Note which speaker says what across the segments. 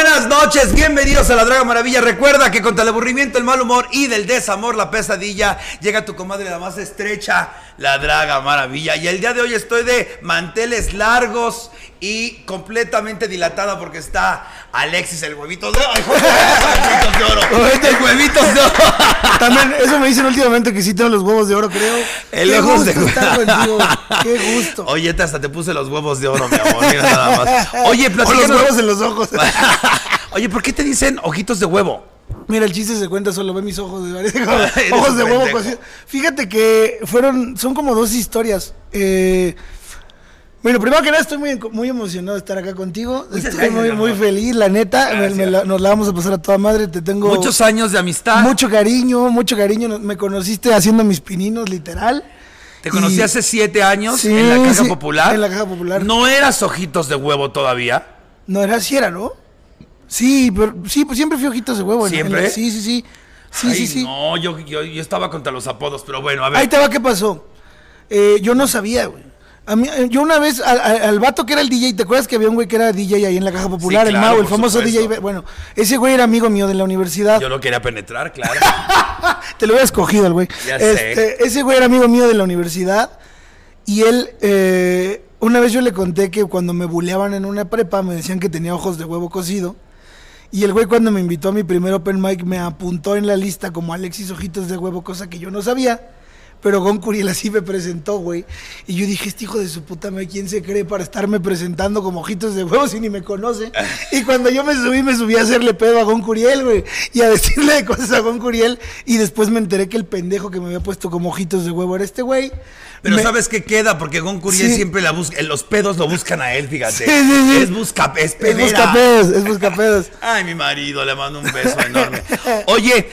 Speaker 1: señores, bienvenidos a La Draga Maravilla. Recuerda que contra el aburrimiento, el mal humor y del desamor, la pesadilla, llega tu comadre la más estrecha, La Draga Maravilla. Y el día de hoy estoy de manteles largos y completamente dilatada porque está Alexis, el huevito de oro. Huevitos de oro. El huevitos de oro.
Speaker 2: También, eso me dicen últimamente que sí tengo los huevos de oro, creo.
Speaker 1: El
Speaker 2: Qué
Speaker 1: ojos
Speaker 2: gusto
Speaker 1: de-
Speaker 2: estar contigo. Qué gusto.
Speaker 1: Oye, te hasta te puse los huevos de oro, mi amor. Mira nada más. Oye,
Speaker 2: O los
Speaker 1: platícanos.
Speaker 2: huevos en los ojos.
Speaker 1: Oye, ¿por qué te dicen ojitos de huevo?
Speaker 2: Mira, el chiste se cuenta solo, ve mis ojos. me parece como-
Speaker 1: Eres
Speaker 2: ojos de
Speaker 1: un
Speaker 2: huevo.
Speaker 1: pendejo.
Speaker 2: pues, Fíjate que fueron, son como dos historias. Eh, bueno, primero que nada, estoy muy, enco- muy emocionado de estar acá contigo.
Speaker 1: Muchas
Speaker 2: Estoy
Speaker 1: gracias, mi
Speaker 2: muy,
Speaker 1: amor.
Speaker 2: muy feliz, la neta. Me- me la- nos la vamos a pasar a toda madre. Te tengo
Speaker 1: Muchos años de amistad.
Speaker 2: mucho cariño, mucho cariño. No- Me conociste haciendo mis pininos, literal.
Speaker 1: Te conocí
Speaker 2: Y-
Speaker 1: hace siete años
Speaker 2: Sí,
Speaker 1: en la caja
Speaker 2: sí,
Speaker 1: popular.
Speaker 2: en la Caja Popular.
Speaker 1: No eras ojitos de huevo todavía.
Speaker 2: No era así, era, ¿no? Sí, pero sí, pues siempre fui ojitos de huevo. en- en
Speaker 1: ¿Siempre?
Speaker 2: la- sí, sí, sí. Sí,
Speaker 1: Ay,
Speaker 2: sí, sí.
Speaker 1: No, yo, yo, yo estaba contra los apodos, pero bueno, a ver.
Speaker 2: Ahí te va, ¿qué pasó? Eh, yo no sabía, güey. A mí, eh, yo una vez, al, al- al vato que era el DJ, ¿te acuerdas que había un güey que era DJ ahí en la Caja Popular?
Speaker 1: claro,
Speaker 2: el Mau, el
Speaker 1: por
Speaker 2: famoso
Speaker 1: supuesto.
Speaker 2: DJ. Bueno, ese güey era amigo mío de la universidad.
Speaker 1: Yo lo quería penetrar, claro.
Speaker 2: Te lo había escogido el güey.
Speaker 1: Ya sé.
Speaker 2: Este, ese güey era amigo mío de la universidad. Y él, eh, una vez yo le conté que cuando me buleaban en una prepa me decían que tenía ojos de huevo cocido. Y el güey cuando me invitó a mi primer open mic me apuntó en la lista como Alexis Ojitos de Huevo, cosa que yo no sabía. Pero Gon Curiel así me presentó, güey. Y yo dije, este hijo de su puta madre, ¿quién se cree para estarme presentando como ojitos de huevo si ni me conoce? Y cuando yo me subí, me subí a hacerle pedo a Gon Curiel, güey. Y a decirle de cosas a Gon Curiel. Y después me enteré que el pendejo que me había puesto como ojitos de huevo era este güey.
Speaker 1: Pero
Speaker 2: Me-
Speaker 1: ¿sabes qué queda? Porque Gon Curiel
Speaker 2: Sí.
Speaker 1: siempre la busca, los pedos lo buscan a él, fíjate.
Speaker 2: Sí, sí, sí.
Speaker 1: Es busca, es
Speaker 2: Es
Speaker 1: pedera.
Speaker 2: buscapedos, es buscapedos.
Speaker 1: Ay, mi marido, le mando un beso enorme. Oye,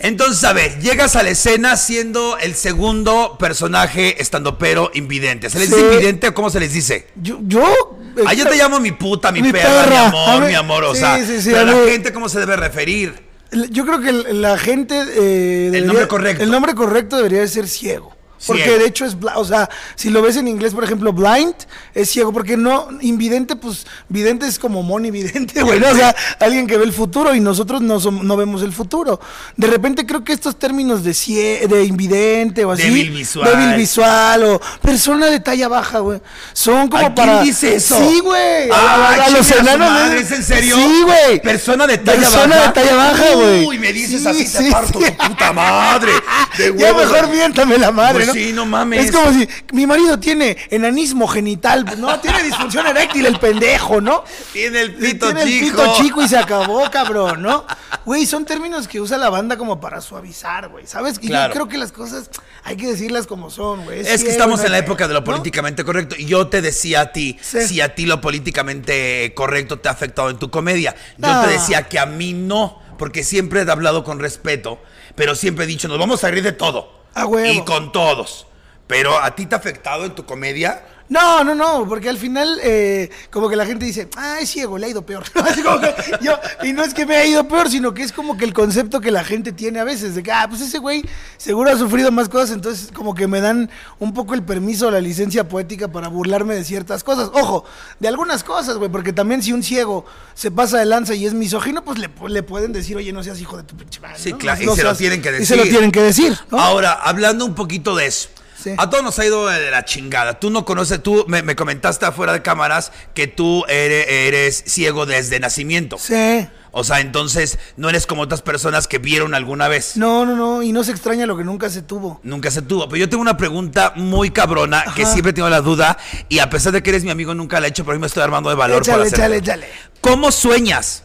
Speaker 1: entonces, a ver, llegas a la escena siendo el segundo personaje estandopero invidente. ¿Se les dice
Speaker 2: Sí.
Speaker 1: invidente o cómo se les dice?
Speaker 2: Yo, yo...
Speaker 1: Ah, yo te llamo mi puta, mi,
Speaker 2: Mi
Speaker 1: perra, mi
Speaker 2: perra. A
Speaker 1: amor,
Speaker 2: ver,
Speaker 1: mi amor, o
Speaker 2: sí,
Speaker 1: sea,
Speaker 2: sí, sí,
Speaker 1: pero
Speaker 2: a
Speaker 1: la
Speaker 2: ver.
Speaker 1: gente cómo se debe referir.
Speaker 2: Yo creo que el- la gente. eh, debería-
Speaker 1: nombre correcto.
Speaker 2: El nombre correcto debería de ser ciego. Porque
Speaker 1: Ciego.
Speaker 2: de hecho es, bla- o sea, si lo ves en inglés, por ejemplo, blind es ciego, porque no, invidente, pues, vidente es como monividente, güey, ¿no? o sea, alguien que ve el futuro y nosotros no, som- no vemos el futuro. De repente creo que estos términos de, cie- de invidente o así,
Speaker 1: Débil visual.
Speaker 2: débil visual o persona de talla baja, güey, son como
Speaker 1: ¿A quién
Speaker 2: para.
Speaker 1: dice eso?
Speaker 2: Sí, güey, a-
Speaker 1: Ah,
Speaker 2: a, a los
Speaker 1: chinga su
Speaker 2: enanos.
Speaker 1: madre,
Speaker 2: güey.
Speaker 1: ¿es en serio?
Speaker 2: Sí, güey.
Speaker 1: Persona de talla
Speaker 2: Persona
Speaker 1: baja.
Speaker 2: de talla baja, güey.
Speaker 1: Uy, me dices
Speaker 2: Sí,
Speaker 1: así, te
Speaker 2: sí,
Speaker 1: parto
Speaker 2: sí.
Speaker 1: tu puta madre. De
Speaker 2: Ya
Speaker 1: huevo,
Speaker 2: mejor miéntame la madre,
Speaker 1: Pues
Speaker 2: ¿no?
Speaker 1: sí, no mames.
Speaker 2: Es como si mi marido tiene enanismo genital, pues, no, tiene disfunción eréctil el pendejo, ¿no?
Speaker 1: Tiene el pito
Speaker 2: tiene
Speaker 1: chico.
Speaker 2: el pito chico y se acabó, cabrón, ¿no? Güey, son términos que usa la banda como para suavizar, güey, ¿sabes? Y
Speaker 1: Claro.
Speaker 2: yo creo que las cosas hay que decirlas como son, güey.
Speaker 1: Es que
Speaker 2: ciego,
Speaker 1: estamos
Speaker 2: no
Speaker 1: en la
Speaker 2: hay-
Speaker 1: época de lo
Speaker 2: ¿no?
Speaker 1: políticamente correcto. Y yo te decía a ti,
Speaker 2: Sí.
Speaker 1: si a ti lo políticamente correcto te ha afectado en tu comedia. Yo
Speaker 2: No.
Speaker 1: te decía que a mí no, porque siempre he hablado con respeto, pero siempre he dicho, nos vamos a reír de todo.
Speaker 2: A huevo.
Speaker 1: Y con todos. Pero a ti te ha afectado en tu comedia.
Speaker 2: No, no, no, porque al final eh, como que la gente dice, ah, es ciego, le ha ido peor. Así como que yo- y no es que me ha ido peor, sino que es como que el concepto que la gente tiene a veces, de que, ah, pues ese güey seguro ha sufrido más cosas, entonces como que me dan un poco el permiso, la licencia poética para burlarme de ciertas cosas. Ojo, de algunas cosas, güey, porque también si un ciego se pasa de lanza y es misógino, pues le, pu- le pueden decir, oye, no seas hijo de tu pinche madre.
Speaker 1: Sí,
Speaker 2: ¿no?
Speaker 1: claro,
Speaker 2: No
Speaker 1: y se lo
Speaker 2: seas-
Speaker 1: tienen que decir.
Speaker 2: Y se lo tienen que decir, ¿no?
Speaker 1: Ahora, hablando un poquito de eso.
Speaker 2: Sí.
Speaker 1: A todos nos ha ido de la chingada. Tú no conoces, tú me, me comentaste afuera de cámaras que tú eres, eres ciego desde nacimiento.
Speaker 2: Sí.
Speaker 1: O sea, entonces no eres como otras personas que vieron alguna vez.
Speaker 2: No, no, no, y no se extraña lo que nunca se tuvo.
Speaker 1: Nunca se tuvo. Pero yo tengo una pregunta muy cabrona que
Speaker 2: Ajá.
Speaker 1: siempre tengo la duda y a pesar de que eres mi amigo nunca la he hecho, pero hoy me estoy armando de valor
Speaker 2: échale,
Speaker 1: para hacerla.
Speaker 2: échale, échale.
Speaker 1: ¿Cómo sueñas?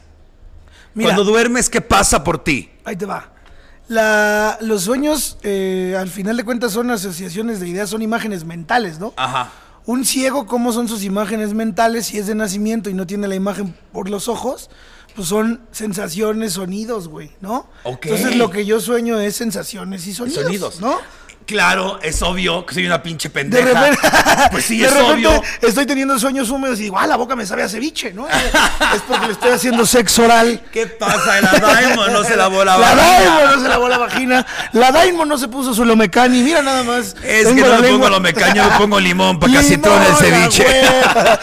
Speaker 2: Mira,
Speaker 1: Cuando duermes, ¿qué pasa por ti?
Speaker 2: ahí te va. La- los sueños, eh, al final de cuentas, son asociaciones de ideas, son imágenes mentales, ¿no?
Speaker 1: Ajá.
Speaker 2: Un ciego, ¿cómo son sus imágenes mentales si es de nacimiento y no tiene la imagen por los ojos? Pues son sensaciones, sonidos, güey, ¿no?
Speaker 1: Ok.
Speaker 2: Entonces lo que yo sueño es sensaciones y sonidos,
Speaker 1: Sonidos.
Speaker 2: ¿no?
Speaker 1: Claro, es obvio que soy una pinche pendeja. pues sí,
Speaker 2: de
Speaker 1: es
Speaker 2: repente
Speaker 1: obvio.
Speaker 2: estoy teniendo sueños húmedos y digo, ah, la boca me sabe a ceviche, ¿no? es porque le estoy haciendo sexo oral.
Speaker 1: ¿Qué pasa? La Daimon no se lavó la
Speaker 2: La
Speaker 1: vagina.
Speaker 2: Daimon no se lavó la vagina. La Daimon no se puso su lomecani. Mira nada más.
Speaker 1: Es
Speaker 2: Tengo
Speaker 1: que
Speaker 2: la
Speaker 1: no le
Speaker 2: lengua-
Speaker 1: pongo lo mecaño, le pongo limón para que así
Speaker 2: Limón,
Speaker 1: trone el
Speaker 2: la
Speaker 1: ceviche.
Speaker 2: hueva.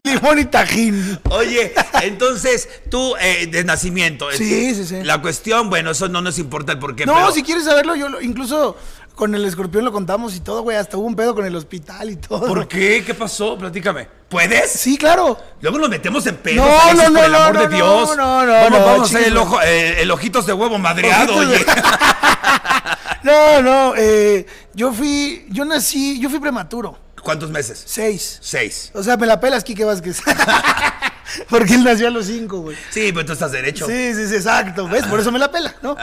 Speaker 2: Limón y tajín.
Speaker 1: Oye, entonces tú eh, de nacimiento.
Speaker 2: Sí, sí, sí.
Speaker 1: La cuestión, bueno, eso no nos importa el porqué.
Speaker 2: No,
Speaker 1: pero-
Speaker 2: si quieres saberlo, yo lo- incluso con el escorpión lo contamos y todo, güey. Hasta hubo un pedo con el hospital y todo.
Speaker 1: ¿Por qué? ¿Qué pasó? Platícame. ¿Puedes?
Speaker 2: Sí, claro.
Speaker 1: Luego nos metemos en pedos.
Speaker 2: No,
Speaker 1: Alexis,
Speaker 2: no,
Speaker 1: por el
Speaker 2: no,
Speaker 1: amor
Speaker 2: no,
Speaker 1: de
Speaker 2: no,
Speaker 1: Dios.
Speaker 2: no, no,
Speaker 1: vamos,
Speaker 2: no,
Speaker 1: vamos a hacer el,
Speaker 2: chingue.
Speaker 1: ojo, eh, el ojitos de huevo madreado, oye.
Speaker 2: Ojitos de- No, no, eh, yo fui, yo nací, yo fui prematuro,
Speaker 1: ¿Cuántos meses?
Speaker 2: seis.
Speaker 1: Seis.
Speaker 2: O sea, me la pelas Quique Vázquez. Porque él nació a los cinco, güey.
Speaker 1: Sí, pues tú estás derecho.
Speaker 2: Sí, sí, sí, exacto, ¿ves? Por eso me la pela, ¿no?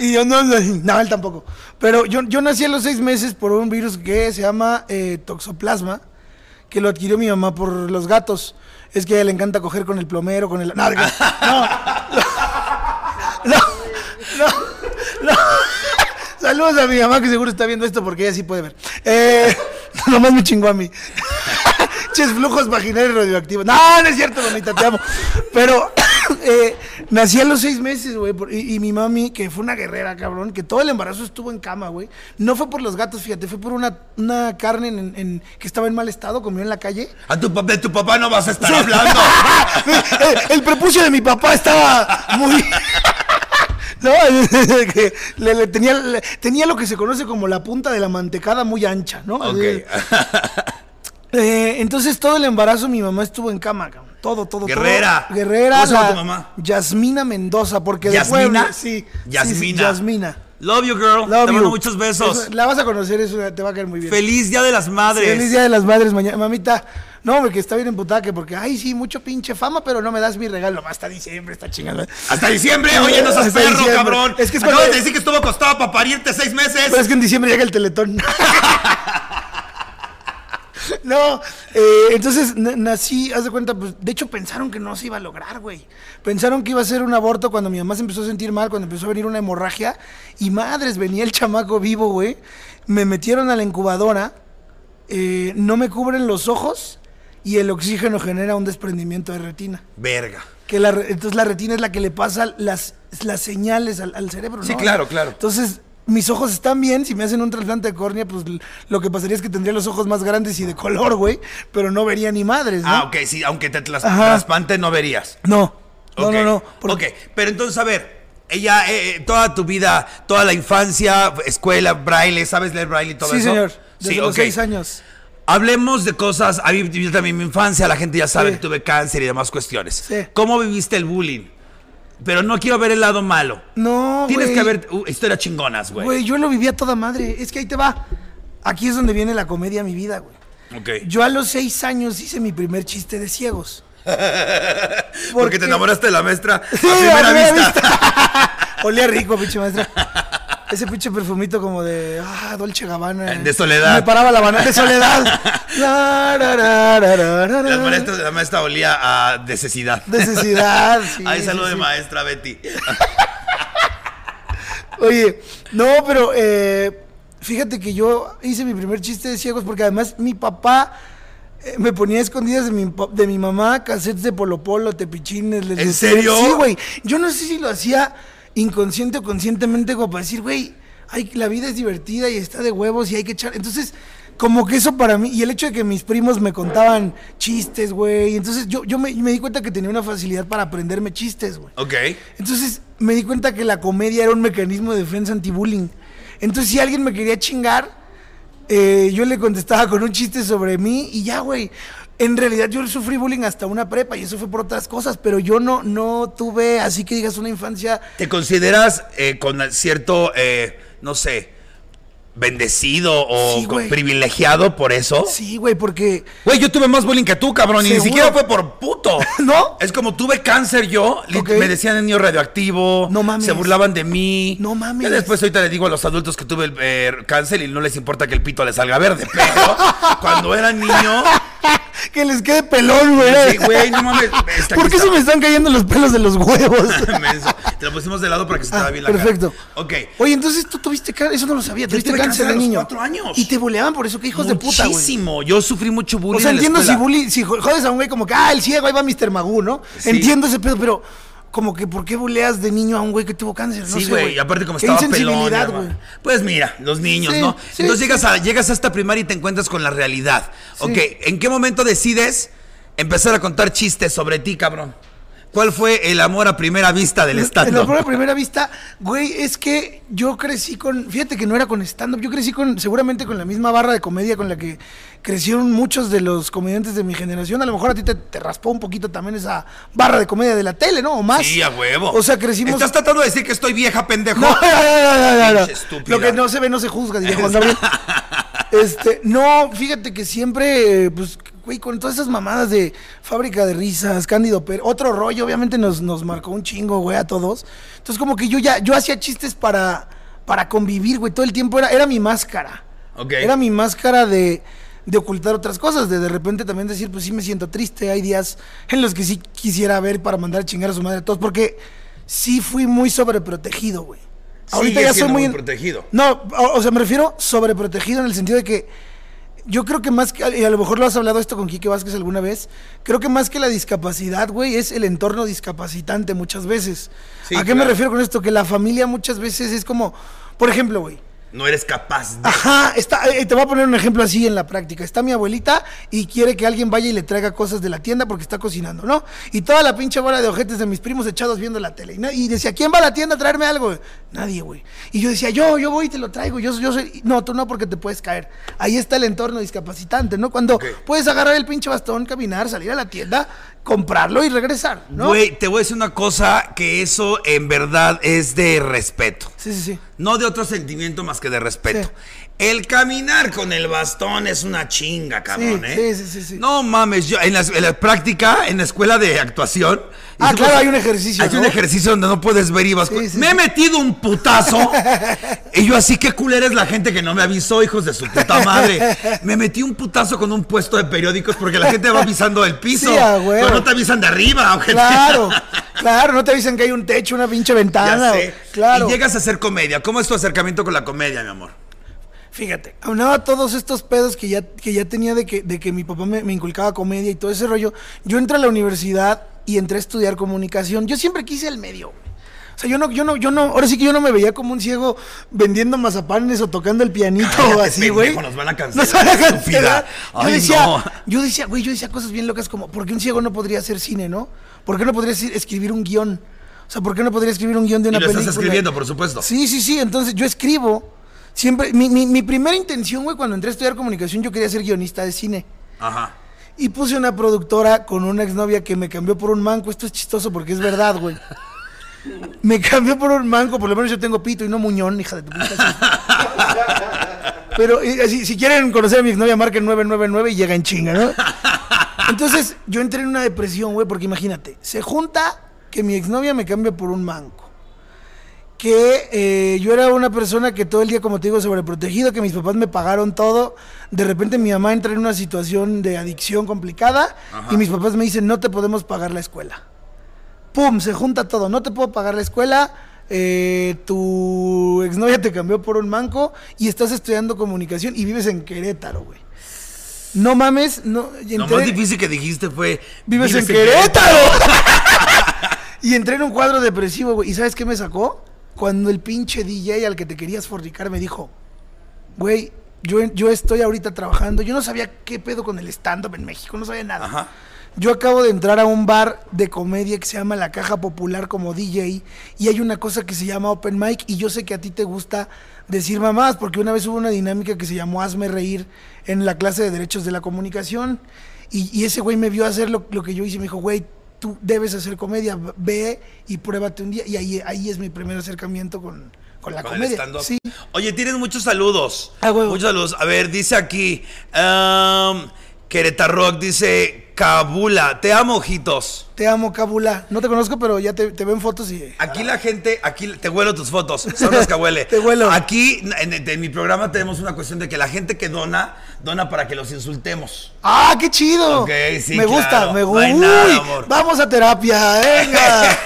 Speaker 2: Y yo no, no, no, él tampoco. Pero yo, yo nací a los seis meses por un virus que se llama eh, toxoplasma, que lo adquirió mi mamá por los gatos. Es que a ella le encanta coger con el plomero, con el... No, no, no, no, no. Saludos a mi mamá que seguro está viendo esto porque ella sí puede ver. Eh, nomás me chingó a mí. Ches flujos vaginales radioactivos. No, no es cierto, mamita, te amo. Pero eh, nací a los seis meses, güey. por- Y, y mi mami, que fue una guerrera, cabrón, que todo el embarazo estuvo en cama, güey. No fue por los gatos, fíjate, fue por una, una carne en- en- que estaba en mal estado, comió en la calle.
Speaker 1: A tu papá, de tu papá no vas a estar hablando.
Speaker 2: Eh, el prepucio de mi papá estaba muy. No, que le, le tenía, le- tenía lo que se conoce como la punta de la mantecada muy ancha, ¿no?
Speaker 1: ok.
Speaker 2: Eh, entonces todo el embarazo mi mamá estuvo en cama, cabrón. Todo, todo, todo.
Speaker 1: Guerrera.
Speaker 2: Guerrera.
Speaker 1: ¿Cómo se llama
Speaker 2: la-
Speaker 1: tu mamá?
Speaker 2: Yasmina Mendoza, porque de
Speaker 1: ¿Yasmina?
Speaker 2: Puebla, sí. sí, sí,
Speaker 1: Yasmina.
Speaker 2: Yasmina.
Speaker 1: Love you, girl. Te
Speaker 2: Love you.
Speaker 1: mando muchos besos.
Speaker 2: Es- la vas a conocer, es una- te va a caer muy bien.
Speaker 1: Feliz Día de las Madres.
Speaker 2: Feliz Día de las Madres mañana. Mamita, no, porque está bien emputada que porque, ay, sí, mucho pinche fama, pero no me das mi regalo. Hasta diciembre, está chingada.
Speaker 1: Hasta diciembre, oye, no seas
Speaker 2: Hasta
Speaker 1: perro,
Speaker 2: diciembre.
Speaker 1: cabrón.
Speaker 2: Es que es
Speaker 1: Acabas
Speaker 2: cuando- Pues,
Speaker 1: de decir que estuvo acostado para parirte seis meses.
Speaker 2: Pero es que en diciembre llega el teletón. No, eh, entonces na- nací, haz de cuenta, pues, de hecho pensaron que no se iba a lograr, güey. Pensaron que iba a ser un aborto cuando mi mamá se empezó a sentir mal, cuando empezó a venir una hemorragia. Y madres, venía el chamaco vivo, güey. Me metieron a la incubadora, eh, no me cubren los ojos y el oxígeno genera un desprendimiento de retina.
Speaker 1: Verga.
Speaker 2: Que la re- entonces la retina es la que le pasa las, las señales al, al cerebro,
Speaker 1: Sí,
Speaker 2: ¿no?
Speaker 1: claro, claro.
Speaker 2: Entonces, mis ojos están bien. Si me hacen un trasplante de córnea, pues l- lo que pasaría es que tendría los ojos más grandes y de color, güey. Pero no vería ni madres, ¿no?
Speaker 1: Ah, ok, sí, aunque te tras-
Speaker 2: Ajá.
Speaker 1: traspante no verías.
Speaker 2: No. No,
Speaker 1: Ok,
Speaker 2: no, no. porque-
Speaker 1: Ok, pero entonces, a ver, ella, eh, eh, toda tu vida, toda la infancia, escuela, braille, ¿sabes leer braille y todo
Speaker 2: Sí,
Speaker 1: eso?
Speaker 2: señor. Desde
Speaker 1: sí,
Speaker 2: los
Speaker 1: ok.
Speaker 2: seis años.
Speaker 1: Hablemos de cosas, a mí, yo también mi infancia, la gente ya sabe
Speaker 2: Sí.
Speaker 1: que tuve cáncer y demás cuestiones.
Speaker 2: Sí.
Speaker 1: ¿Cómo viviste el bullying? Pero no quiero ver el lado malo.
Speaker 2: No,
Speaker 1: Tienes
Speaker 2: güey.
Speaker 1: que ver uh, historias chingonas, güey.
Speaker 2: Güey, yo lo viví a toda madre. Es que ahí te va. Aquí es donde viene la comedia a mi vida, güey.
Speaker 1: Ok.
Speaker 2: Yo a los seis años hice mi primer chiste de ciegos.
Speaker 1: porque, te enamoraste de la maestra
Speaker 2: Sí,
Speaker 1: a primera, vista.
Speaker 2: Olía rico, pinche maestra. Ese pinche perfumito como de ah, Dolce Gabbana.
Speaker 1: Eh, De soledad.
Speaker 2: Me paraba la banana de soledad. La, ra, ra, ra, ra, ra, ra.
Speaker 1: Las maestras de la maestra olía a necesidad.
Speaker 2: Necesidad. sí,
Speaker 1: Ay,
Speaker 2: sí,
Speaker 1: saludo de
Speaker 2: sí.
Speaker 1: maestra Betty.
Speaker 2: Oye, no, pero eh, fíjate que yo hice mi primer chiste de ciegos porque además mi papá eh, me ponía a escondidas de mi, pa- de mi mamá cassettes de Polo Polo, tepichines. Les
Speaker 1: ¿En
Speaker 2: decía-
Speaker 1: serio?
Speaker 2: Sí, güey. Yo no sé si lo hacía inconsciente o conscientemente como para decir, güey, ay, la vida es divertida y está de huevos y hay que echar... Entonces... Como que eso para mí, y el hecho de que mis primos me contaban chistes, güey. Entonces yo, yo me, me di cuenta que tenía una facilidad para aprenderme chistes, güey.
Speaker 1: Ok.
Speaker 2: Entonces me di cuenta que la comedia era un mecanismo de defensa anti-bullying. Entonces si alguien me quería chingar, eh, yo le contestaba con un chiste sobre mí y ya, güey. En realidad yo sufrí bullying hasta una prepa y eso fue por otras cosas, pero yo no, no tuve, así que digas, una infancia...
Speaker 1: ¿Te consideras eh, con cierto, eh, no sé, bendecido o
Speaker 2: Sí,
Speaker 1: con-
Speaker 2: güey.
Speaker 1: privilegiado por eso?
Speaker 2: Sí, güey, porque...
Speaker 1: Güey, yo tuve más bullying que tú, cabrón, y ni
Speaker 2: Seguro.
Speaker 1: siquiera fue por puto.
Speaker 2: ¿No?
Speaker 1: Es como tuve cáncer yo, li-
Speaker 2: Ok.
Speaker 1: me decían el niño radioactivo,
Speaker 2: No mames.
Speaker 1: se burlaban de mí.
Speaker 2: No mames.
Speaker 1: Ya después ahorita le digo a los adultos que tuve el eh, cáncer y no les importa que el pito le salga verde, pero cuando era niño,
Speaker 2: Que les quede pelón, güey.
Speaker 1: sí, güey, no mames. está-
Speaker 2: ¿Por qué
Speaker 1: está-
Speaker 2: se me están cayendo los pelos de los huevos?
Speaker 1: Menso. Te lo pusimos de lado para que se te
Speaker 2: Ah,
Speaker 1: vea bien la
Speaker 2: perfecto.
Speaker 1: cara. Ok.
Speaker 2: Oye, entonces tú tuviste cáncer, eso no lo sabía, tuviste
Speaker 1: tuve cáncer
Speaker 2: cáncer de
Speaker 1: a los
Speaker 2: niño.
Speaker 1: cuatro años.
Speaker 2: Y te boleaban por eso, qué hijos de puta, güey.
Speaker 1: Muchísimo. Yo sufrí mucho bullying.
Speaker 2: O sea,
Speaker 1: en la
Speaker 2: entiendo si
Speaker 1: escuela.
Speaker 2: bully, si jo- jodes a un güey como que, ah, el ciego, ahí va Mr. Magoo, ¿no?
Speaker 1: Sí.
Speaker 2: Entiendo ese pedo, pero como que ¿por qué buleas de niño a un güey que tuvo cáncer? No
Speaker 1: Sí,
Speaker 2: sé,
Speaker 1: güey, y aparte como
Speaker 2: Qué
Speaker 1: estaba pelón.
Speaker 2: insensibilidad,
Speaker 1: hermano.
Speaker 2: güey.
Speaker 1: Pues mira, los niños,
Speaker 2: Sí,
Speaker 1: ¿no?
Speaker 2: sí,
Speaker 1: Entonces
Speaker 2: sí.
Speaker 1: llegas a, llegas a esta primaria y te encuentras con la realidad.
Speaker 2: Sí.
Speaker 1: Ok, ¿en qué momento decides empezar a contar chistes sobre ti, cabrón? ¿Cuál fue el amor a primera vista del
Speaker 2: En la
Speaker 1: stand-up?
Speaker 2: primera, primera vista, güey, es que yo crecí con, fíjate que no era con stand-up, yo crecí con, seguramente con la misma barra de comedia con la que crecieron muchos de los comediantes de mi generación. A lo mejor a ti te, te raspó un poquito también esa barra de comedia de la tele, ¿no? O más.
Speaker 1: Sí, a huevo.
Speaker 2: O sea, crecimos...
Speaker 1: Estás tratando de decir que estoy vieja, pendejo.
Speaker 2: No, no, no, no, no, no.
Speaker 1: Pinche estúpida.
Speaker 2: Lo que no se ve no se juzga, diría Juan Gabriel. Este, no, fíjate que siempre, eh, pues, güey, con todas esas mamadas de fábrica de risas, Cándido Pérez, otro rollo, obviamente nos, nos marcó un chingo, güey, a todos. Entonces, como que yo ya, yo hacía chistes para, para convivir, güey, todo el tiempo era, era mi máscara.
Speaker 1: Ok.
Speaker 2: Era mi máscara de, de ocultar otras cosas, de de repente también decir, pues sí me siento triste, hay días en los que sí quisiera ver para mandar a chingar a su madre a todos, porque sí fui muy sobreprotegido, güey.
Speaker 1: Sigue siendo muy protegido.
Speaker 2: No, o, o sea, me refiero sobreprotegido en el sentido de que yo creo que más que, y a lo mejor lo has hablado esto con Quique Vázquez alguna vez, creo que más que la discapacidad, güey, es el entorno discapacitante muchas veces.
Speaker 1: Sí,
Speaker 2: ¿A qué me
Speaker 1: claro.
Speaker 2: refiero con esto? Que la familia muchas veces es como, por ejemplo, güey,
Speaker 1: No eres capaz de...
Speaker 2: Ajá, está, eh, te voy a poner un ejemplo así en la práctica. Está mi abuelita y quiere que alguien vaya y le traiga cosas de la tienda porque está cocinando, ¿no? Y toda la pinche bola de ojetes de mis primos echados viendo la tele. Y, na- y decía, ¿quién va a la tienda a traerme algo? Nadie, güey. Y yo decía, yo, yo voy y te lo traigo. Yo, yo soy... No, tú no porque te puedes caer. Ahí está el entorno discapacitante, ¿no? Cuando
Speaker 1: Ok.
Speaker 2: puedes agarrar el pinche bastón, caminar, salir a la tienda, comprarlo y regresar, ¿no?
Speaker 1: Güey, te voy a decir una cosa que eso en verdad es de respeto.
Speaker 2: Sí, sí, sí.
Speaker 1: No de otro sentimiento más que de respeto. El caminar con el bastón es una chinga, cabrón,
Speaker 2: Sí,
Speaker 1: ¿eh?
Speaker 2: sí, sí, sí, sí.
Speaker 1: No mames, yo en la, en la práctica, en la escuela de actuación.
Speaker 2: Ah,
Speaker 1: hicimos-
Speaker 2: claro, hay un ejercicio,
Speaker 1: Hay un
Speaker 2: ¿no?
Speaker 1: ejercicio donde no puedes ver y vas.
Speaker 2: Sí, sí,
Speaker 1: me he
Speaker 2: sí.
Speaker 1: metido un putazo. y yo, así que culera es la gente que no me avisó, hijos de su puta madre. Me metí un putazo con un puesto de periódicos porque la gente va avisando el piso.
Speaker 2: Sí, a huevo.
Speaker 1: pero no te avisan de arriba, ojete.
Speaker 2: Claro, claro, no te dicen que hay un techo, una pinche ventana.
Speaker 1: Ya
Speaker 2: o-
Speaker 1: sé.
Speaker 2: Claro.
Speaker 1: Y llegas a hacer comedia. ¿Cómo es tu acercamiento con la comedia, mi amor?
Speaker 2: Fíjate, aunado a todos estos pedos que ya, que ya tenía de que, de que mi papá me, me inculcaba comedia y todo ese rollo, yo entré a la universidad y entré a estudiar comunicación. Yo siempre quise el medio. güey. O sea, yo no, yo no, yo no, ahora sí que yo no me veía como un ciego vendiendo mazapanes o tocando el pianito o
Speaker 1: Cállate,
Speaker 2: así, güey.
Speaker 1: pendejo, nos van a cancelar,
Speaker 2: Nos van a cancelar.
Speaker 1: estúpida.
Speaker 2: Yo
Speaker 1: Ay,
Speaker 2: decía,
Speaker 1: no.
Speaker 2: yo decía, güey, yo decía cosas bien locas como, ¿por qué un ciego no podría hacer cine, no? ¿Por qué no podría escri- escribir un guión? O sea, ¿por qué no podría escribir un guión de
Speaker 1: Y
Speaker 2: una
Speaker 1: lo
Speaker 2: película?
Speaker 1: estás escribiendo, por supuesto.
Speaker 2: Sí, sí, sí. Entonces yo escribo. Siempre, mi, mi- mi primera intención, güey, cuando entré a estudiar comunicación, yo quería ser guionista de cine.
Speaker 1: Ajá.
Speaker 2: Y puse una productora con una exnovia que me cambió por un manco. Esto es chistoso porque es verdad, güey. Me cambió por un manco, por lo menos yo tengo pito y no muñón, hija de tu puta. Pero eh, si, si quieren conocer a mi exnovia, marquen 999 y llega en chinga, ¿no? Entonces yo entré en una depresión, güey, porque imagínate, se junta que mi exnovia me cambia por un manco. Que eh, yo era una persona que todo el día, como te digo, sobreprotegido, que mis papás me pagaron todo. De repente mi mamá entra en una situación de adicción complicada
Speaker 1: Ajá.
Speaker 2: y mis papás me dicen, no te podemos pagar la escuela. ¡Pum! Se junta todo. No te puedo pagar la escuela. eh, tu exnovia te cambió por un manco y estás estudiando comunicación y vives en Querétaro, güey. No mames, no. y
Speaker 1: Lo
Speaker 2: entré-
Speaker 1: más difícil que dijiste fue.
Speaker 2: ¡Vives en Querétaro! y entré en un cuadro depresivo, güey. ¿Y sabes qué me sacó? Cuando el pinche DJ al que te querías fornicar me dijo, güey, yo, yo estoy ahorita trabajando. Yo no sabía qué pedo con el stand-up en México, no sabía nada.
Speaker 1: Ajá.
Speaker 2: Yo acabo de entrar a un bar de comedia que se llama La Caja Popular como DJ y hay una cosa que se llama Open Mic y yo sé que a ti te gusta decir mamás porque una vez hubo una dinámica que se llamó Hazme Reír en la clase de Derechos de la Comunicación y, y ese güey me vio hacer lo, lo que yo hice y me dijo, güey, tú debes hacer comedia, ve y pruébate un día y ahí, ahí es mi primer acercamiento con, con la
Speaker 1: Con el
Speaker 2: comedia.
Speaker 1: stand-up.
Speaker 2: Sí.
Speaker 1: Oye, tienes muchos saludos.
Speaker 2: Ah, huevo.
Speaker 1: Muchos saludos. A ver, dice aquí. Um, Querétaro dice Cabula. Te amo, ojitos.
Speaker 2: Te amo, Cabula. No te conozco, pero ya te, te veo en fotos y...
Speaker 1: Aquí la gente, aquí te huelo tus fotos, son las que huele.
Speaker 2: Te huelo.
Speaker 1: Aquí en, en- en mi programa tenemos una cuestión de que la gente que dona, dona para que los insultemos.
Speaker 2: ¡Ah, qué chido!
Speaker 1: Ok, sí,
Speaker 2: me
Speaker 1: claro.
Speaker 2: gusta, me
Speaker 1: No
Speaker 2: gusta.
Speaker 1: hay nada, amor.
Speaker 2: Vamos a terapia, venga.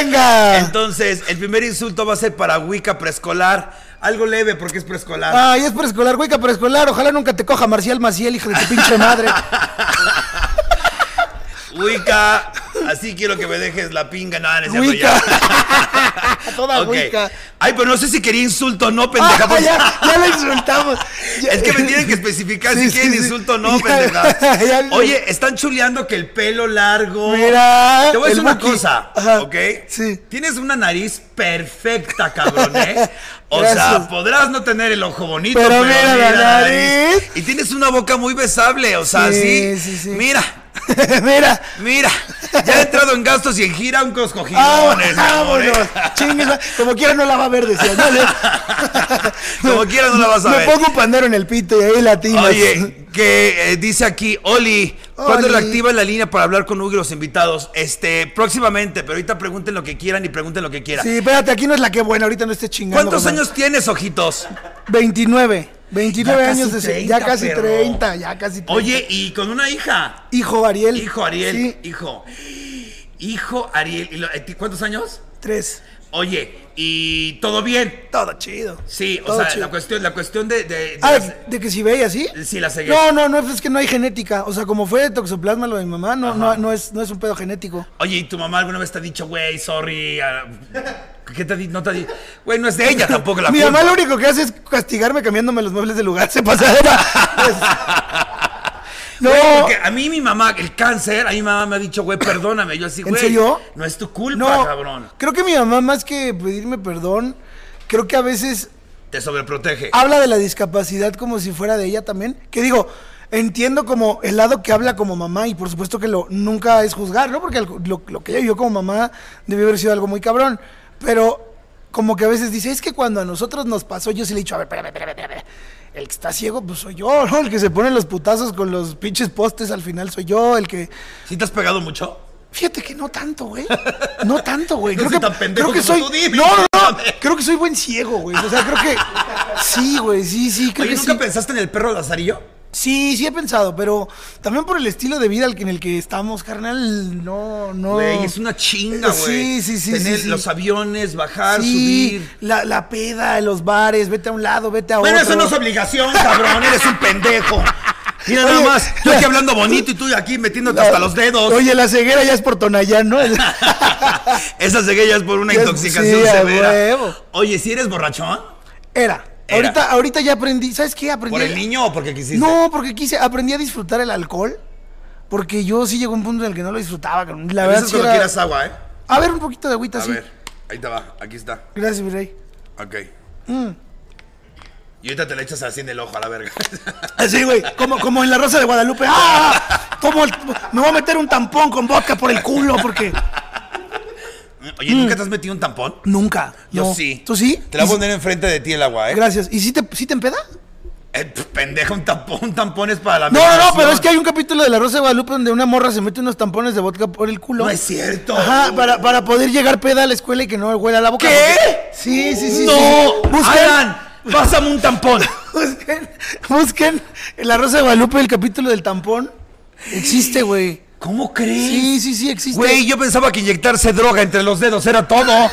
Speaker 2: venga. sea.
Speaker 1: Entonces, el primer insulto va a ser para Wicca preescolar. Algo leve porque es preescolar.
Speaker 2: Ay, es preescolar, güey, que preescolar. Ojalá nunca te coja Marcial Maciel, hijo de tu pinche madre.
Speaker 1: Wicca, así quiero que me dejes la pinga. No, no es cierto,
Speaker 2: Wicca.
Speaker 1: ya.
Speaker 2: A toda
Speaker 1: pues Ok.
Speaker 2: Wicca.
Speaker 1: Ay, pero no sé si quería insulto o no, pendeja.
Speaker 2: Ah,
Speaker 1: porque-
Speaker 2: ya, ya la insultamos. Ya-
Speaker 1: Es que me tienen que especificar
Speaker 2: Sí,
Speaker 1: si quieren
Speaker 2: sí, sí.
Speaker 1: insulto o no,
Speaker 2: Ya,
Speaker 1: pendeja.
Speaker 2: ya-
Speaker 1: Oye, están chuleando que el pelo largo.
Speaker 2: Mira,
Speaker 1: Te voy a
Speaker 2: el
Speaker 1: decir una
Speaker 2: Buki.
Speaker 1: cosa,
Speaker 2: Ajá,
Speaker 1: ¿ok?
Speaker 2: sí.
Speaker 1: Tienes una nariz perfecta, cabrón, ¿eh? O
Speaker 2: Gracias.
Speaker 1: sea, podrás no tener el ojo bonito,
Speaker 2: Pero
Speaker 1: pero,
Speaker 2: mira la nariz.
Speaker 1: Y tienes una boca muy besable, o sea, sí.
Speaker 2: Sí, sí, sí.
Speaker 1: Mira,
Speaker 2: Mira.
Speaker 1: Mira, ya he entrado en gastos y en gira unos
Speaker 2: Ah,
Speaker 1: cojidones, mi amor,
Speaker 2: vámonos.
Speaker 1: ¿eh?
Speaker 2: Chingues, va- como quiera no la va a ver, decía. ¿no?
Speaker 1: Como quiera no la vas a
Speaker 2: me
Speaker 1: ver.
Speaker 2: pongo un pandero en el pito y ahí latinas.
Speaker 1: Oye, que eh, dice aquí, Oli, ¿cuándo
Speaker 2: Oli.
Speaker 1: reactiva la línea para hablar con Hugo y los invitados? Este, próximamente, pero ahorita pregunten lo que quieran y pregunten lo que quieran.
Speaker 2: Sí, espérate, aquí no es la que buena, ahorita no esté chingando.
Speaker 1: ¿Cuántos
Speaker 2: carnal.
Speaker 1: años tienes, ojitos?
Speaker 2: 29. 29
Speaker 1: Ya casi
Speaker 2: años de
Speaker 1: 30,
Speaker 2: ya casi
Speaker 1: perro.
Speaker 2: 30, ya casi 30.
Speaker 1: Oye, y con una hija.
Speaker 2: hijo Ariel.
Speaker 1: Hijo Ariel,
Speaker 2: Sí,
Speaker 1: hijo. Hijo Ariel. ¿Y lo- eh, ti- ¿Cuántos años?
Speaker 2: tres.
Speaker 1: Oye, y todo bien.
Speaker 2: Todo chido.
Speaker 1: Sí, o
Speaker 2: Todo
Speaker 1: sea,
Speaker 2: chido.
Speaker 1: la cuestión, la cuestión de. de- de
Speaker 2: Ah,
Speaker 1: las-
Speaker 2: de que si veía así.
Speaker 1: Sí, la cegué.
Speaker 2: No, no, no, es que no hay genética. O sea, como fue de toxoplasma lo de mi mamá, no, no, no, es, no es un pedo genético.
Speaker 1: Oye, ¿y tu mamá alguna vez te ha dicho, güey, sorry? ah, ¿Qué te ha dicho? No te ha dicho. Güey, no es de ella tampoco la
Speaker 2: mi
Speaker 1: culpa.
Speaker 2: mamá lo único que hace es castigarme cambiándome los muebles de lugar. Se pasa de la- No,
Speaker 1: Güey, porque a mí mi mamá, el cáncer, a mi mamá me ha dicho, güey, perdóname. Yo así,
Speaker 2: ¿En
Speaker 1: güey.
Speaker 2: serio?
Speaker 1: No es tu culpa,
Speaker 2: no.
Speaker 1: cabrón.
Speaker 2: Creo que mi mamá, más que pedirme perdón, creo que a veces
Speaker 1: Te sobreprotege.
Speaker 2: habla de la discapacidad como si fuera de ella también. Que digo, entiendo como el lado que habla como mamá y por supuesto que lo nunca es juzgar, ¿no? Porque el- lo, lo que ella vivió como mamá debió haber sido algo muy cabrón. Pero como que a veces dice, es que cuando a nosotros nos pasó, yo sí le he dicho, a ver, espérame, espérame, espérame. El que está ciego, pues soy yo, ¿no? El que se pone los putazos con los pinches postes al final soy yo, el que...
Speaker 1: ¿Sí te has pegado mucho?
Speaker 2: Fíjate que no tanto, güey. No tanto, güey.
Speaker 1: No
Speaker 2: Creo
Speaker 1: soy
Speaker 2: que,
Speaker 1: tan pendejo
Speaker 2: creo que
Speaker 1: como
Speaker 2: soy.
Speaker 1: tú, dime,
Speaker 2: no, no, no.
Speaker 1: mames.
Speaker 2: Creo que soy buen ciego, güey. O sea, creo que. Sí, güey. Sí, sí. Creo
Speaker 1: Oye,
Speaker 2: que
Speaker 1: ¿nunca
Speaker 2: sí.
Speaker 1: pensaste en el perro Lazarillo?
Speaker 2: Sí, sí he pensado, pero también por el estilo de vida al que- en el que estamos, carnal. No, no.
Speaker 1: Güey, es una chinga,
Speaker 2: Sí,
Speaker 1: güey.
Speaker 2: sí, sí,
Speaker 1: Tener
Speaker 2: sí, sí.
Speaker 1: los aviones, bajar,
Speaker 2: Sí,
Speaker 1: subir.
Speaker 2: la, la peda, los bares, vete a un lado, vete a
Speaker 1: Bueno,
Speaker 2: otro.
Speaker 1: eso no es obligación, cabrón. Eres un pendejo. Mira nada
Speaker 2: Oye,
Speaker 1: más. Yo aquí hablando bonito y tú aquí metiéndote hasta los dedos.
Speaker 2: Oye, la ceguera ya es por Tonayán, ¿no?
Speaker 1: Esa ceguera es por una
Speaker 2: Ya-
Speaker 1: intoxicación
Speaker 2: sí, a
Speaker 1: severa.
Speaker 2: huevo.
Speaker 1: Oye, si eres borrachón,
Speaker 2: Era.
Speaker 1: Era.
Speaker 2: Ahorita, ahorita ya aprendí. ¿Sabes qué? Aprendí.
Speaker 1: por el niño o porque quisiste.
Speaker 2: No, porque quise, aprendí a disfrutar el alcohol. Porque yo sí llegó un punto en el que no lo disfrutaba. cabrón. La
Speaker 1: A
Speaker 2: verdad
Speaker 1: veces
Speaker 2: sí
Speaker 1: cuando
Speaker 2: era-
Speaker 1: quieras agua, ¿eh?
Speaker 2: A ver, un poquito de agüita,
Speaker 1: A
Speaker 2: sí.
Speaker 1: ver, ahí te va, aquí está.
Speaker 2: Gracias, mi rey.
Speaker 1: Ok.
Speaker 2: Mm.
Speaker 1: Y ahorita te la echas así en el ojo a la verga.
Speaker 2: Así, Ah, güey, como, como en La Rosa de Guadalupe. ¡Ah! Como el- me voy a meter un tampón con vodka por el culo porque...
Speaker 1: Oye, ¿nunca te has metido un tampón?
Speaker 2: Nunca.
Speaker 1: Yo
Speaker 2: Mm. no.
Speaker 1: sí.
Speaker 2: ¿Tú sí?
Speaker 1: Te la
Speaker 2: Y-
Speaker 1: voy a poner enfrente de ti el agua, ¿eh?
Speaker 2: Gracias. ¿Y sí te, sí te empeda?
Speaker 1: Eh, pf, pendejo, un tampón, un tampón es para la
Speaker 2: No, no, no,
Speaker 1: menstruación.
Speaker 2: pero es que hay un capítulo de La Rosa de Guadalupe donde una morra se mete unos tampones de vodka por el culo.
Speaker 1: No es cierto.
Speaker 2: Ajá, para, para poder llegar peda a la escuela y que no huela la boca.
Speaker 1: ¿Qué?
Speaker 2: porque- Sí, sí, sí.
Speaker 1: ¡No!
Speaker 2: sí. Busquen-
Speaker 1: ¡Alan! ¡Pásame un tampón!
Speaker 2: Busquen, busquen en La Rosa de Guadalupe el capítulo del tampón. Existe, güey.
Speaker 1: ¿Cómo crees?
Speaker 2: Sí, sí, sí, existe.
Speaker 1: Güey, yo pensaba que inyectarse droga entre los dedos era todo.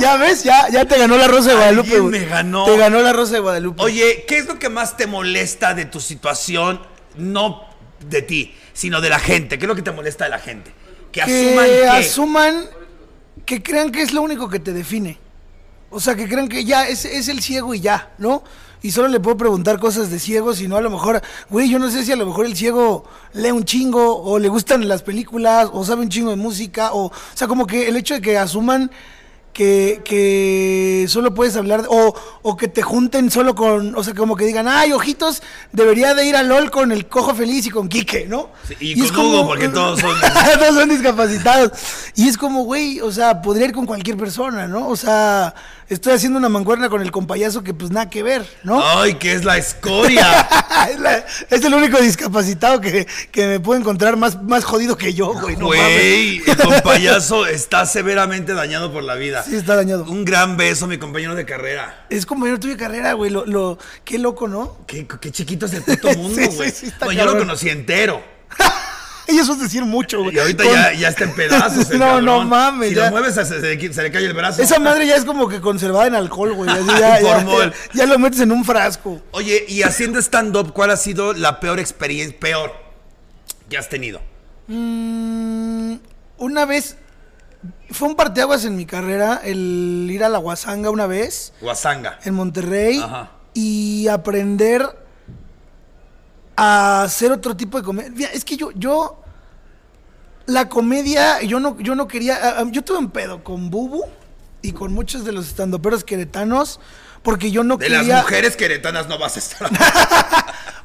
Speaker 2: Ya ves, ya, ya te ganó La Rosa de Guadalupe,
Speaker 1: Alguien
Speaker 2: güey.
Speaker 1: me ganó.
Speaker 2: Te ganó La Rosa de Guadalupe.
Speaker 1: Oye, ¿qué es lo que más te molesta de tu situación? No de ti, sino de la gente. ¿Qué es lo que te molesta de la gente? Que asuman
Speaker 2: que
Speaker 1: que...
Speaker 2: asuman que crean que es lo único que te define. O sea, que crean que ya es, es el ciego y ya, ¿no? Y solo le puedo preguntar cosas de ciegos, y no a lo mejor, güey, yo no sé si a lo mejor el ciego lee un chingo, o le gustan las películas, o sabe un chingo de música, o, o sea, como que el hecho de que asuman que, que solo puedes hablar, o, o que te junten solo con, o sea, como que digan, ay, ojitos, debería de ir a LOL con el cojo feliz y con Quique, ¿no?
Speaker 1: Sí, y con Hugo, porque todos son-
Speaker 2: todos son discapacitados. Y es como, güey, o sea, podría ir con cualquier persona, ¿no? O sea, estoy haciendo una mancuerna con el compayazo que pues nada que ver, ¿no?
Speaker 1: ¡Ay, que es la escoria!
Speaker 2: es, la- es el único discapacitado que, que me puedo encontrar más, más jodido que yo, güey. No
Speaker 1: Güey,
Speaker 2: mames.
Speaker 1: el compayazo está severamente dañado por la vida.
Speaker 2: Sí, está dañado.
Speaker 1: Un gran beso, mi compañero de carrera.
Speaker 2: Es compañero tuyo de carrera, güey. Lo, lo, qué loco, ¿no?
Speaker 1: Qué, qué chiquito es el puto mundo,
Speaker 2: Sí, sí,
Speaker 1: güey.
Speaker 2: sí, está
Speaker 1: Bueno, yo lo
Speaker 2: cabrón.
Speaker 1: conocí entero.
Speaker 2: Y eso es decir mucho, güey.
Speaker 1: Y ahorita
Speaker 2: Con-
Speaker 1: ya, ya está en pedazos. el
Speaker 2: No,
Speaker 1: cabrón.
Speaker 2: no mames,
Speaker 1: Si
Speaker 2: ya.
Speaker 1: lo mueves, se, se- se- se le cae el brazo.
Speaker 2: Esa madre ya es como que conservada en alcohol, güey. Así ya,
Speaker 1: En
Speaker 2: ya-
Speaker 1: formol.
Speaker 2: ya lo metes en un frasco.
Speaker 1: Oye, y haciendo stand-up, ¿cuál ha sido la peor experiencia, peor que has tenido?
Speaker 2: Mm, una vez. Fue un parteaguas en mi carrera el ir a la Guasanga una vez
Speaker 1: Guasanga.
Speaker 2: en Monterrey
Speaker 1: Ajá.
Speaker 2: y aprender a hacer otro tipo de comedia. Mira, Es que yo, yo. La comedia, yo no, yo no quería. a- a- Yo tuve un pedo con Bubu y con muchos de los estandoperos queretanos porque yo no
Speaker 1: De
Speaker 2: quería.
Speaker 1: las mujeres queretanas no vas a estar.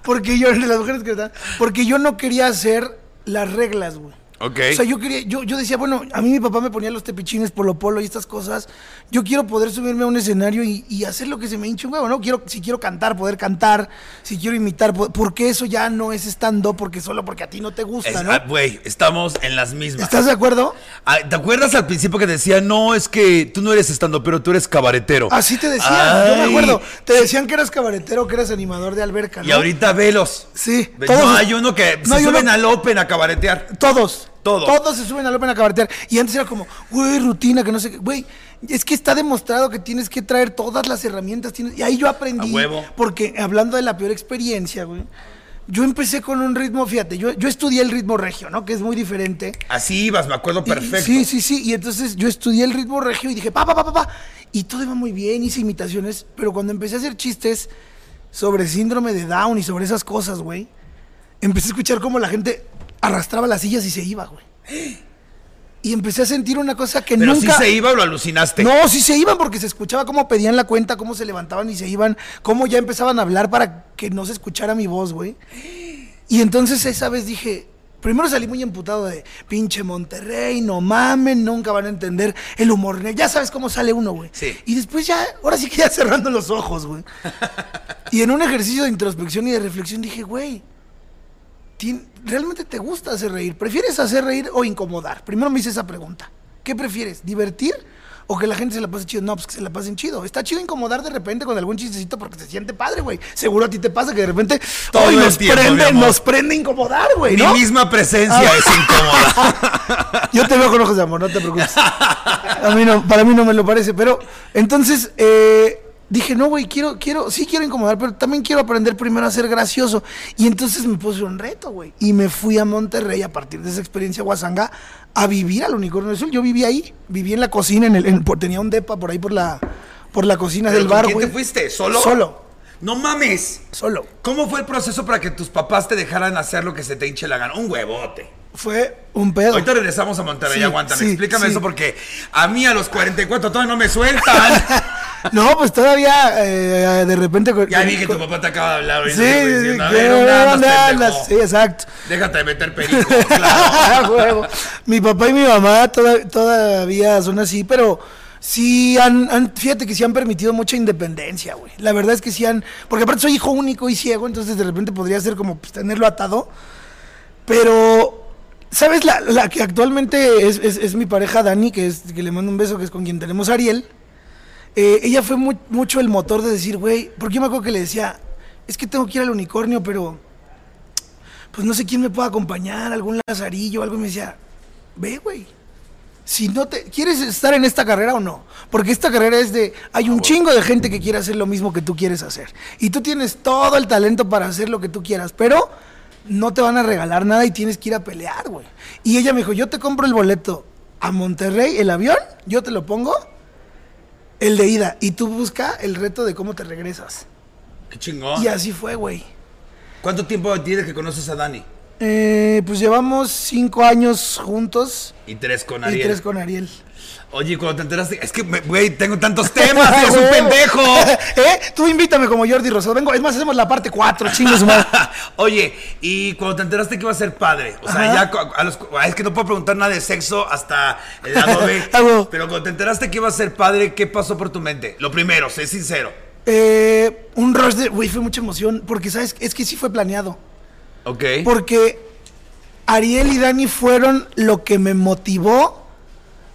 Speaker 2: Porque yo, de las mujeres que están- porque yo no quería hacer las reglas, güey.
Speaker 1: ok.
Speaker 2: O sea, yo quería, yo, yo decía, bueno, a mí mi papá me ponía los tepichines, polo polo y estas cosas. Yo quiero poder subirme a un escenario y, y hacer lo que se me hinche un huevo, ¿no? Quiero, si quiero cantar, poder cantar, si quiero imitar, po- porque eso ya no es stand-up, porque solo porque a ti no te gusta,
Speaker 1: Es-
Speaker 2: ¿no?
Speaker 1: ah, Güey, estamos en las mismas.
Speaker 2: ¿Estás de acuerdo?
Speaker 1: Ah, ¿Te acuerdas al principio que decía, no, es que tú no eres estando, pero tú eres cabaretero?
Speaker 2: Así te decían, yo me
Speaker 1: Ay,
Speaker 2: acuerdo. Te decían que eras cabaretero, que eras animador de alberca, ¿no?
Speaker 1: Y ahorita velos.
Speaker 2: Sí,
Speaker 1: Ve-
Speaker 2: todos-
Speaker 1: no, hay uno que
Speaker 2: No
Speaker 1: se
Speaker 2: hay uno-
Speaker 1: suben al Open a cabaretear.
Speaker 2: Todos.
Speaker 1: Todos.
Speaker 2: Todos se suben al Open a cabartear. Y antes era como, güey, rutina, que no sé qué. Güey, es que está demostrado que tienes que traer todas las herramientas. tienes- Y ahí yo aprendí.
Speaker 1: A huevo.
Speaker 2: Porque hablando de la peor experiencia, güey. Yo empecé con un ritmo, fíjate, yo, yo estudié el ritmo regio, ¿no? Que es muy diferente.
Speaker 1: Así ibas, me acuerdo
Speaker 2: Y- y-
Speaker 1: perfecto.
Speaker 2: Sí, sí, sí. Y entonces yo estudié el ritmo regio y dije, pa, pa, pa, pa, pa. Y todo iba muy bien, hice imitaciones. Pero cuando empecé a hacer chistes sobre síndrome de Down y sobre esas cosas, güey, empecé a escuchar cómo la gente arrastraba las sillas y se iba, güey. Y empecé a sentir una cosa que
Speaker 1: pero
Speaker 2: nunca.
Speaker 1: si se iba o lo alucinaste.
Speaker 2: No, sí se iban porque se escuchaba cómo pedían la cuenta, cómo se levantaban y se iban, cómo ya empezaban a hablar para que no se escuchara mi voz, güey. Y entonces esa vez dije, primero salí muy emputado de pinche Monterrey, no mamen, nunca van a entender el humor. negro". Ya sabes cómo sale uno, güey.
Speaker 1: Sí.
Speaker 2: Y después ya, ahora sí que ya cerrando los ojos, güey. y en un ejercicio de introspección y de reflexión dije, güey, ¿tien- ¿realmente te gusta hacer reír? ¿Prefieres hacer reír o incomodar? Primero me hice esa pregunta. ¿Qué prefieres? ¿Divertir? O que la gente se la pase chido. No, pues que se la pasen chido. Está chido incomodar de repente con algún chistecito porque se siente padre, güey. Seguro a ti te pasa que de repente
Speaker 1: Todo
Speaker 2: "Ay,
Speaker 1: el
Speaker 2: nos
Speaker 1: tiempo, mi
Speaker 2: prende,
Speaker 1: amor.
Speaker 2: nos prende incomodar, güey,
Speaker 1: Mi
Speaker 2: ¿no?
Speaker 1: misma presencia
Speaker 2: Ah.
Speaker 1: es incómoda.
Speaker 2: Yo te veo con ojos de amor, no te preocupes. A mí no, para mí no me lo parece, pero entonces eh, dije, no, güey, quiero, quiero, sí quiero incomodar, pero también quiero aprender primero a ser gracioso. Y entonces me puse un reto, güey. Y me fui a Monterrey a partir de esa experiencia guasanga a vivir al Unicornio Azul. Yo viví ahí, viví en la cocina, en el, en- por- tenía un depa por ahí por la, por la cocina
Speaker 1: ¿Pero
Speaker 2: del
Speaker 1: con
Speaker 2: bar,
Speaker 1: quién
Speaker 2: güey.
Speaker 1: te fuiste? ¿Solo?
Speaker 2: Solo,
Speaker 1: No mames.
Speaker 2: solo.
Speaker 1: ¿Cómo fue el proceso para que tus papás te dejaran hacer lo que se te hinche la gana? Un huevote.
Speaker 2: Fue un pedo.
Speaker 1: Ahorita regresamos a Monterrey,
Speaker 2: Sí,
Speaker 1: aguántame.
Speaker 2: sí,
Speaker 1: Explícame
Speaker 2: sí.
Speaker 1: eso porque a mí a los 44 todavía no me sueltan.
Speaker 2: No, pues todavía eh, de repente... con-
Speaker 1: ya vi que
Speaker 2: con-
Speaker 1: tu papá te acaba de hablar.
Speaker 2: Sí,
Speaker 1: ahorita
Speaker 2: sí,
Speaker 1: te estoy
Speaker 2: sí,
Speaker 1: diciendo, a
Speaker 2: que-
Speaker 1: ver, ¿dónde andas,
Speaker 2: ¿dónde andas?
Speaker 1: pendejo?
Speaker 2: Sí, exacto.
Speaker 1: Déjate de meter perico, claro.
Speaker 2: Huevo. Mi papá y mi mamá toda- todavía son así, pero sí han, han- fíjate que sí han permitido mucha independencia, güey. La verdad es que sí han, porque aparte soy hijo único y ciego, entonces de repente podría ser como pues, tenerlo atado, pero... ¿Sabes? La, la que actualmente es, es- es mi pareja Dani, que, es, que le mando un beso, que es con quien tenemos a Ariel. Eh, ella fue mu- mucho el motor de decir, güey, porque yo me acuerdo que le decía, es que tengo que ir al unicornio, pero pues no sé quién me puede acompañar, algún lazarillo, algo, y me decía, ve, güey. Si no te. ¿Quieres estar en esta carrera o no? Porque esta carrera es de. Hay un chingo de gente que quiere hacer lo mismo que tú quieres hacer. Y tú tienes todo el talento para hacer lo que tú quieras, pero no te van a regalar nada y tienes que ir a pelear, güey. Y ella me dijo: Yo te compro el boleto a Monterrey, el avión, yo te lo pongo, el de ida. Y tú busca el reto de cómo te regresas.
Speaker 1: Qué chingón.
Speaker 2: Y así fue, güey.
Speaker 1: ¿Cuánto tiempo tienes que conoces a Dani?
Speaker 2: Eh, pues llevamos cinco años juntos
Speaker 1: Y tres con
Speaker 2: y
Speaker 1: Ariel.
Speaker 2: tres con Ariel.
Speaker 1: Oye, ¿y cuando te enteraste, es que, me- güey, tengo tantos temas, eres un pendejo.
Speaker 2: ¿Eh? Tú invítame como Jordi Rosado. Vengo, es más, hacemos la parte 4, chingos madre.
Speaker 1: Oye, y cuando te enteraste que iba a ser padre, o sea,
Speaker 2: Ajá.
Speaker 1: ya cu- a los cu- ah, es que no puedo preguntar nada de sexo hasta el lado B,
Speaker 2: Ah, huevo.
Speaker 1: pero cuando te enteraste que iba a ser padre, ¿qué pasó por tu mente? Lo primero, sé sincero.
Speaker 2: Eh, un rush de. Güey, fue mucha emoción. Porque, ¿sabes? Es que sí fue planeado.
Speaker 1: Ok.
Speaker 2: Porque Ariel y Dani fueron lo que me motivó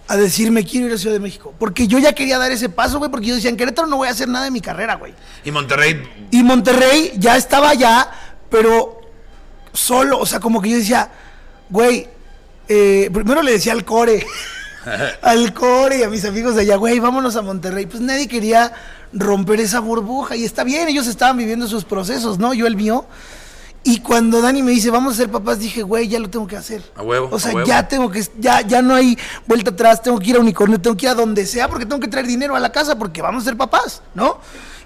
Speaker 2: a decirme quiero ir a Ciudad de México. Porque yo ya quería dar ese paso, güey. Porque yo decía, en Querétaro no voy a hacer nada de mi carrera, güey.
Speaker 1: Y Monterrey,
Speaker 2: Y Monterrey ya estaba allá, pero solo, o sea, como que yo decía, güey, eh, primero le decía al core, al core y a mis amigos de allá, güey, vámonos a Monterrey. Pues nadie quería romper esa burbuja y está bien, ellos estaban viviendo sus procesos, ¿no? Yo el mío. Y cuando Dani me dice, vamos a ser papás, dije, güey, ya lo tengo que hacer.
Speaker 1: A huevo,
Speaker 2: O sea,
Speaker 1: a huevo.
Speaker 2: ya tengo que, ya, ya no hay vuelta atrás, tengo que ir a Unicornio, tengo que ir a donde sea, porque tengo que traer dinero a la casa, porque vamos a ser papás, ¿no?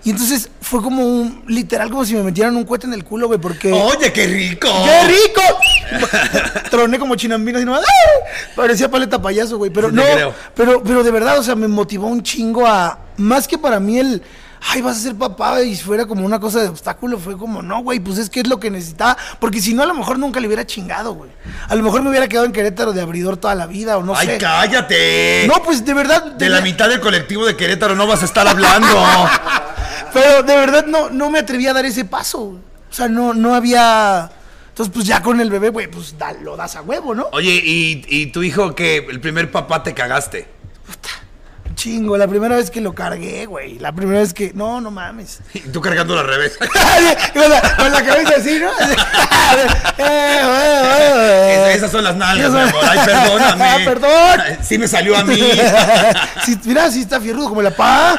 Speaker 2: Y entonces fue como un, literal, como si me metieran un cohete en el culo, güey, porque...
Speaker 1: Oye, qué rico.
Speaker 2: Eh, ¡Qué rico! Troné como chinambino, así nomás. ¡ay! Parecía paleta payaso, güey. Pero
Speaker 1: Sí, te
Speaker 2: no,
Speaker 1: creo.
Speaker 2: pero, pero de verdad, o sea, me motivó un chingo a. Más que para mí el. Ay, vas a ser papá y fuera como una cosa de obstáculo, fue como, no, güey, pues es que es lo que necesitaba. Porque si no, a lo mejor nunca le hubiera chingado, güey. A lo mejor me hubiera quedado en Querétaro de abridor toda la vida o no
Speaker 1: Ay,
Speaker 2: sé.
Speaker 1: cállate.
Speaker 2: No, pues de verdad.
Speaker 1: de la
Speaker 2: tenía-
Speaker 1: mitad del colectivo de Querétaro no vas a estar hablando.
Speaker 2: Pero de verdad no, no me atreví a dar ese paso. güey. O sea, no, no había. Entonces, pues ya con el bebé, güey, pues da- lo das a huevo, ¿no?
Speaker 1: Oye, y, y tu hijo que el primer papá te cagaste.
Speaker 2: Chingo, la primera vez que lo cargué, güey. La primera vez que. No, no mames.
Speaker 1: Y tú cargándolo al revés.
Speaker 2: con, la, con la cabeza así, ¿no? Eh, güey,
Speaker 1: Es-
Speaker 2: güey.
Speaker 1: Esas son las nalgas,
Speaker 2: Esas-
Speaker 1: mi amor. Ay, perdóname.
Speaker 2: Eh, Ah, perdón.
Speaker 1: Sí me salió a mí.
Speaker 2: Sí, mira, sí está fierrudo como la pa.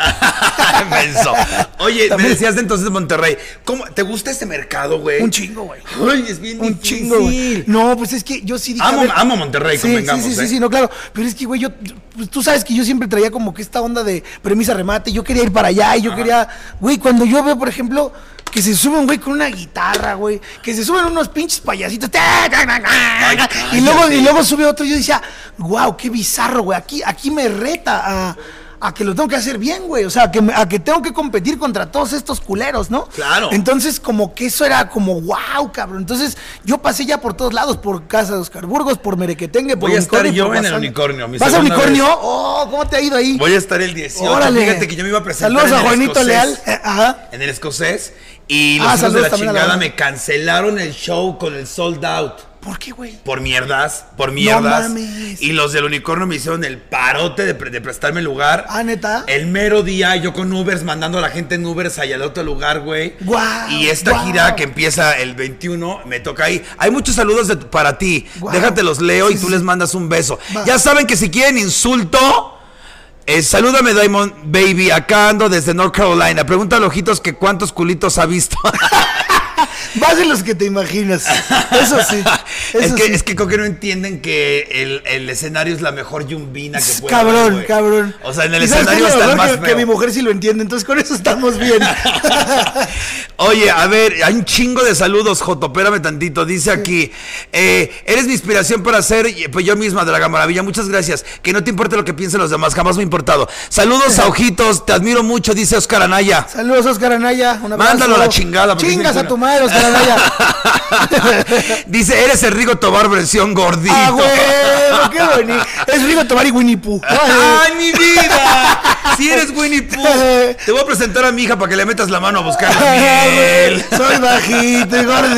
Speaker 1: Menso. Oye, me
Speaker 2: También.
Speaker 1: decías de entonces Monterrey. ¿Cómo, ¿Te gusta este mercado, güey?
Speaker 2: Un chingo, güey.
Speaker 1: Ay, es bien
Speaker 2: Un
Speaker 1: difícil.
Speaker 2: chingo, güey. No, pues es que yo sí dije. a
Speaker 1: Amo-
Speaker 2: ver-
Speaker 1: amo Monterrey,
Speaker 2: sí,
Speaker 1: convengamos,
Speaker 2: Sí, sí,
Speaker 1: ¿eh?
Speaker 2: sí, sí, no, claro. Pero es que, güey, yo. pues, tú sabes que yo siempre traía como que esta onda de premisa remate. Yo quería ir para allá y yo quería. Güey, cuando yo veo, por ejemplo, que se suben, güey, con una guitarra, güey. Que se suben unos pinches payasitos. ta, ta, ta, ta, y, luego, y luego sube otro. Y yo decía, wow, qué bizarro, güey. Aquí, aquí me reta a. a que lo tengo que hacer bien, güey. O sea, a que, me- a que tengo que competir contra todos estos culeros, ¿no?
Speaker 1: Claro.
Speaker 2: Entonces, como que eso era como, wow, cabrón. Entonces, yo pasé ya por todos lados, por Casa de Oscar Burgos, por Merequetengue, por
Speaker 1: Voy a estar
Speaker 2: Unicornio,
Speaker 1: yo
Speaker 2: por
Speaker 1: en el
Speaker 2: Bazán.
Speaker 1: Unicornio, mi
Speaker 2: ¿Vas a
Speaker 1: segunda
Speaker 2: Unicornio?
Speaker 1: vez.
Speaker 2: Oh, ¿cómo te ha ido ahí?
Speaker 1: Voy a estar el 18.
Speaker 2: Órale.
Speaker 1: Fíjate que yo me iba a presentar.
Speaker 2: Saludos
Speaker 1: en
Speaker 2: a
Speaker 1: el
Speaker 2: Juanito
Speaker 1: escocés.
Speaker 2: Leal. Eh, Ajá.
Speaker 1: En el escocés. Y los
Speaker 2: Ah,
Speaker 1: hijos de
Speaker 2: saludos
Speaker 1: la
Speaker 2: también a la
Speaker 1: chingada
Speaker 2: banda.
Speaker 1: me cancelaron el show con el sold out.
Speaker 2: ¿Por qué, güey?
Speaker 1: Por mierdas, por mierdas.
Speaker 2: mames.
Speaker 1: Y los del unicornio me hicieron el parote de, pre- de prestarme lugar.
Speaker 2: Ah, ¿neta?
Speaker 1: El mero día, yo con Ubers, mandando a la gente en Ubers allá al otro lugar, güey.
Speaker 2: Guau,
Speaker 1: y esta
Speaker 2: guau.
Speaker 1: gira que empieza el 21, me toca ahí. Hay muchos saludos de tu- para ti.
Speaker 2: Guau.
Speaker 1: Déjatelos leo y
Speaker 2: Sí,
Speaker 1: tú
Speaker 2: sí,
Speaker 1: les
Speaker 2: sí.
Speaker 1: mandas un beso.
Speaker 2: Va.
Speaker 1: Ya saben que si quieren insulto. eh, salúdame, Diamond Baby. Acá ando desde North Carolina. Pregúntale, ojitos, que cuántos culitos ha visto.
Speaker 2: Vas de los que te imaginas. Eso sí. Eso
Speaker 1: es, que,
Speaker 2: sí.
Speaker 1: es que creo que no entienden que el, el escenario es la mejor yumbina que puede haber,
Speaker 2: Cabrón,
Speaker 1: güey.
Speaker 2: cabrón.
Speaker 1: O sea, en el
Speaker 2: ¿Y sabes qué es
Speaker 1: escenario
Speaker 2: lo
Speaker 1: está el más
Speaker 2: mejor? que, que mi
Speaker 1: feo.
Speaker 2: mujer sí lo entiende, entonces con eso estamos bien.
Speaker 1: Oye, a ver, hay un chingo de saludos, Joto, espérame tantito. Dice aquí, eh, eres mi inspiración para ser eh, pues yo misma, Draga Maravilla. Muchas gracias. Que no te importe lo que piensen los demás, jamás me ha importado. Saludos a Ojitos, te admiro mucho, dice Oscar Anaya.
Speaker 2: Saludos, Oscar Anaya. Un abrazo.
Speaker 1: Mándalo a la chingada, porque
Speaker 2: Chingas
Speaker 1: sí,
Speaker 2: a tu
Speaker 1: bueno.
Speaker 2: madre, Oscar Anaya.
Speaker 1: Dice, eres el Rigo Tobar versión gordito.
Speaker 2: ¡Ah, güey! ¡Qué bonito! Es rico tomar y Winnie Pooh.
Speaker 1: ¡Ay, mi vida! Si eres Winnie Pooh, te voy a presentar a mi hija para que le metas la mano a buscar la
Speaker 2: Ay,
Speaker 1: miel.
Speaker 2: güey, Soy bajito y gordo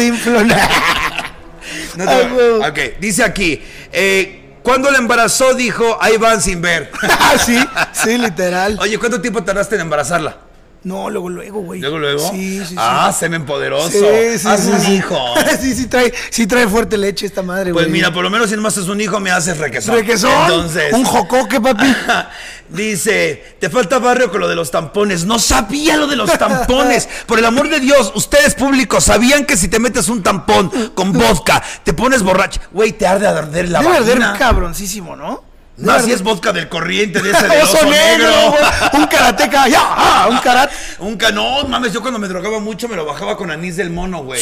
Speaker 1: No te
Speaker 2: Ay,
Speaker 1: va-
Speaker 2: huevo.
Speaker 1: ok, dice aquí, eh, cuando la embarazó dijo, ahí van sin ver.
Speaker 2: Ah, sí, sí, literal.
Speaker 1: Oye, ¿cuánto tiempo tardaste en embarazarla?
Speaker 2: No, luego, luego, güey.
Speaker 1: Luego, luego.
Speaker 2: Sí, sí, sí.
Speaker 1: Ah, semen poderoso.
Speaker 2: Sí, sí,
Speaker 1: Haz
Speaker 2: sí,
Speaker 1: un
Speaker 2: sí.
Speaker 1: hijo.
Speaker 2: Sí, sí, trae, sí trae fuerte leche esta madre, güey.
Speaker 1: Pues mira, por lo menos si no haces un hijo, me haces requesón.
Speaker 2: Requesón,
Speaker 1: Entonces. ah,
Speaker 2: un jocoque, papi.
Speaker 1: Dice, te falta barrio con lo de los tampones. No sabía lo de los tampones. Por el amor de Dios, ustedes públicos, ¿sabían que si te metes un tampón con vodka, te pones borracho? Güey, te arde a arder la
Speaker 2: Debe arder
Speaker 1: vagina.
Speaker 2: cabroncísimo, ¿no?
Speaker 1: No,
Speaker 2: Debe
Speaker 1: si es
Speaker 2: arder-
Speaker 1: vodka del corriente de ese de
Speaker 2: Oso negro, güey. Un karateca, ya, ah, un karate.
Speaker 1: Un canón, mames, yo cuando me drogaba mucho me lo bajaba con anís del mono, güey.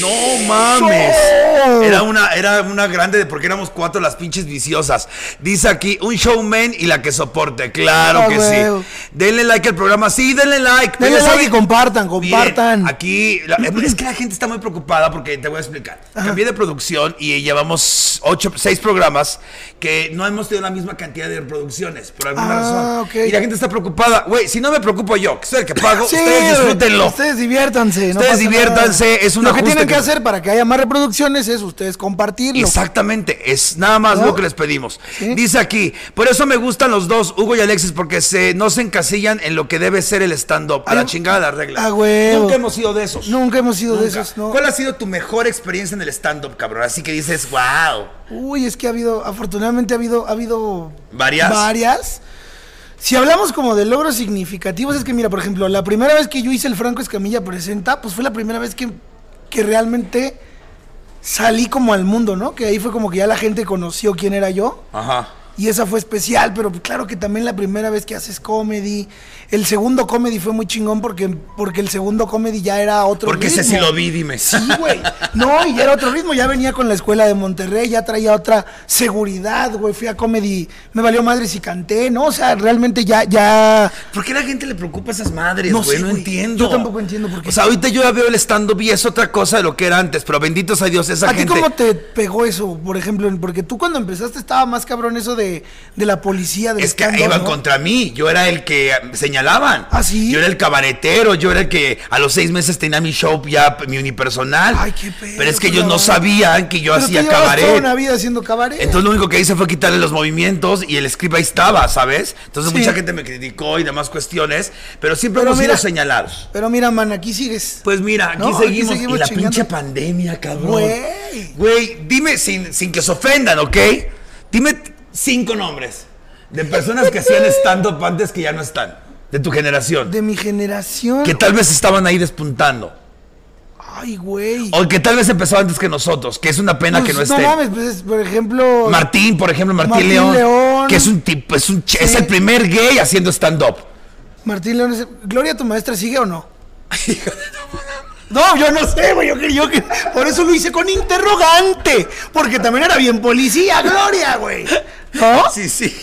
Speaker 1: No mames.
Speaker 2: No.
Speaker 1: Era una, era una grande de porque éramos cuatro las pinches viciosas. Dice aquí, un showman y la que soporte. Claro
Speaker 2: Ah,
Speaker 1: que
Speaker 2: güey.
Speaker 1: sí. Denle like al programa. Sí, denle like.
Speaker 2: Denle
Speaker 1: Ya
Speaker 2: like
Speaker 1: saben-
Speaker 2: y compartan, compartan.
Speaker 1: Miren, aquí, la- es que la gente está muy preocupada porque te voy a explicar. Cambié de producción y llevamos ocho, seis programas que no hemos tenido la misma cantidad de reproducciones por alguna
Speaker 2: Ah,
Speaker 1: razón.
Speaker 2: ok.
Speaker 1: Y la gente está preocupada. Güey, si no me preocupo yo, que soy el que pago,
Speaker 2: Sí,
Speaker 1: ustedes disfrútenlo.
Speaker 2: Ustedes diviértanse. no
Speaker 1: Ustedes
Speaker 2: pasa nada.
Speaker 1: diviértanse, es un
Speaker 2: Lo que
Speaker 1: ajuste
Speaker 2: tienen tienen que
Speaker 1: no-
Speaker 2: hacer para que haya más reproducciones es ustedes compartirlo.
Speaker 1: Exactamente, es nada más
Speaker 2: ¿No?
Speaker 1: lo que les pedimos.
Speaker 2: Sí.
Speaker 1: Dice aquí, por eso me gustan los dos, Hugo y Alexis, porque se, no se encasillan en lo que debe ser el stand-up. A
Speaker 2: Ay,
Speaker 1: la chingada la regla.
Speaker 2: a huevo.
Speaker 1: Nunca hemos sido de esos.
Speaker 2: Nunca hemos sido de
Speaker 1: Nunca.
Speaker 2: esos, ¿no?
Speaker 1: ¿Cuál ha sido tu mejor experiencia en el stand-up, cabrón? Así que dices, wow.
Speaker 2: Uy, es que ha habido, afortunadamente ha habido, ha habido
Speaker 1: ¿Varias?
Speaker 2: varias. Si hablamos como de logros significativos, es que mira, por ejemplo, la primera vez que yo hice el Franco Escamilla Presenta, pues fue la primera vez que, que realmente salí como al mundo, ¿no? Que ahí fue como que ya la gente conoció quién era yo.
Speaker 1: Ajá.
Speaker 2: Y esa fue especial, pero claro que también la primera vez que haces comedy. El segundo comedy fue muy chingón porque, porque el segundo comedy ya era otro
Speaker 1: Porque ese sí
Speaker 2: ritmo.
Speaker 1: lo vi, dime.
Speaker 2: Sí, güey. No, y era otro ritmo. Ya venía con la escuela de Monterrey, ya traía otra seguridad, güey. Fui a comedy, me valió madre si canté, ¿no? O sea, realmente ya, ya.
Speaker 1: ¿Por qué la gente le preocupa esas madres,
Speaker 2: No
Speaker 1: güey?
Speaker 2: sé,
Speaker 1: No,
Speaker 2: güey.
Speaker 1: entiendo.
Speaker 2: Yo tampoco entiendo por qué.
Speaker 1: O sea, ahorita yo ya veo el stand-up y es otra cosa de lo que era antes, pero bendito sea Dios, esa
Speaker 2: ¿A ti
Speaker 1: gente.
Speaker 2: cómo te pegó eso, por ejemplo? Porque tú cuando empezaste estaba más cabrón eso de, de la policía, de
Speaker 1: Es que iban contra mí, yo era el que eh, señalaban.
Speaker 2: ¿Ah, sí?
Speaker 1: Yo era el cabaretero, yo era el que a los seis meses tenía mi show ya, mi unipersonal.
Speaker 2: Ay, qué pedo,
Speaker 1: Pero es que ellos no
Speaker 2: cabrón.
Speaker 1: sabían que yo
Speaker 2: Pero tú
Speaker 1: hacía
Speaker 2: llevabas toda una
Speaker 1: cabaret.
Speaker 2: vida haciendo cabaret.
Speaker 1: Entonces lo único que hice fue quitarle los movimientos y el script ahí estaba, ¿sabes? Entonces
Speaker 2: Sí.
Speaker 1: mucha gente me criticó y demás cuestiones, pero siempre
Speaker 2: Pero
Speaker 1: hemos
Speaker 2: mira-
Speaker 1: sido señalados.
Speaker 2: Pero mira, man, aquí sigues.
Speaker 1: Pues mira, aquí
Speaker 2: No, aquí
Speaker 1: seguimos.
Speaker 2: seguimos
Speaker 1: y la
Speaker 2: chingando.
Speaker 1: pinche pandemia, cabrón.
Speaker 2: Güey.
Speaker 1: Güey, dime sin, sin que se ofendan, ¿ok? Dime t- cinco nombres de personas que hacían stand-up antes que ya no están. De tu generación.
Speaker 2: De mi generación.
Speaker 1: Que tal vez estaban ahí despuntando.
Speaker 2: Ay, güey.
Speaker 1: O que tal vez empezó antes que nosotros, que es una pena que
Speaker 2: Pues,
Speaker 1: no esté.
Speaker 2: mames, pues, es, por ejemplo.
Speaker 1: Martín, por ejemplo, Martín,
Speaker 2: Martín
Speaker 1: León,
Speaker 2: León.
Speaker 1: Que es un tipo, es, un ch- es
Speaker 2: Sí.
Speaker 1: el primer gay haciendo stand-up.
Speaker 2: Martín León, es- ¿Gloria tu maestra sigue o no? No, yo no sé, güey. Yo, que- yo que- por eso lo hice con interrogante. Porque también era bien policía, Gloria, güey. ¿No?
Speaker 1: Sí, sí.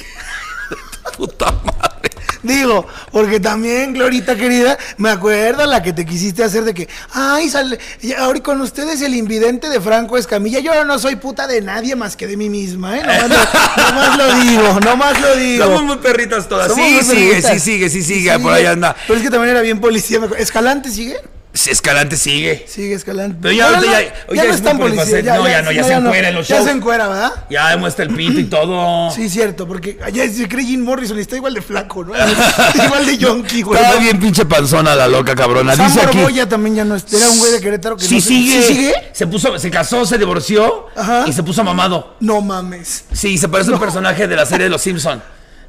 Speaker 1: Puta madre.
Speaker 2: Digo, porque también, Glorita querida, me acuerdo la que te quisiste hacer de que, ay, sale, y ahora con ustedes el invidente de Franco Escamilla. Yo no soy puta de nadie más que de mí misma, ¿eh? Nomás lo, nomás lo digo, nomás lo digo.
Speaker 1: Somos muy perritas todas.
Speaker 2: Somos
Speaker 1: sí,
Speaker 2: muy
Speaker 1: sigue,
Speaker 2: feministas.
Speaker 1: sí, sigue, sí,
Speaker 2: Sí,
Speaker 1: sigue. Por ahí anda.
Speaker 2: Pero es que también era bien policía. me acuerdo. ¿Escalante sigue?
Speaker 1: Sí, Escalante sigue.
Speaker 2: Sigue Escalante.
Speaker 1: Pero ya
Speaker 2: No,
Speaker 1: ahorita
Speaker 2: no,
Speaker 1: ya-
Speaker 2: no,
Speaker 1: hoy ya
Speaker 2: no
Speaker 1: es
Speaker 2: es tan
Speaker 1: muy
Speaker 2: policía.
Speaker 1: polifacético. No, ya no, ya se encuera en los
Speaker 2: Ya
Speaker 1: shows.
Speaker 2: se encuera, ¿verdad?
Speaker 1: Ya demuestra el pito y todo.
Speaker 2: Sí, cierto, porque allá se cree Jim Morrison y está igual de flaco, ¿no? Está igual de yonki, güey.
Speaker 1: Está
Speaker 2: ¿no?
Speaker 1: bien pinche panzona la loca cabrona.
Speaker 2: Sam
Speaker 1: Dice aquí.
Speaker 2: Borbolla también ya no es- Era un güey de Querétaro que
Speaker 1: sí,
Speaker 2: no sé-
Speaker 1: sigue.
Speaker 2: ¿Sí sigue?
Speaker 1: Se puso, se casó, se divorció
Speaker 2: Ajá.
Speaker 1: y se puso mamado.
Speaker 2: No mames.
Speaker 1: Sí, se parece a un personaje de la serie de Los Simpson.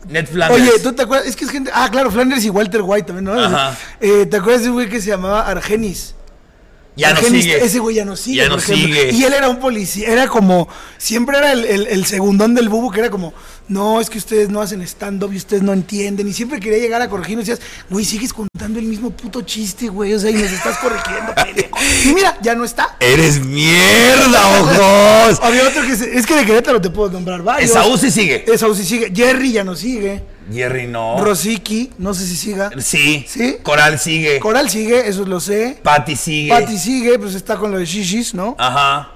Speaker 1: Ned Flanders.
Speaker 2: Oye, ¿tú te acuerdas? Es que es gente. Ah, claro, Flanders y Walter White también, ¿no?
Speaker 1: Ajá.
Speaker 2: Eh, ¿Te acuerdas de un güey que se llamaba Argenis?
Speaker 1: ya no
Speaker 2: Argenis-
Speaker 1: sigue.
Speaker 2: Ese güey ya no sigue.
Speaker 1: Ya
Speaker 2: por
Speaker 1: no
Speaker 2: ejemplo.
Speaker 1: sigue.
Speaker 2: Y él era un policía, era como, siempre era el, el- el segundón del bubu que era como, no, es que ustedes no hacen stand-up y ustedes no entienden. Y siempre quería llegar a corregirnos y decías, güey, sigues contando el mismo puto chiste, güey, o sea, y nos estás corrigiendo, pendejo. Y mira, ya no está.
Speaker 1: Eres mierda, ojos.
Speaker 2: Había otro que se- es que de Querétaro te puedo nombrar varios.
Speaker 1: Esaú Eh, sí sigue.
Speaker 2: Esaú sí sigue. Jerry ya no sigue.
Speaker 1: Jerry no.
Speaker 2: Rosiki, no sé si siga.
Speaker 1: sí.
Speaker 2: ¿Sí?
Speaker 1: Coral sigue.
Speaker 2: Coral sigue, eso lo sé.
Speaker 1: Patty sigue. Ah.
Speaker 2: Patty sigue, pues está con lo de Shishis, ¿no?
Speaker 1: Ajá.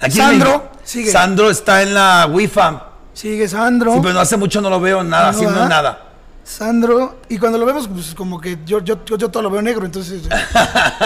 Speaker 1: Aquí en
Speaker 2: Sandro,
Speaker 1: México-
Speaker 2: sigue.
Speaker 1: Sandro está en la WIFAM.
Speaker 2: Sigue Sandro.
Speaker 1: Sí, pero no hace mucho no lo veo nada,
Speaker 2: No,
Speaker 1: haciendo
Speaker 2: ¿verdad?
Speaker 1: nada.
Speaker 2: Sandro, y cuando lo vemos, pues como que yo, yo, yo, yo todo lo veo negro, entonces. eh,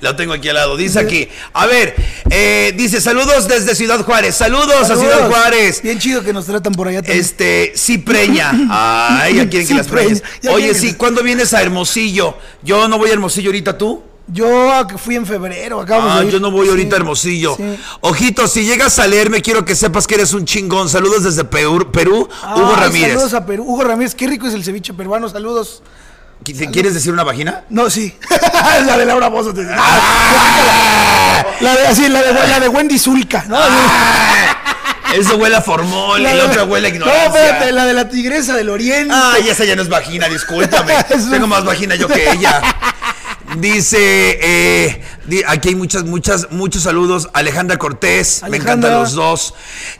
Speaker 1: lo tengo aquí al lado. Dice aquí. A ver, eh, dice saludos desde Ciudad Juárez. Saludos, a Ciudad Juárez.
Speaker 2: Bien chido que nos tratan por allá también.
Speaker 1: Este, sí preña. Ay, ya quieren
Speaker 2: Sí
Speaker 1: que las
Speaker 2: preña,
Speaker 1: preñes.
Speaker 2: ya
Speaker 1: Oye,
Speaker 2: quieren que
Speaker 1: sí,
Speaker 2: las-
Speaker 1: ¿cuándo vienes a Hermosillo? Yo no voy a Hermosillo ahorita, ¿tú?
Speaker 2: Yo a que fui en febrero, acabamos
Speaker 1: Ah,
Speaker 2: de ir.
Speaker 1: yo no voy ahorita a
Speaker 2: Sí,
Speaker 1: Hermosillo.
Speaker 2: sí.
Speaker 1: Ojito, si llegas a leerme, quiero que sepas que eres un chingón. Saludos desde Perú, Perú Hugo
Speaker 2: Ay,
Speaker 1: Ramírez.
Speaker 2: Saludos a Perú. Hugo Ramírez, qué rico es el ceviche peruano, saludos.
Speaker 1: ¿Qui- ¿Quieres decir una vagina?
Speaker 2: No, sí. la de Laura Bozo. te-
Speaker 1: Ah.
Speaker 2: La de, así, la de, la de Wendy Zulka, ¿no?
Speaker 1: Eso ¡Ah! huele a formol, el otro huele a ignorancia. Ah,
Speaker 2: No, espérate, la de la tigresa del oriente.
Speaker 1: Ay, esa ya no es vagina, discúlpame.
Speaker 2: Es un-
Speaker 1: Tengo más vagina yo que ella. Dice, eh, di- aquí hay muchas, muchas, muchos saludos. Alejandra Cortés, me
Speaker 2: Alejandra.
Speaker 1: encantan los dos.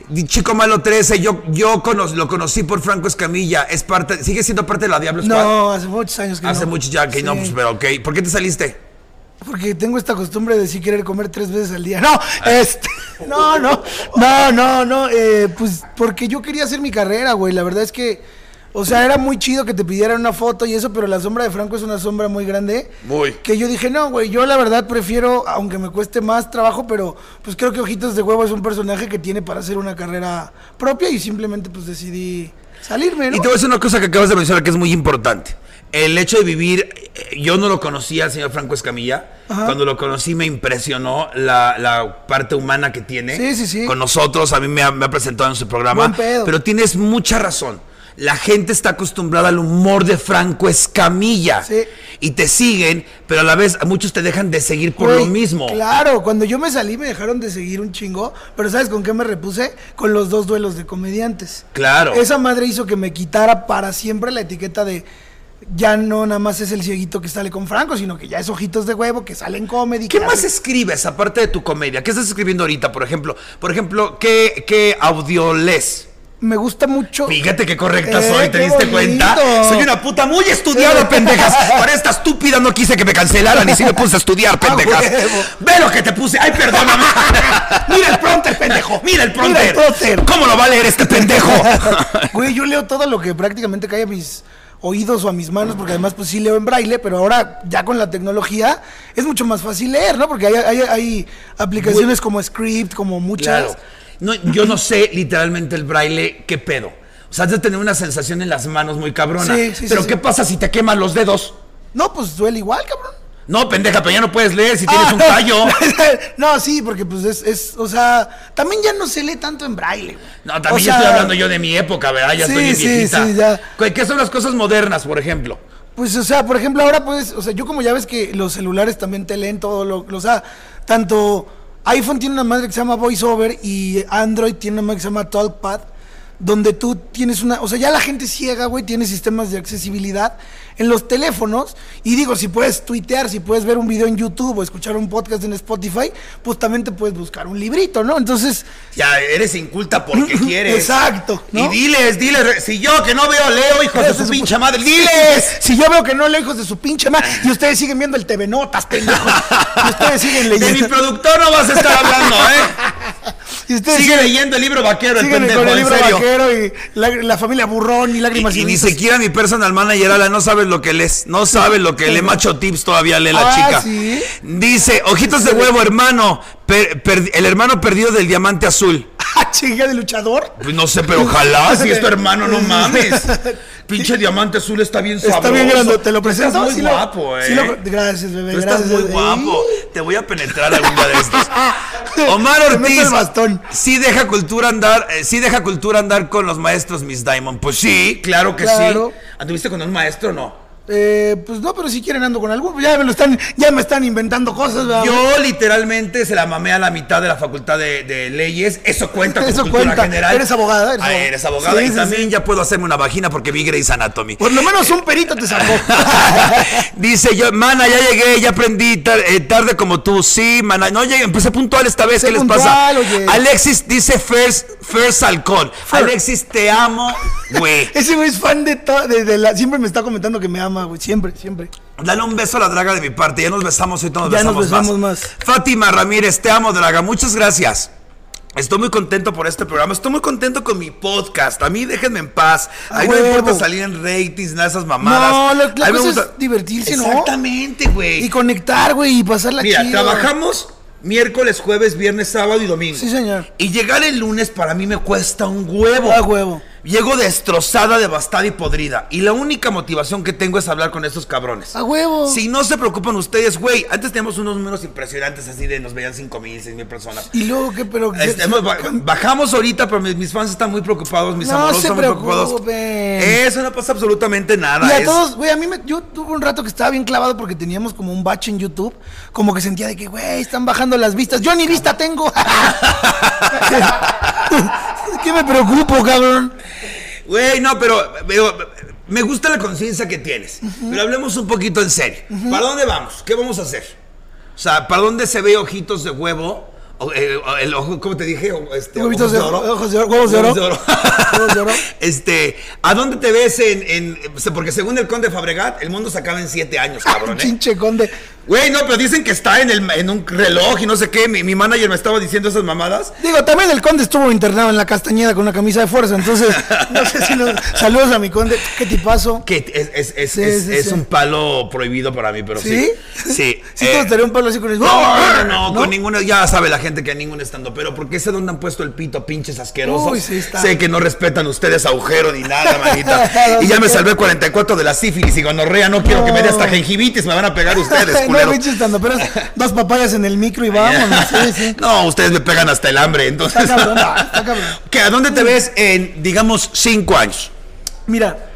Speaker 1: Di- Chico Malo 13, yo, yo cono- lo conocí por Franco Escamilla. Es parte, sigue siendo parte de la Diablo Squad.
Speaker 2: no, hace muchos años que
Speaker 1: Hace
Speaker 2: no.
Speaker 1: mucho ya que no,
Speaker 2: Sí.
Speaker 1: pues, pero ok. ¿Por qué te saliste?
Speaker 2: Porque tengo esta costumbre de sí querer comer tres veces al día. No,
Speaker 1: Ah.
Speaker 2: este, no, no, no, no, no, eh, pues porque yo quería hacer mi carrera, güey. La verdad es que O sea, era muy chido que te pidieran una foto y eso, pero la sombra de Franco es una sombra muy grande.
Speaker 1: Muy.
Speaker 2: Que yo dije, no, güey, yo la verdad prefiero, aunque me cueste más trabajo, pero pues creo que Ojitos de Huevo es un personaje que tiene para hacer una carrera propia y simplemente pues decidí salirme, ¿no?
Speaker 1: Y te voy a decir una cosa que acabas de mencionar que es muy importante. El hecho de vivir, eh, yo no lo conocía al señor Franco Escamilla.
Speaker 2: Ajá.
Speaker 1: Cuando lo conocí me impresionó la, la parte humana que tiene
Speaker 2: Sí, sí, sí.
Speaker 1: con nosotros. A mí me ha, me ha presentado en su programa.
Speaker 2: Buen pedo.
Speaker 1: Pero tienes mucha razón. La gente está acostumbrada al humor de Franco Escamilla.
Speaker 2: Sí.
Speaker 1: Y te siguen, pero a la vez muchos te dejan de seguir por
Speaker 2: Güey,
Speaker 1: lo mismo.
Speaker 2: Claro, cuando yo me salí me dejaron de seguir un chingo, pero ¿sabes con qué me repuse? Con los dos duelos de comediantes.
Speaker 1: Claro.
Speaker 2: Esa madre hizo que me quitara para siempre la etiqueta de ya no nada más es el cieguito que sale con Franco, sino que ya es ojitos de huevo que salen comedy.
Speaker 1: ¿Qué
Speaker 2: que
Speaker 1: más
Speaker 2: hacen-
Speaker 1: escribes aparte de tu comedia? ¿Qué estás escribiendo ahorita, por ejemplo? Por ejemplo, ¿qué, qué audio lees?
Speaker 2: Me gusta mucho.
Speaker 1: Fíjate qué correcta
Speaker 2: Eh,
Speaker 1: soy, ¿te
Speaker 2: qué
Speaker 1: diste
Speaker 2: bonito. Eh.
Speaker 1: cuenta? Soy una puta muy estudiada,
Speaker 2: Sí.
Speaker 1: pendejas. Para esta estúpida no quise que me cancelaran y sí me puse a estudiar, pendejas.
Speaker 2: Ah, huevo.
Speaker 1: Ve lo que te puse. Ay, perdón, mamá. Mira el pronter, pendejo. Mira el
Speaker 2: Mira el
Speaker 1: pronter.
Speaker 2: prócer.
Speaker 1: ¿Cómo lo va a leer este pendejo?
Speaker 2: Güey, yo leo todo lo que prácticamente cae a mis oídos o a mis manos, porque además pues sí leo en braille, pero ahora ya con la tecnología es mucho más fácil leer, ¿no? Porque hay, hay- hay aplicaciones como Script, como muchas.
Speaker 1: Claro. No, yo no sé literalmente el braille, qué pedo. O sea, has de tener una sensación en las manos muy cabrona.
Speaker 2: Sí, sí,
Speaker 1: pero
Speaker 2: sí,
Speaker 1: ¿qué
Speaker 2: sí.
Speaker 1: pasa si te queman los dedos?
Speaker 2: No, pues duele igual, cabrón.
Speaker 1: No, pendeja, pero ya no puedes leer si tienes un
Speaker 2: Ah.
Speaker 1: callo.
Speaker 2: no, sí, porque pues es, es, o sea, también ya no se lee tanto en braille. güey.
Speaker 1: No, también
Speaker 2: O
Speaker 1: ya
Speaker 2: sea,
Speaker 1: estoy hablando yo de mi época, ¿verdad? Ya
Speaker 2: Sí,
Speaker 1: estoy bien
Speaker 2: sí,
Speaker 1: viejita.
Speaker 2: sí, ya.
Speaker 1: ¿Qué- ¿Qué son las cosas modernas, por ejemplo?
Speaker 2: Pues, o sea, por ejemplo, ahora puedes, o sea, yo como ya ves que los celulares también te leen todo lo, lo- o sea, tanto iPhone tiene una madre que se llama VoiceOver y Android tiene una madre que se llama TalkPad, donde tú tienes una, o sea, ya la gente ciega, güey, tiene sistemas de accesibilidad en los teléfonos y digo, si puedes tuitear, si puedes ver un video en YouTube o escuchar un podcast en Spotify, pues también te puedes buscar un librito, ¿no? Entonces,
Speaker 1: Ya eres inculta porque quieres.
Speaker 2: Exacto, ¿no?
Speaker 1: Y diles, diles. Si yo que no veo, leo, hijos de su pinche madre, diles. Ah.
Speaker 2: Si yo veo que no lejos de su pinche madre y ustedes siguen viendo el TV Notas, pendejos. Y ustedes siguen
Speaker 1: De mi
Speaker 2: leyendo.
Speaker 1: productor no vas a estar hablando, ¿eh?
Speaker 2: y ustedes
Speaker 1: Sigue
Speaker 2: siguen-
Speaker 1: leyendo el libro vaquero, el
Speaker 2: siguen
Speaker 1: pendejo,
Speaker 2: con el libro
Speaker 1: en serio.
Speaker 2: vaquero y la, la familia burrón y lágrimas
Speaker 1: Y,
Speaker 2: y,
Speaker 1: y ni
Speaker 2: Gritos.
Speaker 1: siquiera mi personal manager, Ala, no sabes lo que lees. No sabes lo que lee. Macho Tips todavía lee la
Speaker 2: Ah,
Speaker 1: chica.
Speaker 2: ¿sí?
Speaker 1: Dice, ojitos de huevo, hermano. per- per- el hermano perdido del diamante azul.
Speaker 2: Ah, chinga de luchador.
Speaker 1: Pues no sé, pero ojalá, si es tu hermano, no mames. Pinche diamante azul está bien sabroso.
Speaker 2: Está bien grande, te lo presento.
Speaker 1: Estás muy
Speaker 2: Sí lo-
Speaker 1: guapo, eh.
Speaker 2: sí lo- gracias, bebé.
Speaker 1: Tú estás
Speaker 2: gracias, ¿eh?
Speaker 1: muy
Speaker 2: bebé.
Speaker 1: guapo. Te voy a penetrar algún día de estos. Omar
Speaker 2: Te meto
Speaker 1: Ortiz.
Speaker 2: el bastón.
Speaker 1: Sí deja cultura andar, eh, sí deja cultura andar con los maestros Miss Diamond. Pues sí, claro que
Speaker 2: Claro.
Speaker 1: sí. ¿Anduviste con un maestro o no?
Speaker 2: Eh, pues no, pero si quieren ando con alguno. Ya me lo están, ya me están inventando cosas, ¿verdad?
Speaker 1: Yo literalmente se la mamé a la mitad de la facultad de, de leyes. Eso cuenta con
Speaker 2: Eso
Speaker 1: cultura
Speaker 2: cuenta.
Speaker 1: general.
Speaker 2: Eres abogada, eres
Speaker 1: Ah,
Speaker 2: abogada.
Speaker 1: eres abogada.
Speaker 2: Sí,
Speaker 1: y
Speaker 2: sí,
Speaker 1: también ya puedo hacerme una vagina porque vi Grey's Anatomy.
Speaker 2: Por lo menos un perito te sacó.
Speaker 1: Dice yo, mana, ya llegué, ya aprendí tar- eh, tarde como tú. Sí, mana, no llegué, empecé puntual esta vez, ¿qué les pasa?
Speaker 2: puntual, oye.
Speaker 1: Alexis dice First, first Halcón.
Speaker 2: Fer.
Speaker 1: Alexis, te amo, güey.
Speaker 2: Ese güey es fan de todo. De, de la, siempre me está comentando que me ama, güey. Siempre, siempre.
Speaker 1: Dale un beso a la draga de mi parte, ya nos besamos, ahorita nos
Speaker 2: Ya nos
Speaker 1: besamos,
Speaker 2: besamos más.
Speaker 1: Fátima Ramírez, te amo, draga, muchas gracias. Estoy muy contento por este programa, estoy muy contento con mi podcast. A mí déjenme en paz.
Speaker 2: A
Speaker 1: A mí no me importa
Speaker 2: Ah, huevo.
Speaker 1: salir en ratings, nada de esas mamadas.
Speaker 2: No,
Speaker 1: A
Speaker 2: lo- la
Speaker 1: mí me
Speaker 2: cosa es
Speaker 1: gusta-
Speaker 2: divertirse, ¿no?
Speaker 1: Exactamente, güey.
Speaker 2: Y conectar, güey, y pasarla
Speaker 1: Mira,
Speaker 2: chido.
Speaker 1: trabajamos miércoles, jueves, viernes, sábado y domingo.
Speaker 2: Sí, señor.
Speaker 1: Y llegar el lunes para mí me cuesta un huevo.
Speaker 2: A huevo.
Speaker 1: Llego destrozada, devastada y podrida. Y la única motivación que tengo es hablar con estos cabrones.
Speaker 2: A huevo.
Speaker 1: Si no se preocupan ustedes, güey, antes teníamos unos números impresionantes así de nos veían 5 mil, 6 mil personas.
Speaker 2: Y luego, ¿qué? Pero.
Speaker 1: Este, hemos ba- bajamos ahorita, pero mis, mis fans están muy preocupados, mis
Speaker 2: No
Speaker 1: amorosos
Speaker 2: se
Speaker 1: están muy preocupados.
Speaker 2: preocupen.
Speaker 1: Eso no pasa absolutamente nada.
Speaker 2: Y a
Speaker 1: es-
Speaker 2: todos, güey, a mí me, yo tuve un rato que estaba bien clavado porque teníamos como un bache en YouTube, como que sentía de que, güey, están bajando las vistas. Yo ni vista tengo. ¿Qué me preocupo, cabrón?
Speaker 1: Güey, no, pero, pero, me gusta la conciencia que tienes. Pero hablemos un poquito en serio. ¿Para dónde vamos? ¿Qué vamos a hacer? O sea, ¿para dónde se ve ojitos de huevo? O- eh, o- el ojo, ¿Cómo te dije? O- Este,
Speaker 2: Huevitos de oro, ojos de oro, huevos de oro. Huevos de oro.
Speaker 1: Este, ¿a dónde te ves en, en- Porque según el conde Fabregat, el mundo se acaba en siete años, cabrón, ¿eh?
Speaker 2: Ah, Chinche conde.
Speaker 1: Güey, no, pero dicen que está en, el, en un reloj y no sé qué. Mi, mi manager me estaba diciendo esas mamadas.
Speaker 2: Digo, también el conde estuvo internado en la castañeda con una camisa de fuerza, entonces no sé si nos... Saludos a mi conde, qué tipazo.
Speaker 1: Que es, es- es-
Speaker 2: Sí,
Speaker 1: es-
Speaker 2: sí,
Speaker 1: es
Speaker 2: sí.
Speaker 1: un palo prohibido para mí, pero sí.
Speaker 2: ¿Sí?
Speaker 1: Sí.
Speaker 2: Sí
Speaker 1: eh,
Speaker 2: te gustaría un palo así con el... ¡Oh!
Speaker 1: No, no, no, con ninguno, ya sabe la gente que a ningún estando, pero porque sé dónde han puesto el pito, pinches asquerosos.
Speaker 2: Uy, sí está.
Speaker 1: Sé que no respetan ustedes agujero ni nada, manita. y ya me salvé 44 de la sífilis y gonorrea, no quiero que me dé hasta gengivitis, me van a pegar ustedes,
Speaker 2: no,
Speaker 1: culero.
Speaker 2: pinches tandoperos, dos papayas en el micro y vámonos. Sí, sí.
Speaker 1: No, ustedes me pegan hasta el hambre, entonces.
Speaker 2: Está cabrón, está cabrón.
Speaker 1: ¿Qué, ¿A dónde te ves en, digamos, cinco años?
Speaker 2: Mira,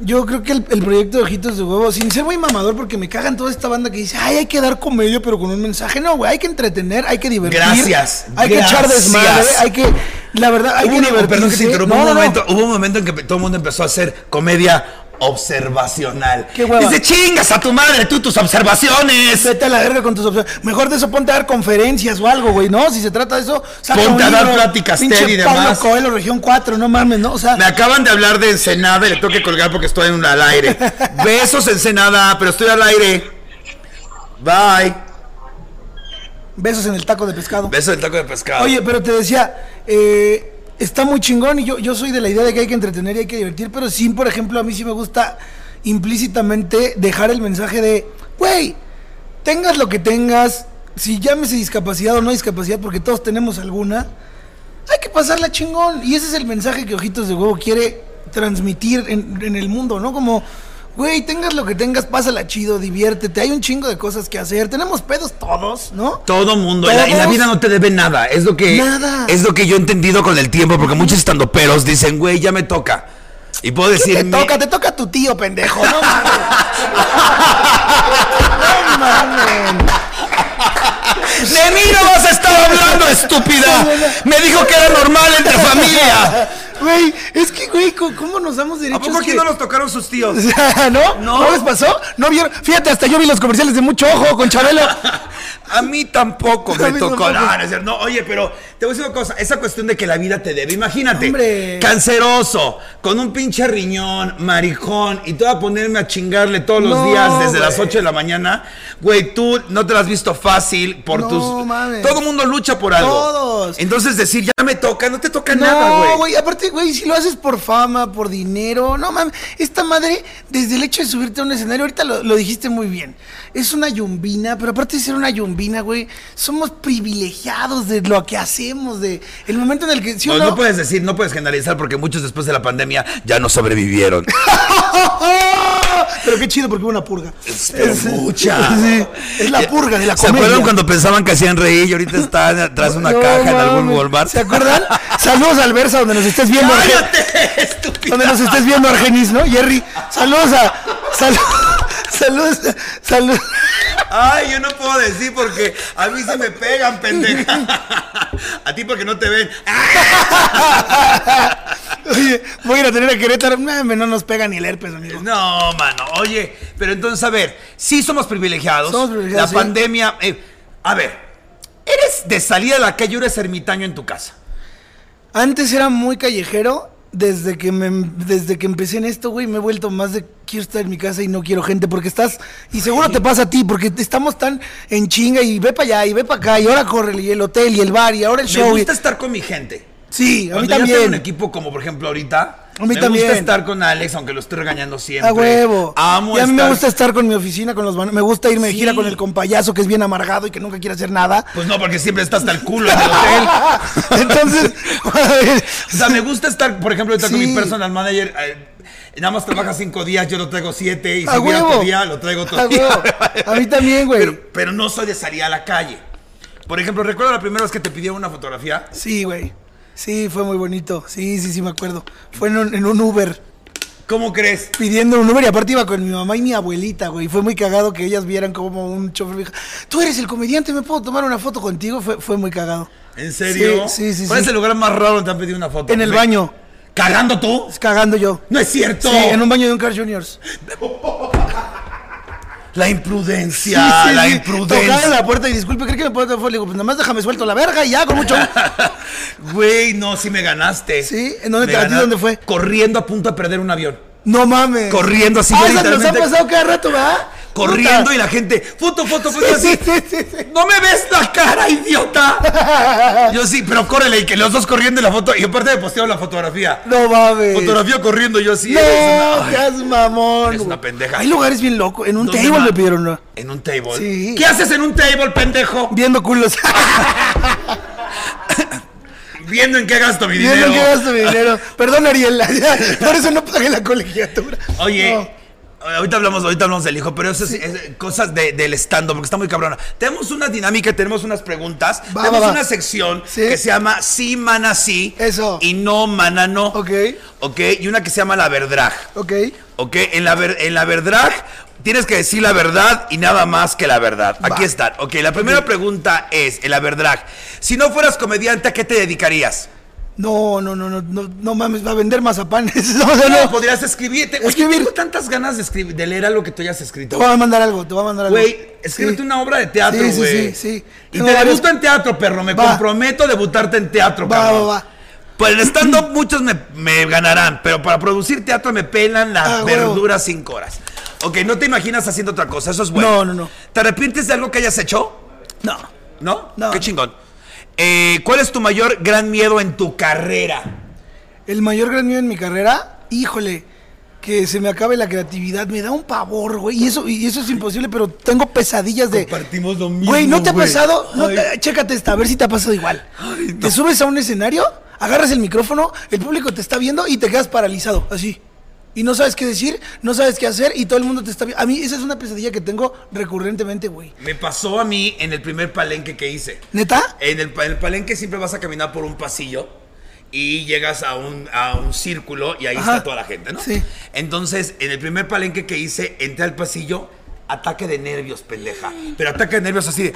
Speaker 2: yo creo que el, el proyecto de Ojitos de Huevo, sin ser muy mamador, porque me cagan toda esta banda que dice, ay, hay que dar comedia, pero con un mensaje. No, güey, hay que entretener, hay que divertir.
Speaker 1: Gracias,
Speaker 2: Hay que echar
Speaker 1: gracias.
Speaker 2: desmadre, hay que. La verdad, hay
Speaker 1: Hubo
Speaker 2: que
Speaker 1: un-
Speaker 2: divertirse.
Speaker 1: perdón que te interrumpa,
Speaker 2: No,
Speaker 1: hubo,
Speaker 2: no,
Speaker 1: un
Speaker 2: no.
Speaker 1: momento, hubo un momento en que todo el mundo empezó a hacer comedia observacional.
Speaker 2: Qué hueva.
Speaker 1: Dice, chingas a tu madre, tú tus observaciones.
Speaker 2: Vete a la verga con tus opciones. Mejor de eso ponte a dar conferencias o algo, güey, ¿no? Si se trata de eso, saca
Speaker 1: Ponte
Speaker 2: un
Speaker 1: a dar
Speaker 2: libro,
Speaker 1: pláticas
Speaker 2: pinche
Speaker 1: TED y
Speaker 2: Pablo
Speaker 1: demás.
Speaker 2: Coelho, Región 4, no mames, ¿no? O sea,
Speaker 1: Me acaban de hablar de Ensenada y le tengo que colgar porque estoy en un al aire. Besos, Ensenada, pero estoy al aire. Bye.
Speaker 2: besos en el taco de pescado.
Speaker 1: Besos del taco de pescado.
Speaker 2: Oye, pero te decía, eh, está muy chingón y yo, yo soy de la idea de que hay que entretener y hay que divertir, pero sí, por ejemplo, a mí sí me gusta implícitamente dejar el mensaje de, güey, tengas lo que tengas, si llámese discapacidad o no discapacidad, porque todos tenemos alguna, hay que pasarla chingón. Y ese es el mensaje que Ojitos de Huevo quiere transmitir en, en el mundo, ¿no? Como, güey, tengas lo que tengas, pásala chido, diviértete, hay un chingo de cosas que hacer, tenemos pedos todos, ¿no?
Speaker 1: Todo mundo, en la, en la
Speaker 2: Todos.
Speaker 1: vida no te debe nada. Es lo que
Speaker 2: Nada.
Speaker 1: es lo que yo he entendido con el tiempo, porque muchos estandoperos dicen, güey, ya me toca. Y puedo decir,
Speaker 2: Te
Speaker 1: "Me-
Speaker 2: toca, te toca tu tío, pendejo. No mames. No mames.
Speaker 1: De mí no vas a estar hablando, estúpida. Me dijo que era normal entre familia.
Speaker 2: Güey, es que, güey, co- ¿cómo nos damos derechos? que-
Speaker 1: tocaron sus tíos?
Speaker 2: ¿No?
Speaker 1: No.
Speaker 2: ¿No? les pasó? ¿No vieron? Fíjate, hasta yo vi los comerciales de Mucho Ojo con Chabelo.
Speaker 1: A mí tampoco
Speaker 2: A
Speaker 1: me
Speaker 2: mí
Speaker 1: tocó.
Speaker 2: tampoco.
Speaker 1: No, no, es cierto. No, oye, pero te voy a decir una cosa. Esa cuestión de que la vida te debe. Imagínate,
Speaker 2: Hombre.
Speaker 1: canceroso, con un pinche riñón, maricón, y toda ponerme a chingarle todos los
Speaker 2: No,
Speaker 1: días desde
Speaker 2: güey.
Speaker 1: las 8 de la mañana. Güey, tú no te la has visto fácil por
Speaker 2: No,
Speaker 1: tus.
Speaker 2: mames.
Speaker 1: Todo mundo lucha por algo.
Speaker 2: Todos.
Speaker 1: Entonces decir, ya me toca, no te toca nada,
Speaker 2: No, güey, aparte, güey, si lo haces por fama, por dinero, no mames, esta madre, desde el hecho de subirte a un escenario, ahorita lo, lo dijiste muy bien, es una yumbina, pero aparte de ser una yumbina, güey, somos privilegiados de lo que hacemos, de el momento en el que... ¿sí o
Speaker 1: No, no puedes decir, no puedes generalizar porque muchos después de la pandemia ya no sobrevivieron.
Speaker 2: Pero qué chido porque hubo una purga.
Speaker 1: Pero Este, mucha.
Speaker 2: Sí, es la
Speaker 1: Ya-
Speaker 2: purga de la
Speaker 1: ¿Se
Speaker 2: Ah, comedia.
Speaker 1: acuerdan cuando pensaban que hacían reír y ahorita están atrás de una
Speaker 2: No
Speaker 1: caja en algún
Speaker 2: mames.
Speaker 1: Walmart?
Speaker 2: ¿Se acuerdan? Saludos al Versa donde nos estés viendo. Arge-
Speaker 1: ¡Cállate, estúpida!
Speaker 2: Donde nos estés viendo, Argenis, ¿no? Jerry, saludos a. Saludos. Saludos. Saludos.
Speaker 1: Ay, yo no puedo decir porque a mí se me pegan, pendeja. A ti porque no te ven. Ah,
Speaker 2: Oye, voy a ir a tener a Querétaro. No, hombre, no nos pega ni el herpes, amigo.
Speaker 1: No, mano. Oye, pero entonces, a ver, sí somos privilegiados.
Speaker 2: Somos privilegiados,
Speaker 1: La
Speaker 2: sí.
Speaker 1: pandemia. eh, a ver, eres de salida a la calle o eres ermitaño en tu casa.
Speaker 2: Antes era muy callejero. Desde que, me, desde que empecé en esto, güey, me he vuelto más de quiero estar en mi casa y no quiero gente, porque estás, y seguro te pasa a ti, porque estamos tan en chinga y ve para allá y ve para acá, y ahora corre, y el hotel, y el bar, y ahora el
Speaker 1: Me
Speaker 2: show. y-
Speaker 1: gusta estar con mi gente.
Speaker 2: Sí, a
Speaker 1: Cuando
Speaker 2: mí
Speaker 1: ya tengo un
Speaker 2: también.
Speaker 1: equipo como por ejemplo ahorita.
Speaker 2: A mí
Speaker 1: me
Speaker 2: también.
Speaker 1: gusta estar con Alex, aunque lo estoy regañando siempre.
Speaker 2: A huevo.
Speaker 1: Amo
Speaker 2: y a mí
Speaker 1: estar-
Speaker 2: me gusta estar con mi oficina, con los ban- Me gusta irme
Speaker 1: Sí.
Speaker 2: de gira con el compayazo que es bien amargado y que nunca quiere hacer nada.
Speaker 1: Pues no, porque siempre está hasta el culo en el hotel.
Speaker 2: Entonces,
Speaker 1: O sea, me gusta estar, por ejemplo, ahorita con
Speaker 2: Sí.
Speaker 1: mi personal manager. eh, nada más trabaja cinco días, yo lo traigo siete. Y si
Speaker 2: a
Speaker 1: voy a
Speaker 2: huevo.
Speaker 1: otro día, lo traigo
Speaker 2: a
Speaker 1: otro día.
Speaker 2: huevo. A mí también, güey.
Speaker 1: Pero, pero no soy de salir a la calle. Por ejemplo, ¿recuerdo la primera vez que te pidieron una fotografía?
Speaker 2: Sí, güey. Sí, fue muy bonito. Sí, sí, sí, me acuerdo. Fue en un, en un Uber,
Speaker 1: ¿Cómo crees?
Speaker 2: pidiendo un Uber y aparte iba con mi mamá y mi abuelita, güey. Fue muy cagado que ellas vieran como un chofer me dijo, tú eres el comediante, ¿me puedo tomar una foto contigo? Fue, fue muy cagado.
Speaker 1: ¿En serio?
Speaker 2: Sí, sí, sí.
Speaker 1: ¿Cuál
Speaker 2: sí.
Speaker 1: es el lugar más raro donde te han pedido una foto?
Speaker 2: En el
Speaker 1: Me-
Speaker 2: baño,
Speaker 1: ¿Cagando tú?
Speaker 2: cagando yo.
Speaker 1: ¡No es cierto!
Speaker 2: Sí, en un baño de un Carl Juniors.
Speaker 1: La imprudencia,
Speaker 2: Sí, sí,
Speaker 1: la
Speaker 2: sí. Tocaba
Speaker 1: imprudencia.
Speaker 2: la puerta y disculpe, cree que me puedo teléfono. Le digo, pues nada más déjame suelto la verga y ya, con mucho gusto.
Speaker 1: Güey, no, sí me ganaste.
Speaker 2: Sí, ¿en dónde
Speaker 1: Me
Speaker 2: te- a ti
Speaker 1: gana-
Speaker 2: dónde fue?
Speaker 1: Corriendo a punto de perder un avión.
Speaker 2: No mames.
Speaker 1: Corriendo así,
Speaker 2: Ah,
Speaker 1: yo
Speaker 2: esas nos ha
Speaker 1: literalmente-
Speaker 2: pasado cada rato, ¿verdad?
Speaker 1: Corriendo
Speaker 2: Puta.
Speaker 1: y la gente, foto, foto, foto,
Speaker 2: Sí,
Speaker 1: así.
Speaker 2: sí, sí, sí.
Speaker 1: ¡No me ves la cara, idiota! Yo sí, pero córrele, y que los dos corriendo y la foto. Y aparte me posteo la fotografía.
Speaker 2: No mames.
Speaker 1: Fotografía corriendo, yo así.
Speaker 2: No,
Speaker 1: eres una-
Speaker 2: seas mamón.
Speaker 1: eres una
Speaker 2: güey.
Speaker 1: pendeja.
Speaker 2: Hay lugares bien locos. En un
Speaker 1: ¿Dónde
Speaker 2: table
Speaker 1: va?
Speaker 2: me pidieron, ¿no?
Speaker 1: En un table.
Speaker 2: Sí.
Speaker 1: ¿Qué haces en un table, pendejo?
Speaker 2: Viendo culos.
Speaker 1: Ah, Viendo en qué gasto mi
Speaker 2: Viendo
Speaker 1: dinero.
Speaker 2: que gasto mi dinero. Perdón, Ariel. Por eso no pagué la colegiatura.
Speaker 1: Oye.
Speaker 2: No.
Speaker 1: Ahorita hablamos, ahorita hablamos del hijo, pero esas es- cosas de- del stand-up, porque está muy cabrona. Tenemos una dinámica, tenemos unas preguntas,
Speaker 2: Va,
Speaker 1: tenemos
Speaker 2: va, va.
Speaker 1: una sección
Speaker 2: Sí.
Speaker 1: que se llama Sí, mana, sí.
Speaker 2: Eso.
Speaker 1: Y no, mana, no.
Speaker 2: Ok.
Speaker 1: Ok, y una que se llama La Verdrag.
Speaker 2: Ok.
Speaker 1: ¿Ok? En la, ver- en la verdad, tienes que decir la verdad y nada más que la verdad.
Speaker 2: Va.
Speaker 1: Aquí están. Ok, la primera pregunta es, en la verdad, si no fueras comediante, ¿a qué te dedicarías?
Speaker 2: No, no, no, no, no, no mames, va a vender mazapanes. No, no,
Speaker 1: No, pues-
Speaker 2: no.
Speaker 1: podrías escribirte. Oye,
Speaker 2: Escribir.
Speaker 1: tengo tantas ganas de, escribir, de leer algo que tú hayas
Speaker 2: Te
Speaker 1: escrito.
Speaker 2: voy a mandar algo, te voy a mandar algo.
Speaker 1: Güey, escríbete
Speaker 2: Sí.
Speaker 1: una obra de teatro,
Speaker 2: Sí,
Speaker 1: güey.
Speaker 2: sí, sí, sí.
Speaker 1: Y
Speaker 2: Tengo
Speaker 1: te
Speaker 2: varias-
Speaker 1: debuto en teatro, perro. Me
Speaker 2: Va.
Speaker 1: comprometo a debutarte en teatro,
Speaker 2: Va,
Speaker 1: cabrón.
Speaker 2: va, va.
Speaker 1: Pues el stand-up muchos me, me ganarán, pero para producir teatro me pelan las
Speaker 2: Ah, huevo.
Speaker 1: verduras cinco horas. Ok, no te imaginas haciendo otra cosa, eso es bueno.
Speaker 2: No, no, no.
Speaker 1: ¿Te arrepientes de algo que hayas hecho?
Speaker 2: No.
Speaker 1: ¿No?
Speaker 2: No.
Speaker 1: Qué chingón. Eh, ¿Cuál es tu mayor gran miedo en tu carrera?
Speaker 2: El mayor gran miedo en mi carrera, híjole, que se me acabe la creatividad, me da un pavor, güey. Y eso, y eso es imposible, pero tengo pesadillas de.
Speaker 1: Compartimos lo mismo,
Speaker 2: Güey, ¿no te ha
Speaker 1: güey.
Speaker 2: pasado? No
Speaker 1: Ay.
Speaker 2: te- chécate esta, a ver si te ha pasado igual. Te subes a un escenario, agarras el micrófono, el público te está viendo y te quedas paralizado, así. Y no sabes qué decir, no sabes qué hacer y todo el mundo te está viendo. A mí esa es una pesadilla que tengo recurrentemente, güey.
Speaker 1: Me pasó a mí en el primer palenque que hice.
Speaker 2: ¿Neta?
Speaker 1: En el, pa- en el palenque siempre vas a caminar por un pasillo y llegas a un, a un círculo y ahí
Speaker 2: Ajá.
Speaker 1: está toda la gente, ¿no?
Speaker 2: Sí.
Speaker 1: Entonces, en el primer palenque que hice, entré al pasillo, ataque de nervios, pendeja. Pero ataque de nervios así de,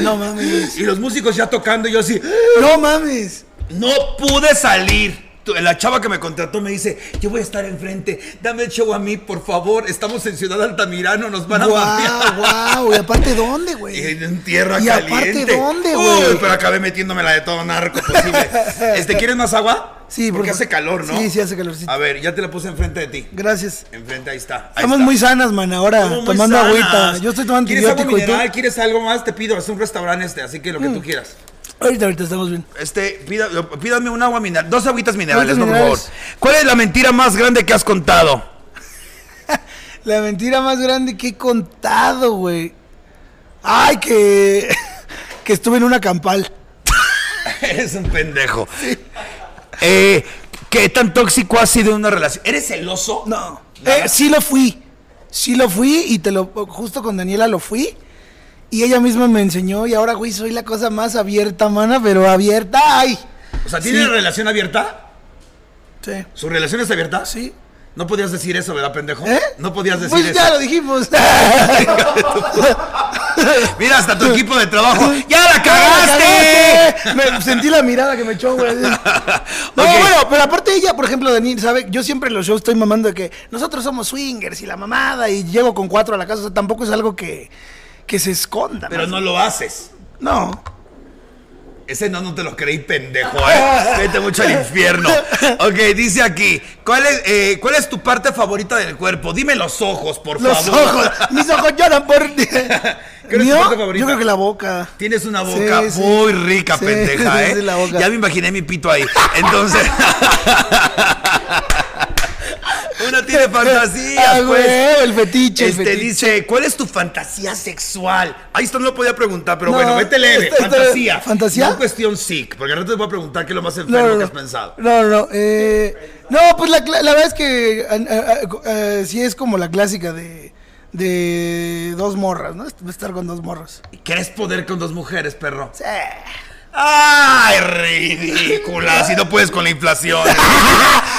Speaker 2: No mames.
Speaker 1: Y los músicos ya tocando y yo así...
Speaker 2: No mames.
Speaker 1: No pude salir. Tu- La chava que me contrató me dice, yo voy a estar enfrente, dame el show a mí, por favor, estamos en Ciudad Altamirano, nos van a
Speaker 2: Guau,
Speaker 1: mapear.
Speaker 2: guau. Y aparte, ¿dónde, güey?
Speaker 1: En tierra
Speaker 2: Y aparte,
Speaker 1: caliente.
Speaker 2: ¿dónde,
Speaker 1: Uy,
Speaker 2: güey?
Speaker 1: pero acabé metiéndome la de todo narco posible. este, ¿quieres más agua?
Speaker 2: Sí, por
Speaker 1: porque
Speaker 2: favor.
Speaker 1: hace calor, ¿no?
Speaker 2: Sí, sí, hace calorcito.
Speaker 1: A ver, ya te la puse enfrente de ti.
Speaker 2: Gracias.
Speaker 1: Enfrente, ahí está. ahí
Speaker 2: Estamos
Speaker 1: está.
Speaker 2: muy sanas, man, ahora.
Speaker 1: Somos muy
Speaker 2: tomando
Speaker 1: sanas.
Speaker 2: agüita. Yo estoy tomando
Speaker 1: ¿Quieres agua
Speaker 2: antibiótico y tú. Mm.
Speaker 1: mineral? ¿Quieres algo más? Te pido, es un restaurante este, así que lo que tú quieras.
Speaker 2: Ahorita, ahorita estamos bien.
Speaker 1: Este, pida- pídame un agua mineral, dos agüitas minerales, no,
Speaker 2: Agüitas
Speaker 1: por favor.
Speaker 2: minerales.
Speaker 1: ¿Cuál es la mentira más grande que has contado?
Speaker 2: La mentira más grande que he contado, güey. Ay, que. que estuve en una campal.
Speaker 1: Eres un pendejo. Eh, ¿Qué tan tóxico ha sido una relación? ¿Eres celoso?
Speaker 2: No.
Speaker 1: Nada.
Speaker 2: Eh, sí lo fui. Sí lo fui y te lo. Justo con Daniela lo fui. Y ella misma me enseñó. Y ahora, güey, soy la cosa más abierta, mana, pero abierta. ¡Ay!
Speaker 1: O sea, ¿tiene
Speaker 2: Sí.
Speaker 1: relación abierta?
Speaker 2: Sí.
Speaker 1: ¿Su relación es abierta?
Speaker 2: Sí.
Speaker 1: No podías decir eso, ¿verdad, pendejo?
Speaker 2: ¿Eh?
Speaker 1: No podías decir
Speaker 2: Pues
Speaker 1: eso.
Speaker 2: ya lo dijimos.
Speaker 1: Mira, hasta tu equipo de trabajo. Oh, ¡Ya la
Speaker 2: ¡Ya
Speaker 1: cagaste!
Speaker 2: Ah, la cagaste! Me sentí la mirada que me echó, güey. No,
Speaker 1: Ok.
Speaker 2: bueno, pero aparte ella, por ejemplo, Dani, ¿sabe? Yo siempre en los shows estoy mamando de que nosotros somos swingers y la mamada y llego con cuatro a la casa. O sea, tampoco es algo que, que se esconda.
Speaker 1: Pero
Speaker 2: más.
Speaker 1: no lo haces.
Speaker 2: No.
Speaker 1: Ese no, no te lo creí, pendejo, ¿eh? Vete mucho al infierno. Ok, dice aquí, ¿cuál es, eh, ¿cuál es tu parte favorita del cuerpo? Dime los ojos, por
Speaker 2: Los
Speaker 1: favor.
Speaker 2: ojos. Mis ojos lloran por ti.
Speaker 1: tu
Speaker 2: ¿Mío?
Speaker 1: parte favorita?
Speaker 2: Yo creo que la boca.
Speaker 1: Tienes una boca
Speaker 2: Sí, sí.
Speaker 1: muy rica,
Speaker 2: Sí,
Speaker 1: pendeja,
Speaker 2: sí,
Speaker 1: ¿eh?
Speaker 2: sí, la boca.
Speaker 1: Ya me imaginé mi pito ahí. Entonces. Uno tiene fantasías,
Speaker 2: Ah,
Speaker 1: pues.
Speaker 2: güey, el fetiche. el
Speaker 1: Este
Speaker 2: fetiche.
Speaker 1: dice, ¿cuál es tu fantasía sexual? Ahí esto no lo podía preguntar, pero
Speaker 2: No,
Speaker 1: bueno, vete leve.
Speaker 2: esto- esto-
Speaker 1: fantasía.
Speaker 2: ¿fantasía?
Speaker 1: No cuestión sick, porque ahora te voy a preguntar qué es lo más enfermo que has pensado.
Speaker 2: No, no, no. eh, no, pues la, cla- la verdad es que eh, eh, eh, sí es como la clásica de, de dos morras, ¿no? Est- Estar con dos morras.
Speaker 1: ¿Quieres poder con dos mujeres, perro?
Speaker 2: Sí.
Speaker 1: ¡Ay, ridícula! si no puedes con la inflación.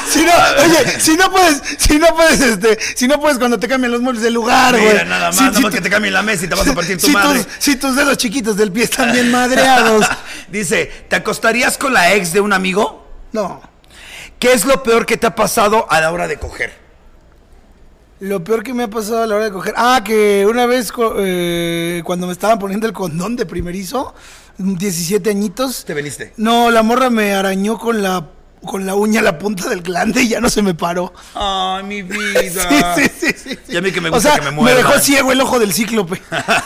Speaker 2: Si no, oye, si no puedes, si no puedes, este, si no puedes cuando te cambian los muebles del lugar, güey.
Speaker 1: Mira, nada más,
Speaker 2: Si-
Speaker 1: nada
Speaker 2: si
Speaker 1: más
Speaker 2: tu-
Speaker 1: que te cambien la mesa y te vas a partir tu
Speaker 2: si
Speaker 1: madre.
Speaker 2: Tus, si tus dedos chiquitos del pie están bien madreados.
Speaker 1: Dice, ¿te acostarías con la ex de un amigo?
Speaker 2: No.
Speaker 1: ¿Qué es lo peor que te ha pasado a la hora de coger?
Speaker 2: Lo peor que me ha pasado a la hora de coger. Ah, que una vez co- eh, cuando me estaban poniendo el condón de primerizo, 17 añitos.
Speaker 1: Te veniste.
Speaker 2: No, la morra me arañó con la con la uña la punta del glande y ya no se me paró.
Speaker 1: Ay, mi vida.
Speaker 2: Sí, sí, sí, sí, sí.
Speaker 1: Y a mí que me
Speaker 2: O
Speaker 1: gusta
Speaker 2: sea,
Speaker 1: que me muerdan.
Speaker 2: dejó ciego el ojo del cíclope.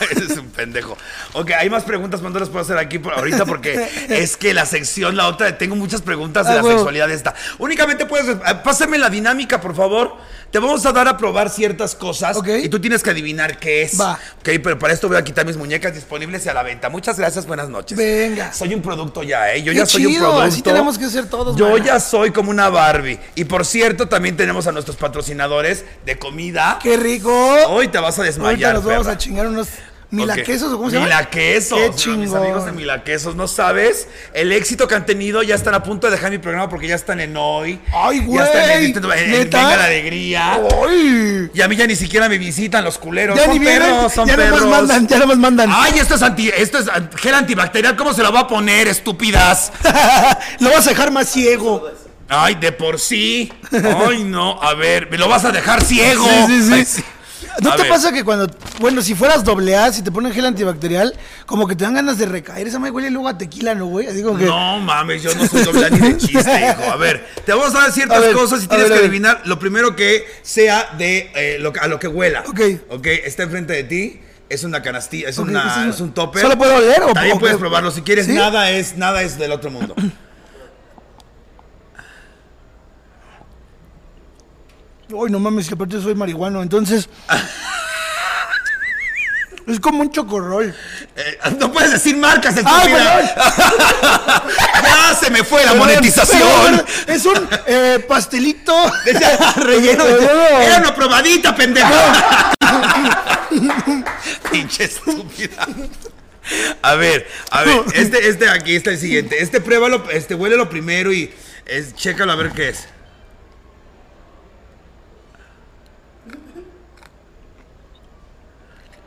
Speaker 1: Ese es un pendejo. Ok, hay más preguntas, pero no las puedo hacer aquí por ahorita porque es que la sección, la otra, tengo muchas preguntas de
Speaker 2: Ah,
Speaker 1: la
Speaker 2: huevo.
Speaker 1: sexualidad de esta. Únicamente puedes, eh, pásame la dinámica, por favor. Te vamos a dar a probar ciertas cosas
Speaker 2: Ok.
Speaker 1: y tú tienes que adivinar qué es.
Speaker 2: Va.
Speaker 1: Ok, pero para esto voy a quitar mis muñecas disponibles y a la venta. Muchas gracias, buenas noches.
Speaker 2: Venga.
Speaker 1: Soy un producto ya, ¿eh? Yo
Speaker 2: Qué
Speaker 1: ya soy un
Speaker 2: chido,
Speaker 1: producto.
Speaker 2: así tenemos que ser todos,
Speaker 1: Yo
Speaker 2: mana.
Speaker 1: ya soy como una Barbie. Y por cierto, también tenemos a nuestros patrocinadores de comida.
Speaker 2: ¡Qué rico!
Speaker 1: Hoy te vas a desmayar.
Speaker 2: Ahorita nos vamos
Speaker 1: Oh, perra.
Speaker 2: a chingar unos milaquesos o cómo se
Speaker 1: Ok.
Speaker 2: llama.
Speaker 1: Milaquesos.
Speaker 2: Qué
Speaker 1: Mira, Mis
Speaker 2: chingón.
Speaker 1: amigos de Milaquesos, ¿no sabes? El éxito que han tenido, ya están a punto de dejar mi programa porque ya están en hoy.
Speaker 2: Ay,
Speaker 1: Ya están en,
Speaker 2: güey,
Speaker 1: este- en- en
Speaker 2: ¿neta?
Speaker 1: Venga la Alegría.
Speaker 2: ¡Ay!
Speaker 1: Y a mí ya ni siquiera me visitan los culeros.
Speaker 2: Ya
Speaker 1: son
Speaker 2: ni vienen,
Speaker 1: perros, son
Speaker 2: ya
Speaker 1: perros.
Speaker 2: nomás mandan, ya nomás mandan.
Speaker 1: Ay, esto es anti, esto es an- gel antibacterial, ¿cómo se la va a poner, estúpidas?
Speaker 2: Lo vas a dejar más ciego.
Speaker 1: Ay, de por sí. Ay, no, a ver, me lo vas a dejar ciego.
Speaker 2: Sí, sí, sí.
Speaker 1: Ay, sí.
Speaker 2: ¿No
Speaker 1: A
Speaker 2: te
Speaker 1: ver.
Speaker 2: pasa que cuando, bueno, si fueras doble A, si te ponen gel antibacterial, como que te dan ganas de recaer? Esa madre huele luego a tequila, ¿no, güey? Así como que...
Speaker 1: No mames, yo no soy doble ni de chiste, hijo. A ver, te vamos a dar ciertas
Speaker 2: A ver,
Speaker 1: cosas y
Speaker 2: a
Speaker 1: tienes
Speaker 2: ver,
Speaker 1: que
Speaker 2: a ver.
Speaker 1: adivinar lo primero que sea de eh, lo que- a lo que huela.
Speaker 2: Ok.
Speaker 1: Ok, está enfrente de ti. Es una canastilla, es,
Speaker 2: Ok,
Speaker 1: una,
Speaker 2: es un-
Speaker 1: es un tope.
Speaker 2: ¿Solo puedo oler o-
Speaker 1: También
Speaker 2: o
Speaker 1: puedes
Speaker 2: qué?
Speaker 1: probarlo si quieres.
Speaker 2: ¿Sí?
Speaker 1: Nada es, nada es del otro mundo.
Speaker 2: Ay, no mames, que aparte soy marihuano, entonces... es como un chocorrol.
Speaker 1: Eh, no puedes decir marcas,
Speaker 2: ¡Ay,
Speaker 1: estúpida. Ya se me fue la
Speaker 2: perdón!
Speaker 1: monetización.
Speaker 2: Perdón, Es un eh, pastelito...
Speaker 1: Relleno de-
Speaker 2: Perdón.
Speaker 1: Era una probadita, pendejo. Pinche estúpida. A ver, a ver, este, este aquí está el siguiente. Este pruébalo, este huélelo primero y es, chécalo a ver qué es.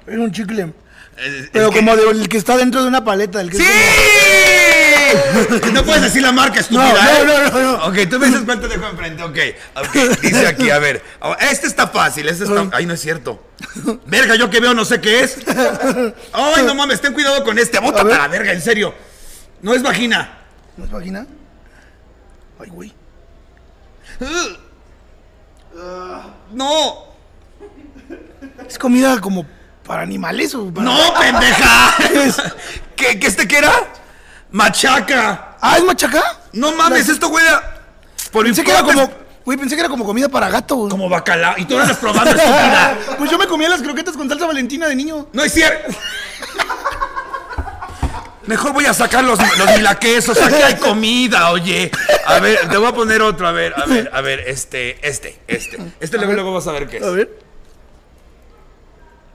Speaker 2: Es un chicle.
Speaker 1: Es- es
Speaker 2: Pero
Speaker 1: que-
Speaker 2: como del que está dentro de una paleta. Del que es como-
Speaker 1: ¡Sí! No puedes decir la marca, estúpida.
Speaker 2: No,
Speaker 1: ¿eh?
Speaker 2: no, no, no.
Speaker 1: Ok, tú me dices cuál te dejo enfrente. Ok, ok. Dice aquí, a ver. ahora, Este está fácil, este está. Ay, no es cierto. Verga, yo que veo no sé qué es. Ay, no mames, ten cuidado con este. Bótate a la verga, en serio. No es vagina.
Speaker 2: ¿No es vagina? Ay, güey.
Speaker 1: No.
Speaker 2: ¿Es comida como para animales o para-
Speaker 1: No, pendeja. ¿Qué, qué este que era? Machaca.
Speaker 2: ¿Ah, es machaca?
Speaker 1: No mames, esto huele a- Por mi
Speaker 2: Pensé que era
Speaker 1: parte-
Speaker 2: como. Güey, pensé que era como comida para gato. güey.
Speaker 1: pues- Como bacalao. Y tú no las probando, estúpida.
Speaker 2: Pues yo me comía las croquetas con salsa valentina de niño.
Speaker 1: No es cierto. Mejor voy a sacar los, los milaquesos. Aquí hay comida, oye. A ver, te voy a poner otro. A ver, a ver, a ver. Este, este, este. Este luego, luego vas a ver qué es.
Speaker 2: ver.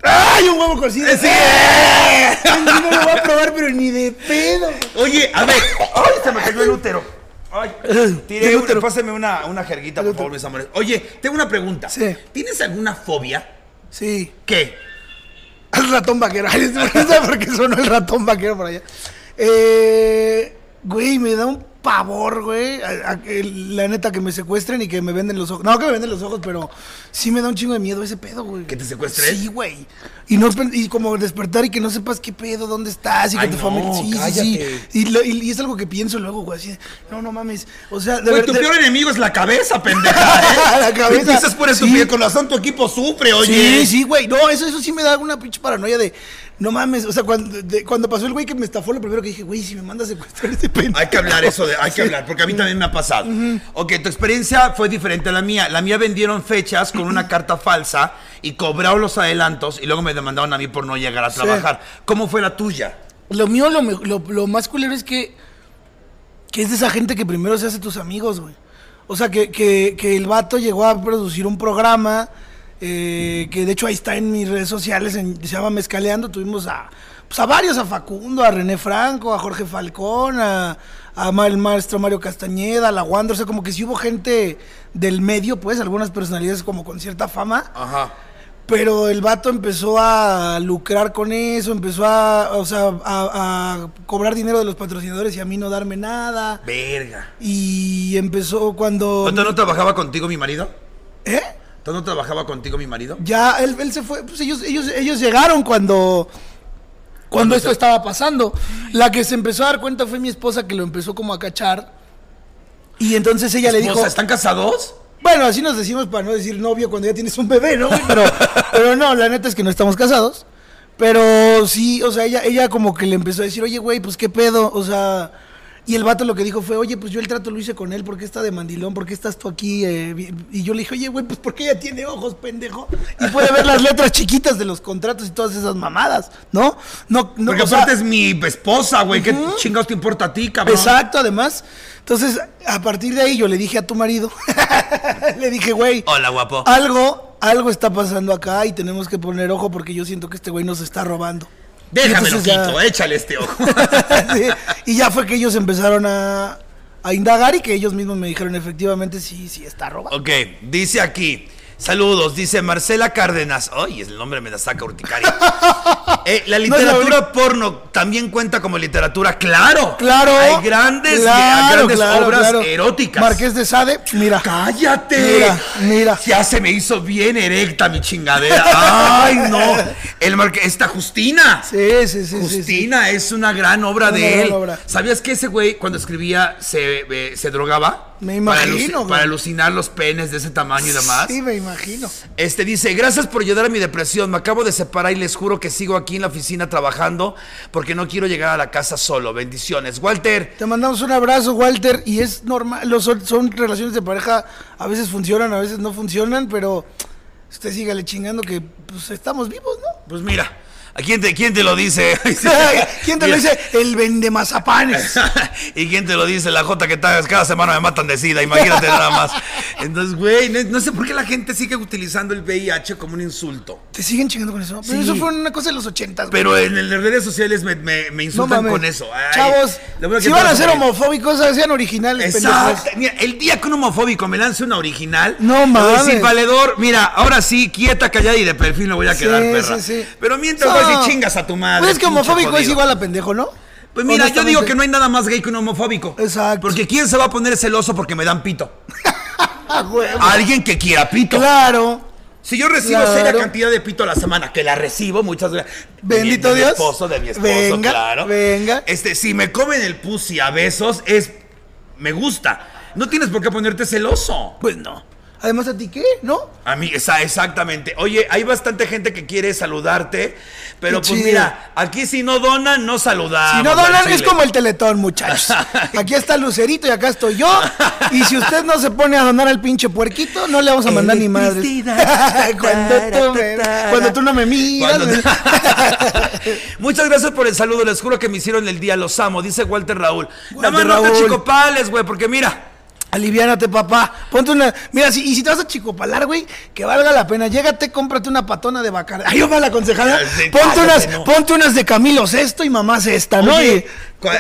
Speaker 2: ¡Ay, un huevo cocido!
Speaker 1: Eh, sí.
Speaker 2: Ay, no lo voy a probar, pero ni de pedo.
Speaker 1: Oye, a ver. Ay, se me cayó el útero. Ay, tiré
Speaker 2: El
Speaker 1: una-
Speaker 2: útero.
Speaker 1: pásame una, una jerguita, por favor, mis amores. Oye, tengo una pregunta.
Speaker 2: Sí.
Speaker 1: ¿Tienes alguna fobia?
Speaker 2: Sí.
Speaker 1: ¿Qué?
Speaker 2: El ratón vaquero. Ay, ¿Sabes por qué sonó el ratón vaquero por allá? Eh, güey, me da un pavor, güey. a- a que- la neta, que me secuestren y que me venden los ojos. No, que me venden los ojos, pero sí me da un chingo de miedo ese pedo, güey.
Speaker 1: ¿Que te secuestren?
Speaker 2: Sí, güey. Y, no, pe- y como despertar y que no sepas qué pedo, dónde estás y que
Speaker 1: Ay,
Speaker 2: tu
Speaker 1: no,
Speaker 2: familia... Sí, sí,
Speaker 1: cállate.
Speaker 2: sí. Y, lo- y- y es algo que pienso luego, güey. Así, de, no, no mames. O sea, de
Speaker 1: Güey,
Speaker 2: ver-
Speaker 1: Pues tu
Speaker 2: de-
Speaker 1: peor enemigo es la cabeza, pendeja. ¿eh?
Speaker 2: La cabeza.
Speaker 1: Empiezas por eso,
Speaker 2: Sí.
Speaker 1: con razón tu equipo sufre, oye.
Speaker 2: Sí, sí, güey. No, eso, eso sí me da una pinche paranoia de. No mames. O sea, cuando, de- cuando pasó el güey que me estafó, lo primero que dije, güey, si me manda a secuestrar este pendejo.
Speaker 1: Hay que hablar eso, de, hay que hablar, porque a mí también me ha pasado. Ok, tu experiencia fue diferente a la mía. La mía vendieron fechas con una carta falsa y cobraron los adelantos y luego me demandaron a mí por no llegar a trabajar. ¿Cómo fue la tuya?
Speaker 2: Lo mío, lo, me- lo, lo más culero es que. Que es de esa gente que primero se hace tus amigos, güey. O sea, que, que, que el vato llegó a producir un programa. eh, que de hecho ahí está en mis redes sociales. en- se llama Mezcaleando. Tuvimos a. Pues a varios, a Facundo, a René Franco, a Jorge Falcón, a, a ma- el maestro Mario Castañeda, a la Wanda, o sea, como que sí hubo gente del medio, pues, algunas personalidades como con cierta fama,
Speaker 1: Ajá.
Speaker 2: pero el vato empezó a lucrar con eso, empezó a, o sea, a, a cobrar dinero de los patrocinadores y a mí no darme nada.
Speaker 1: Verga.
Speaker 2: Y empezó cuando...
Speaker 1: ¿Cuánto no trabajaba contigo mi marido?
Speaker 2: ¿Eh?
Speaker 1: ¿Entonces no trabajaba contigo mi marido?
Speaker 2: Ya, él, él se fue. Pues ellos, ellos, ellos llegaron cuando. Cuando esto estaba pasando. La que se empezó a dar cuenta fue mi esposa que lo empezó como a cachar. Y entonces ella le dijo.
Speaker 1: Esposa, ¿Están casados?
Speaker 2: Bueno, así nos decimos para no decir novio cuando ya tienes un bebé, ¿no? güey? Pero, pero no, la neta es que no estamos casados. Pero sí, o sea, ella, ella como que le empezó a decir, oye, güey, pues qué pedo, o sea. Y el vato lo que dijo fue, oye, pues yo el trato lo hice con él, ¿por qué está de mandilón? ¿Por qué estás tú aquí? eh, vi- y yo le dije, oye, güey, pues porque ella tiene ojos, pendejo. Y puede ver las letras chiquitas de los contratos y todas esas mamadas, ¿no? No, no
Speaker 1: Porque
Speaker 2: o sea,
Speaker 1: aparte es mi esposa, güey. ¿Qué chingados te importa a ti, cabrón?
Speaker 2: Exacto, además. Entonces, a partir de ahí yo le dije a tu marido, le dije, güey,
Speaker 1: Hola, guapo.
Speaker 2: algo, algo está pasando acá y tenemos que poner ojo porque yo siento que este güey nos está robando.
Speaker 1: Déjame
Speaker 2: Entonces ya-
Speaker 1: quito, échale este ojo.
Speaker 2: Sí, Y ya fue que ellos empezaron a, a indagar y que ellos mismos me dijeron efectivamente sí, sí está robando.
Speaker 1: ok, dice aquí. Saludos, dice Marcela Cárdenas. Ay, el nombre me la saca urticaria. Eh, la
Speaker 2: es la
Speaker 1: literatura porno también cuenta como literatura, claro.
Speaker 2: Claro.
Speaker 1: Hay grandes,
Speaker 2: claro,
Speaker 1: grandes
Speaker 2: claro,
Speaker 1: obras
Speaker 2: claro.
Speaker 1: eróticas.
Speaker 2: Marqués de Sade, mira.
Speaker 1: ¡Cállate!
Speaker 2: Mira, mira.
Speaker 1: Ya se me hizo bien erecta mi chingadera. ¡Ay, no! El marque... Esta Justina.
Speaker 2: Sí, sí, sí, sí, sí.
Speaker 1: Justina es una gran obra
Speaker 2: Una
Speaker 1: de
Speaker 2: gran
Speaker 1: él.
Speaker 2: obra.
Speaker 1: ¿Sabías que ese güey cuando escribía se, eh, se drogaba?
Speaker 2: Me
Speaker 1: Para
Speaker 2: imagino,
Speaker 1: aluci- Para,
Speaker 2: güey.
Speaker 1: alucinar los penes de ese tamaño y demás.
Speaker 2: Sí, me imagino.
Speaker 1: Este dice, gracias por ayudar a mi depresión. Me acabo de separar y les juro que sigo aquí en la oficina trabajando porque no quiero llegar a la casa solo. Bendiciones. Walter,
Speaker 2: Te mandamos un abrazo, Walter, y es normal, los, son, son relaciones de pareja, a veces funcionan, a veces no funcionan, pero usted sígale chingando que pues estamos vivos, ¿no?
Speaker 1: pues mira, ¿a quién te, quién te lo dice?
Speaker 2: ¿Quién te lo
Speaker 1: Mira.
Speaker 2: dice? El vende mazapanes.
Speaker 1: ¿Y quién te lo dice? La Jota que está- cada semana me matan de sida, imagínate nada más. Entonces, güey, no, no sé por qué la gente sigue utilizando el VIH como un insulto.
Speaker 2: Te siguen chingando con eso. Pero
Speaker 1: Sí.
Speaker 2: eso fue una cosa de los ochentas, güey.
Speaker 1: Pero en, el- las redes sociales me, me- me
Speaker 2: No
Speaker 1: insultan
Speaker 2: mames.
Speaker 1: con eso. Ay,
Speaker 2: Chavos,
Speaker 1: lo bueno que
Speaker 2: si van a
Speaker 1: todos
Speaker 2: ser
Speaker 1: somos-
Speaker 2: homofóbicos, sean originales, pendejos.
Speaker 1: Exacto. Mira, el día que un homofóbico me lance una original.
Speaker 2: No
Speaker 1: le voy a
Speaker 2: mames.
Speaker 1: decir, valedor, mira, ahora sí, quieta, callada y de perfil me voy a
Speaker 2: Sí,
Speaker 1: quedar, perra.
Speaker 2: sí, sí.
Speaker 1: Pero mientras vas
Speaker 2: No.
Speaker 1: y chingas a tu madre.
Speaker 2: Pues es que
Speaker 1: pinche
Speaker 2: homofóbico es
Speaker 1: jodido.
Speaker 2: igual a pendejo, ¿no?
Speaker 1: Pues mira, yo digo que
Speaker 2: Honestamente.
Speaker 1: no hay nada más gay que un homofóbico.
Speaker 2: Exacto.
Speaker 1: Porque ¿quién se va a poner celoso porque me dan pito?
Speaker 2: Ah, güey.
Speaker 1: Alguien que quiera pito.
Speaker 2: Claro.
Speaker 1: Si yo recibo
Speaker 2: Claro.
Speaker 1: seria cantidad de pito a la semana, que la recibo, muchas gracias.
Speaker 2: Bendito
Speaker 1: de mi
Speaker 2: Dios.
Speaker 1: esposo, de mi esposo,
Speaker 2: Venga,
Speaker 1: claro.
Speaker 2: venga.
Speaker 1: Este, si me comen el pussy a besos, es. Me gusta. No tienes por qué ponerte celoso.
Speaker 2: Pues no. Además, ¿a ti qué? ¿No?
Speaker 1: A mí, esa- exactamente. Oye, hay bastante gente que quiere saludarte, pero
Speaker 2: Qué
Speaker 1: pues
Speaker 2: chido.
Speaker 1: mira, aquí si no donan, no saludamos.
Speaker 2: Si no
Speaker 1: Ah, al
Speaker 2: donan es
Speaker 1: chile.
Speaker 2: como el teletón, muchachos. Aquí está Lucerito y acá estoy yo. Y si usted no se pone a donar al pinche puerquito, no le vamos a mandar ni madre.
Speaker 1: Electricidad.
Speaker 2: cuando, tú me- cuando tú no me miras.
Speaker 1: Cuando- Muchas gracias por el saludo, les juro que me hicieron el día, los amo, dice Walter Raúl. Nada más
Speaker 2: Walter
Speaker 1: no te
Speaker 2: Raúl.
Speaker 1: chicopales, güey, porque mira,
Speaker 2: Aliviánate, papá. Ponte una. Mira, si, y si te vas a chicopalar, güey, que valga la pena. Llégate, cómprate una patona de bacardi. Ay, yo me la aconsejada.
Speaker 1: Ah, Sí,
Speaker 2: Ponte
Speaker 1: cállate,
Speaker 2: unas,
Speaker 1: no.
Speaker 2: ponte unas de Camilo Sesto y mamá Sexta, ¿no?
Speaker 1: Oye,
Speaker 2: Y-
Speaker 1: cua-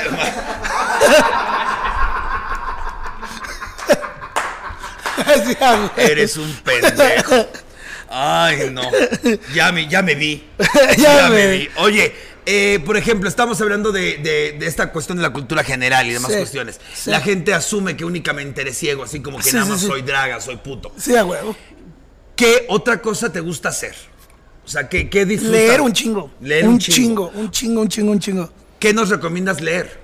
Speaker 2: Sí, ah, güey.
Speaker 1: eres un pendejo. Ay, no. Ya me, ya me vi.
Speaker 2: Ya
Speaker 1: me
Speaker 2: me
Speaker 1: vi.
Speaker 2: vi.
Speaker 1: Oye, eh, por ejemplo, estamos hablando de, de- de esta cuestión de la cultura general y demás
Speaker 2: Sí,
Speaker 1: cuestiones.
Speaker 2: sí.
Speaker 1: La gente asume que únicamente eres ciego, así como que
Speaker 2: Sí,
Speaker 1: nada
Speaker 2: sí,
Speaker 1: más
Speaker 2: sí.
Speaker 1: soy draga, soy puto.
Speaker 2: Sí, a huevo.
Speaker 1: ¿Qué otra cosa te gusta hacer? O sea, ¿qué, qué disfrutas?
Speaker 2: Leer un chingo.
Speaker 1: Leer
Speaker 2: un,
Speaker 1: un
Speaker 2: chingo.
Speaker 1: chingo.
Speaker 2: Un chingo, un chingo, un chingo.
Speaker 1: ¿Qué nos recomiendas leer?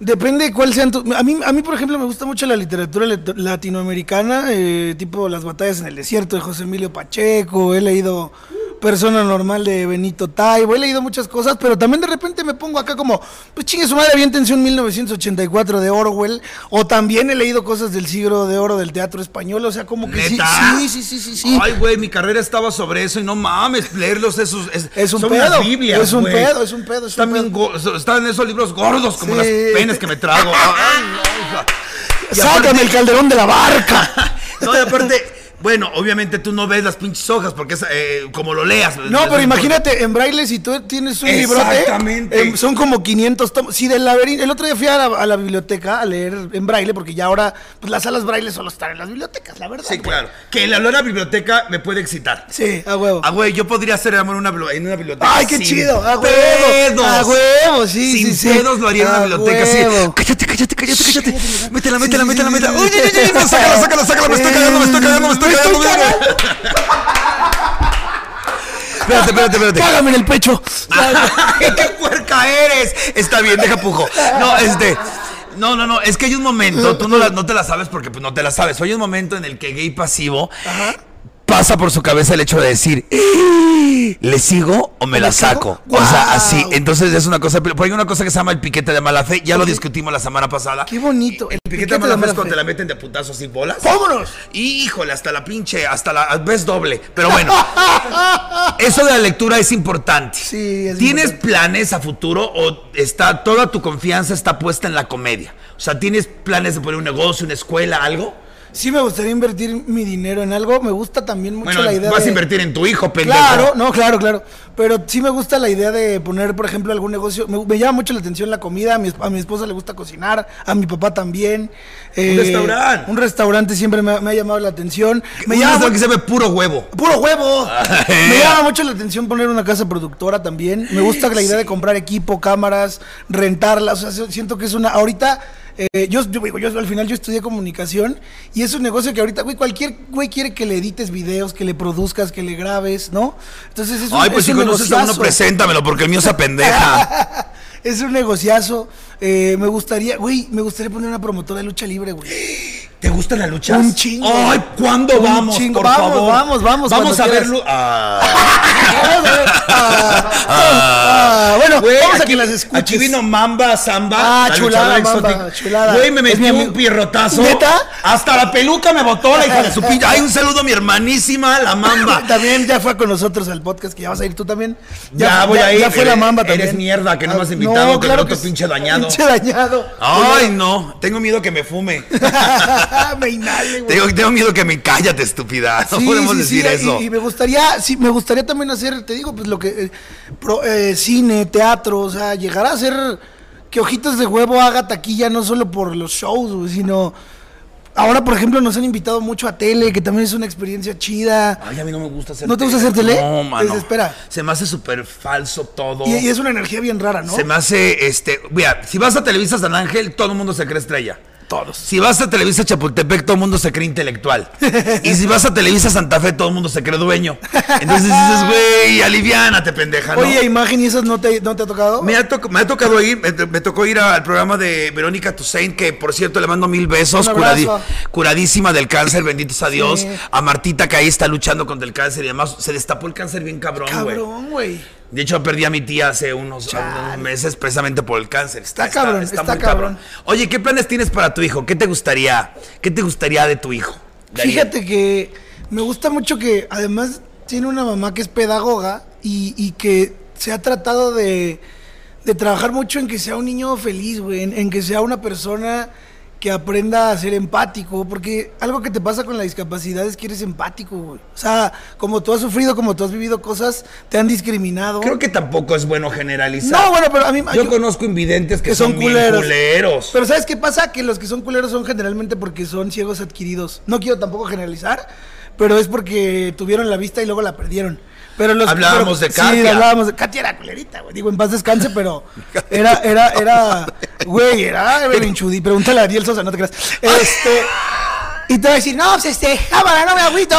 Speaker 2: Depende de cuál sean tus... A mí, a mí, por ejemplo, me gusta mucho la literatura lat- latinoamericana, eh, tipo Las batallas en el desierto de José Emilio Pacheco, he leído Persona Normal de Benito Taibo, he leído muchas cosas, pero también de repente me pongo acá como, pues chingue su madre, bien tensión 1984 de Orwell, o también he leído cosas del siglo de oro del teatro español, o sea, como que sí,
Speaker 1: ¿Neta?
Speaker 2: sí, sí, sí, sí, sí.
Speaker 1: Ay, güey, mi carrera estaba sobre eso y no mames, leerlos esos. Es,
Speaker 2: Es un
Speaker 1: son
Speaker 2: pedo,
Speaker 1: unas Biblias,
Speaker 2: es un
Speaker 1: güey.
Speaker 2: pedo, es un pedo, es un
Speaker 1: Están, bien go- so- están esos libros gordos como
Speaker 2: Sí.
Speaker 1: las penas que me trago. Ay, no, hija. Y
Speaker 2: ¡Sácame
Speaker 1: aparte-
Speaker 2: el calderón de la barca!
Speaker 1: No, y aparte, bueno, obviamente tú no ves las pinches hojas porque es eh, como lo leas.
Speaker 2: No, pero
Speaker 1: Es-
Speaker 2: imagínate, en braille si tú tienes un librote,
Speaker 1: Exactamente.
Speaker 2: em, son como 500 tomos. Sí, del laberinto, el otro día fui a la, a la biblioteca a leer en braille, porque ya ahora pues, las salas braille solo están en las bibliotecas, la verdad.
Speaker 1: Sí,
Speaker 2: güey.
Speaker 1: claro. Que el olor a biblioteca me puede excitar.
Speaker 2: Sí, a huevo.
Speaker 1: Ah, güey, yo podría hacer el amor en una, bibli- en una biblioteca.
Speaker 2: Ay, qué
Speaker 1: sin
Speaker 2: chido, a huevo. Ah,
Speaker 1: Pedos.
Speaker 2: A huevo, sí,
Speaker 1: Sin
Speaker 2: sí, sí.
Speaker 1: pedos lo haría en una
Speaker 2: A
Speaker 1: biblioteca así.
Speaker 2: huevo.
Speaker 1: Cállate, cállate, cállate, cállate. Métela, métela,
Speaker 2: Sí, sí,
Speaker 1: métela,
Speaker 2: sí,
Speaker 1: métela.
Speaker 2: sí,
Speaker 1: Uy,
Speaker 2: sí,
Speaker 1: uy, uy,
Speaker 2: sí,
Speaker 1: no,
Speaker 2: sí.
Speaker 1: sácala, sácala, sácala. Me estoy cagando, me estoy cagando, me estoy
Speaker 2: me estoy cagando.
Speaker 1: Espérate, espérate, espérate.
Speaker 2: Cágame en el pecho.
Speaker 1: Ah. ¡Qué puerca eres! Está bien, deja pujo. No, este. No, no, no, es que hay un momento, tú no, la- no te la sabes porque pues, no te la sabes. Hay un momento en el que gay pasivo pasa por su cabeza el hecho de decir, "¡Ah! ¿le sigo o me la saco?
Speaker 2: cago?
Speaker 1: O sea,
Speaker 2: ¡Guau!
Speaker 1: así. Entonces es una cosa, pero pero hay una cosa que se llama el piquete de mala fe, ya lo discutimos la semana pasada.
Speaker 2: Qué bonito.
Speaker 1: El piquete de mala fe es cuando te la
Speaker 2: fe.
Speaker 1: meten de putazos y bolas.
Speaker 2: ¡Vámonos!
Speaker 1: Y, híjole, hasta la pinche, hasta la ves doble. Pero bueno, eso de la lectura es importante.
Speaker 2: Sí, es
Speaker 1: ¿Tienes
Speaker 2: importante.
Speaker 1: planes a futuro o está toda tu confianza está puesta en la comedia? O sea, ¿tienes planes de poner un negocio, una escuela, algo?
Speaker 2: Sí me gustaría invertir mi dinero en algo. Me gusta también mucho
Speaker 1: Bueno,
Speaker 2: la idea
Speaker 1: vas
Speaker 2: de...
Speaker 1: a invertir en tu hijo, pendejo.
Speaker 2: Claro, no, claro, claro. Pero sí me gusta la idea de poner, por ejemplo, algún negocio. Me, me llama mucho la atención la comida. A mi, esp- a mi esposa le gusta cocinar, a mi papá también. Eh,
Speaker 1: restaurante.
Speaker 2: Un restaurante siempre me, ha- me ha llamado la atención. Me
Speaker 1: un
Speaker 2: llama
Speaker 1: restaurante
Speaker 2: mu-
Speaker 1: que se ve puro huevo.
Speaker 2: ¡Puro huevo!
Speaker 1: Ay.
Speaker 2: me llama mucho la atención poner una casa productora también. Me gusta la idea de comprar equipo, cámaras, rentarlas. O sea, se- siento que es una. Ahorita. eh, yo, yo, digo, yo al final yo estudié comunicación y es un negocio que ahorita, güey, cualquier güey quiere que le edites videos, que le produzcas, que le grabes, ¿no? Entonces es un
Speaker 1: Ay, pues
Speaker 2: es
Speaker 1: si
Speaker 2: un
Speaker 1: conoces a uno,
Speaker 2: negociazo.
Speaker 1: preséntamelo, porque el mío se apendeja.
Speaker 2: Es un negociazo. Eh, me gustaría, güey, me gustaría poner una promotora de lucha libre, güey.
Speaker 1: ¿Te gusta la lucha?
Speaker 2: Un chingo.
Speaker 1: Ay, ¿cuándo
Speaker 2: Un
Speaker 1: vamos?
Speaker 2: chingo.
Speaker 1: Por
Speaker 2: Vamos,
Speaker 1: favor.
Speaker 2: vamos, vamos,
Speaker 1: Vamos
Speaker 2: cuando
Speaker 1: a
Speaker 2: quieras.
Speaker 1: verlo. Ah.
Speaker 2: Vamos a ver. Ah, ah, bueno,
Speaker 1: Güey,
Speaker 2: vamos a
Speaker 1: aquí-
Speaker 2: que las escuches.
Speaker 1: Aquí vino Mamba Samba.
Speaker 2: Ah,
Speaker 1: la
Speaker 2: chulada,
Speaker 1: luchadora
Speaker 2: Mamba,
Speaker 1: exótica.
Speaker 2: chulada.
Speaker 1: Güey, me
Speaker 2: Es
Speaker 1: metió
Speaker 2: mi
Speaker 1: un
Speaker 2: amigo.
Speaker 1: pierrotazo.
Speaker 2: ¿Neta?
Speaker 1: Hasta la peluca me botó la hija de su pinche. Ay, un saludo a mi hermanísima, la Mamba.
Speaker 2: También ya fue con nosotros al podcast, que ya vas a ir tú también.
Speaker 1: Ya voy a ir,
Speaker 2: Ya fue
Speaker 1: eres-
Speaker 2: la mamba también.
Speaker 1: eres mierda, que no me has
Speaker 2: Ah,
Speaker 1: invitado, que no, tu
Speaker 2: sí.
Speaker 1: pinche dañado.
Speaker 2: Pinche dañado.
Speaker 1: Ay, no. Tengo miedo que me fume.
Speaker 2: me inhale, güey.
Speaker 1: tengo, tengo miedo que me cállate, estúpida. No
Speaker 2: Sí,
Speaker 1: podemos
Speaker 2: sí, sí,
Speaker 1: decir
Speaker 2: y-
Speaker 1: eso.
Speaker 2: Y, me gustaría, sí, me gustaría también hacer, te digo, pues lo que eh, pro- eh, cine, teatro, o sea, llegar a hacer que Ojitos de Huevo haga taquilla no solo por los shows, güey, sino ahora, por ejemplo, nos han invitado mucho a tele, que también es una experiencia chida.
Speaker 1: Ay, a mí no me gusta hacer
Speaker 2: ¿No te gusta hacer tele?
Speaker 1: No, mano.
Speaker 2: Desespera.
Speaker 1: Se me hace súper falso todo.
Speaker 2: Y, y es una energía bien rara, ¿no?
Speaker 1: Se me hace, este, mira, si vas a Televisa San Ángel, todo el mundo se cree estrella. Todos. Si vas a Televisa Chapultepec, todo el mundo se cree intelectual. y si vas a Televisa Santa Fe, todo el mundo se cree dueño. Entonces dices, güey, aliviánate, pendeja, Ah, ¿no?
Speaker 2: Oye, imagen y esas no te, no te ha tocado.
Speaker 1: me ha, toc- me ha tocado ir, me, me tocó ir al programa de Verónica Toussaint, que por cierto le mando mil besos,
Speaker 2: Un abrazo.
Speaker 1: curadi- curadísima del cáncer, benditos a Dios.
Speaker 2: Sí.
Speaker 1: A Martita que ahí está luchando contra el cáncer y además se destapó el cáncer bien cabrón, güey.
Speaker 2: Cabrón, güey.
Speaker 1: De hecho, perdí a mi tía hace unos,
Speaker 2: Chale.
Speaker 1: unos meses precisamente por el cáncer. Está,
Speaker 2: Está cabrón, está cabrón.
Speaker 1: Oye, ¿qué planes tienes para tu hijo? ¿Qué te gustaría? ¿Qué te gustaría de tu hijo? Daniel?
Speaker 2: Fíjate que me gusta mucho que además tiene una mamá que es pedagoga y, y que se ha tratado de, de trabajar mucho en que sea un niño feliz, güey, en, en que sea una persona que aprenda a ser empático, porque algo que te pasa con la discapacidad es que eres empático, güey. O sea, como tú has sufrido, como tú has vivido cosas, te han discriminado.
Speaker 1: Creo que tampoco es bueno generalizar.
Speaker 2: no, bueno, pero a mí
Speaker 1: yo, conozco invidentes que, son, bien culeros.
Speaker 2: pero ¿sabes qué pasa? Que los que son culeros son generalmente porque son ciegos adquiridos. No quiero tampoco generalizar, pero es porque tuvieron la vista y luego la perdieron. Pero los,
Speaker 1: Hablábamos
Speaker 2: pero-
Speaker 1: de Katia.
Speaker 2: Sí, hablábamos de Katia era culerita, güey. Digo, en paz descanse, pero era, era, era, güey, era Belinchudi. Pregúntale a Ariel Sosa, no te creas. Este, y te va a decir, no, pues este, cámara, no me agüito.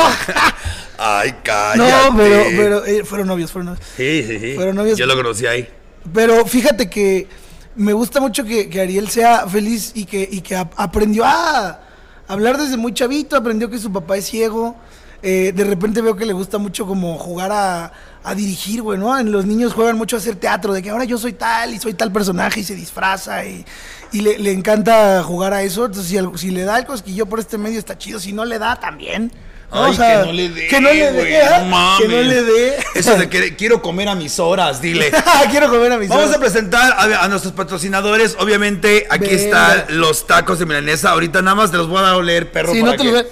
Speaker 1: Ay, cállate.
Speaker 2: no, pero, pero, eh, fueron novios, fueron novios.
Speaker 1: Sí, sí, sí.
Speaker 2: Fueron novios.
Speaker 1: Yo lo conocí ahí.
Speaker 2: Pero fíjate que me gusta mucho que, que Ariel sea feliz y que, y que ap- aprendió a hablar desde muy chavito, aprendió que su papá es ciego. Eh, de repente veo que le gusta mucho como jugar a, a dirigir, güey, ¿no? En los niños juegan mucho a hacer teatro, de que ahora yo soy tal y soy tal personaje y se disfraza y, y le, le encanta jugar a eso. Entonces, si, al- si le da el cosquillo por este medio está chido, si no le da también.
Speaker 1: Ay, que no le dé.
Speaker 2: Que no le
Speaker 1: güey,
Speaker 2: dé. ¿eh?
Speaker 1: no mames.
Speaker 2: que no le dé.
Speaker 1: Eso de que quiero comer a mis horas, dile.
Speaker 2: Quiero comer a mis
Speaker 1: Vamos
Speaker 2: horas.
Speaker 1: a presentar a, a nuestros patrocinadores. Obviamente, aquí
Speaker 2: Venga.
Speaker 1: están los tacos de milanesa. Ahorita nada más te los voy a oler, perro.
Speaker 2: Sí,
Speaker 1: para
Speaker 2: no te
Speaker 1: que-
Speaker 2: lo ve-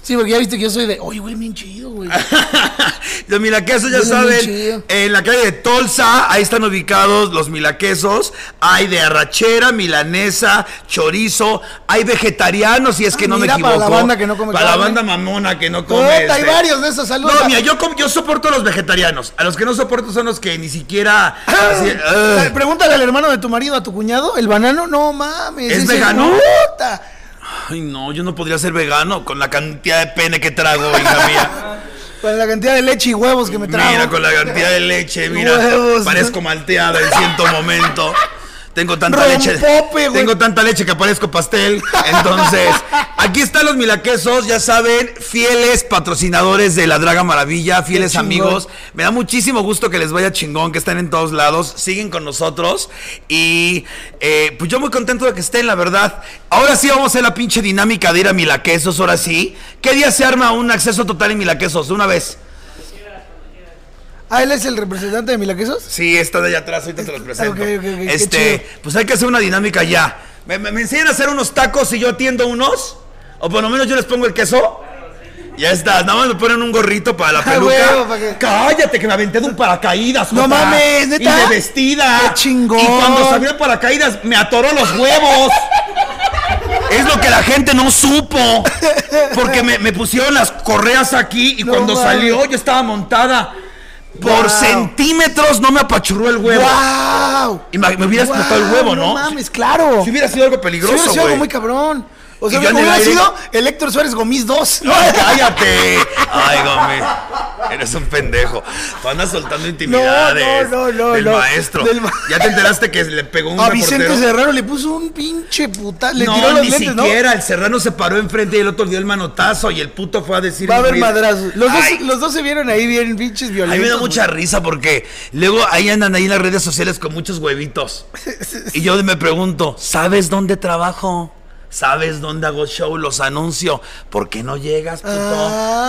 Speaker 2: Sí, porque ya viste que yo soy de. Oye, güey, bien chido, güey.
Speaker 1: Ah, Los milaquesos, ya
Speaker 2: Huele muy
Speaker 1: saben,
Speaker 2: chido.
Speaker 1: en la calle de Tolsa, ahí están ubicados los milaquesos. Hay de arrachera, milanesa, chorizo, hay vegetarianos, si es que
Speaker 2: Ah,
Speaker 1: no
Speaker 2: mira,
Speaker 1: me equivoco.
Speaker 2: para la banda que no come
Speaker 1: Para la
Speaker 2: carne.
Speaker 1: banda mamona que no come.
Speaker 2: Puta, hay
Speaker 1: este.
Speaker 2: varios de esos, saludos.
Speaker 1: No, mira, yo, com- yo soporto a los vegetarianos. A los que no soporto son los que ni siquiera.
Speaker 2: Ah,
Speaker 1: así,
Speaker 2: ah,
Speaker 1: ugh.
Speaker 2: Pregúntale al hermano de tu marido, a tu cuñado, el banano, no mames.
Speaker 1: ¿Es
Speaker 2: ese
Speaker 1: vegano?
Speaker 2: puta.
Speaker 1: Ay, no, yo no podría ser vegano con la cantidad de pene que trago, hija mía.
Speaker 2: Con la cantidad de leche y huevos que me trago.
Speaker 1: Mira, con la cantidad de leche, mira.
Speaker 2: Huevos,
Speaker 1: parezco malteada en cierto momento. Tengo tanta leche.
Speaker 2: Rompope, güey.
Speaker 1: Tengo tanta leche que parezco pastel. Entonces, aquí están los milaquesos, ya saben, fieles patrocinadores de la Draga Maravilla, fieles
Speaker 2: chingón.
Speaker 1: amigos. Me da muchísimo gusto que les vaya chingón, que estén en todos lados, siguen con nosotros. Y eh, pues yo muy contento de que estén, la verdad. Ahora sí vamos a hacer la pinche dinámica de ir a Milaquesos, ahora sí. ¿Qué día se arma un acceso total en Milaquesos? De una vez.
Speaker 2: Ah, él es el representante de Milaquesos.
Speaker 1: Sí, está de allá atrás, ahorita te los presento.
Speaker 2: ok, ok, qué
Speaker 1: este,
Speaker 2: chido.
Speaker 1: pues hay que hacer una dinámica ya. ¿Me, me, me enseñan a hacer unos tacos y yo atiendo unos? ¿O por lo menos yo les pongo el queso? Ya está, nada más me ponen un gorrito para la
Speaker 2: Ah,
Speaker 1: peluca.
Speaker 2: huevo, ¿para qué?
Speaker 1: Cállate, que me aventé de un paracaídas.
Speaker 2: No
Speaker 1: papá.
Speaker 2: mames, ¿neta?
Speaker 1: Y de vestida.
Speaker 2: Qué chingón.
Speaker 1: Y cuando salió el paracaídas, me atoró los huevos. Es lo que la gente no supo. Porque me, me pusieron las correas aquí y
Speaker 2: No
Speaker 1: cuando
Speaker 2: mames.
Speaker 1: salió yo estaba montada. Por
Speaker 2: Wow.
Speaker 1: centímetros no me apachurró el huevo.
Speaker 2: ¡Wow!
Speaker 1: Y me, me hubiera explotado el huevo, ¿no?
Speaker 2: No mames, claro.
Speaker 1: Si hubiera sido algo
Speaker 2: Sí, hubiera
Speaker 1: peligroso,
Speaker 2: sido algo
Speaker 1: güey.
Speaker 2: muy cabrón. O sea,
Speaker 1: Y yo en
Speaker 2: hubiera
Speaker 1: el aire-
Speaker 2: sido el Héctor Suárez Gomis 2.
Speaker 1: Ay, cállate. Ay, Gómez. Eres un pendejo. Tú andas soltando intimidades.
Speaker 2: No, no, no, no,
Speaker 1: Del
Speaker 2: no.
Speaker 1: maestro.
Speaker 2: Del ma-
Speaker 1: Ya te enteraste que le pegó un
Speaker 2: A Vicente
Speaker 1: reportero?
Speaker 2: Serrano le puso un pinche puta. Le
Speaker 1: no,
Speaker 2: tiró los
Speaker 1: ni
Speaker 2: lentes, ¿no?
Speaker 1: siquiera. El serrano se paró enfrente y el otro dio el manotazo y el puto fue a decir.
Speaker 2: Va a haber
Speaker 1: "Mira".
Speaker 2: madrazos. Los dos,
Speaker 1: Ay,
Speaker 2: los dos se vieron ahí bien pinches
Speaker 1: A
Speaker 2: violentos.
Speaker 1: mí me da
Speaker 2: güey.
Speaker 1: mucha risa porque luego ahí andan ahí en las redes sociales con muchos huevitos. Y yo me pregunto, ¿sabes dónde trabajo? ¿Sabes dónde hago show? Los anuncio. ¿Por qué no llegas, puto?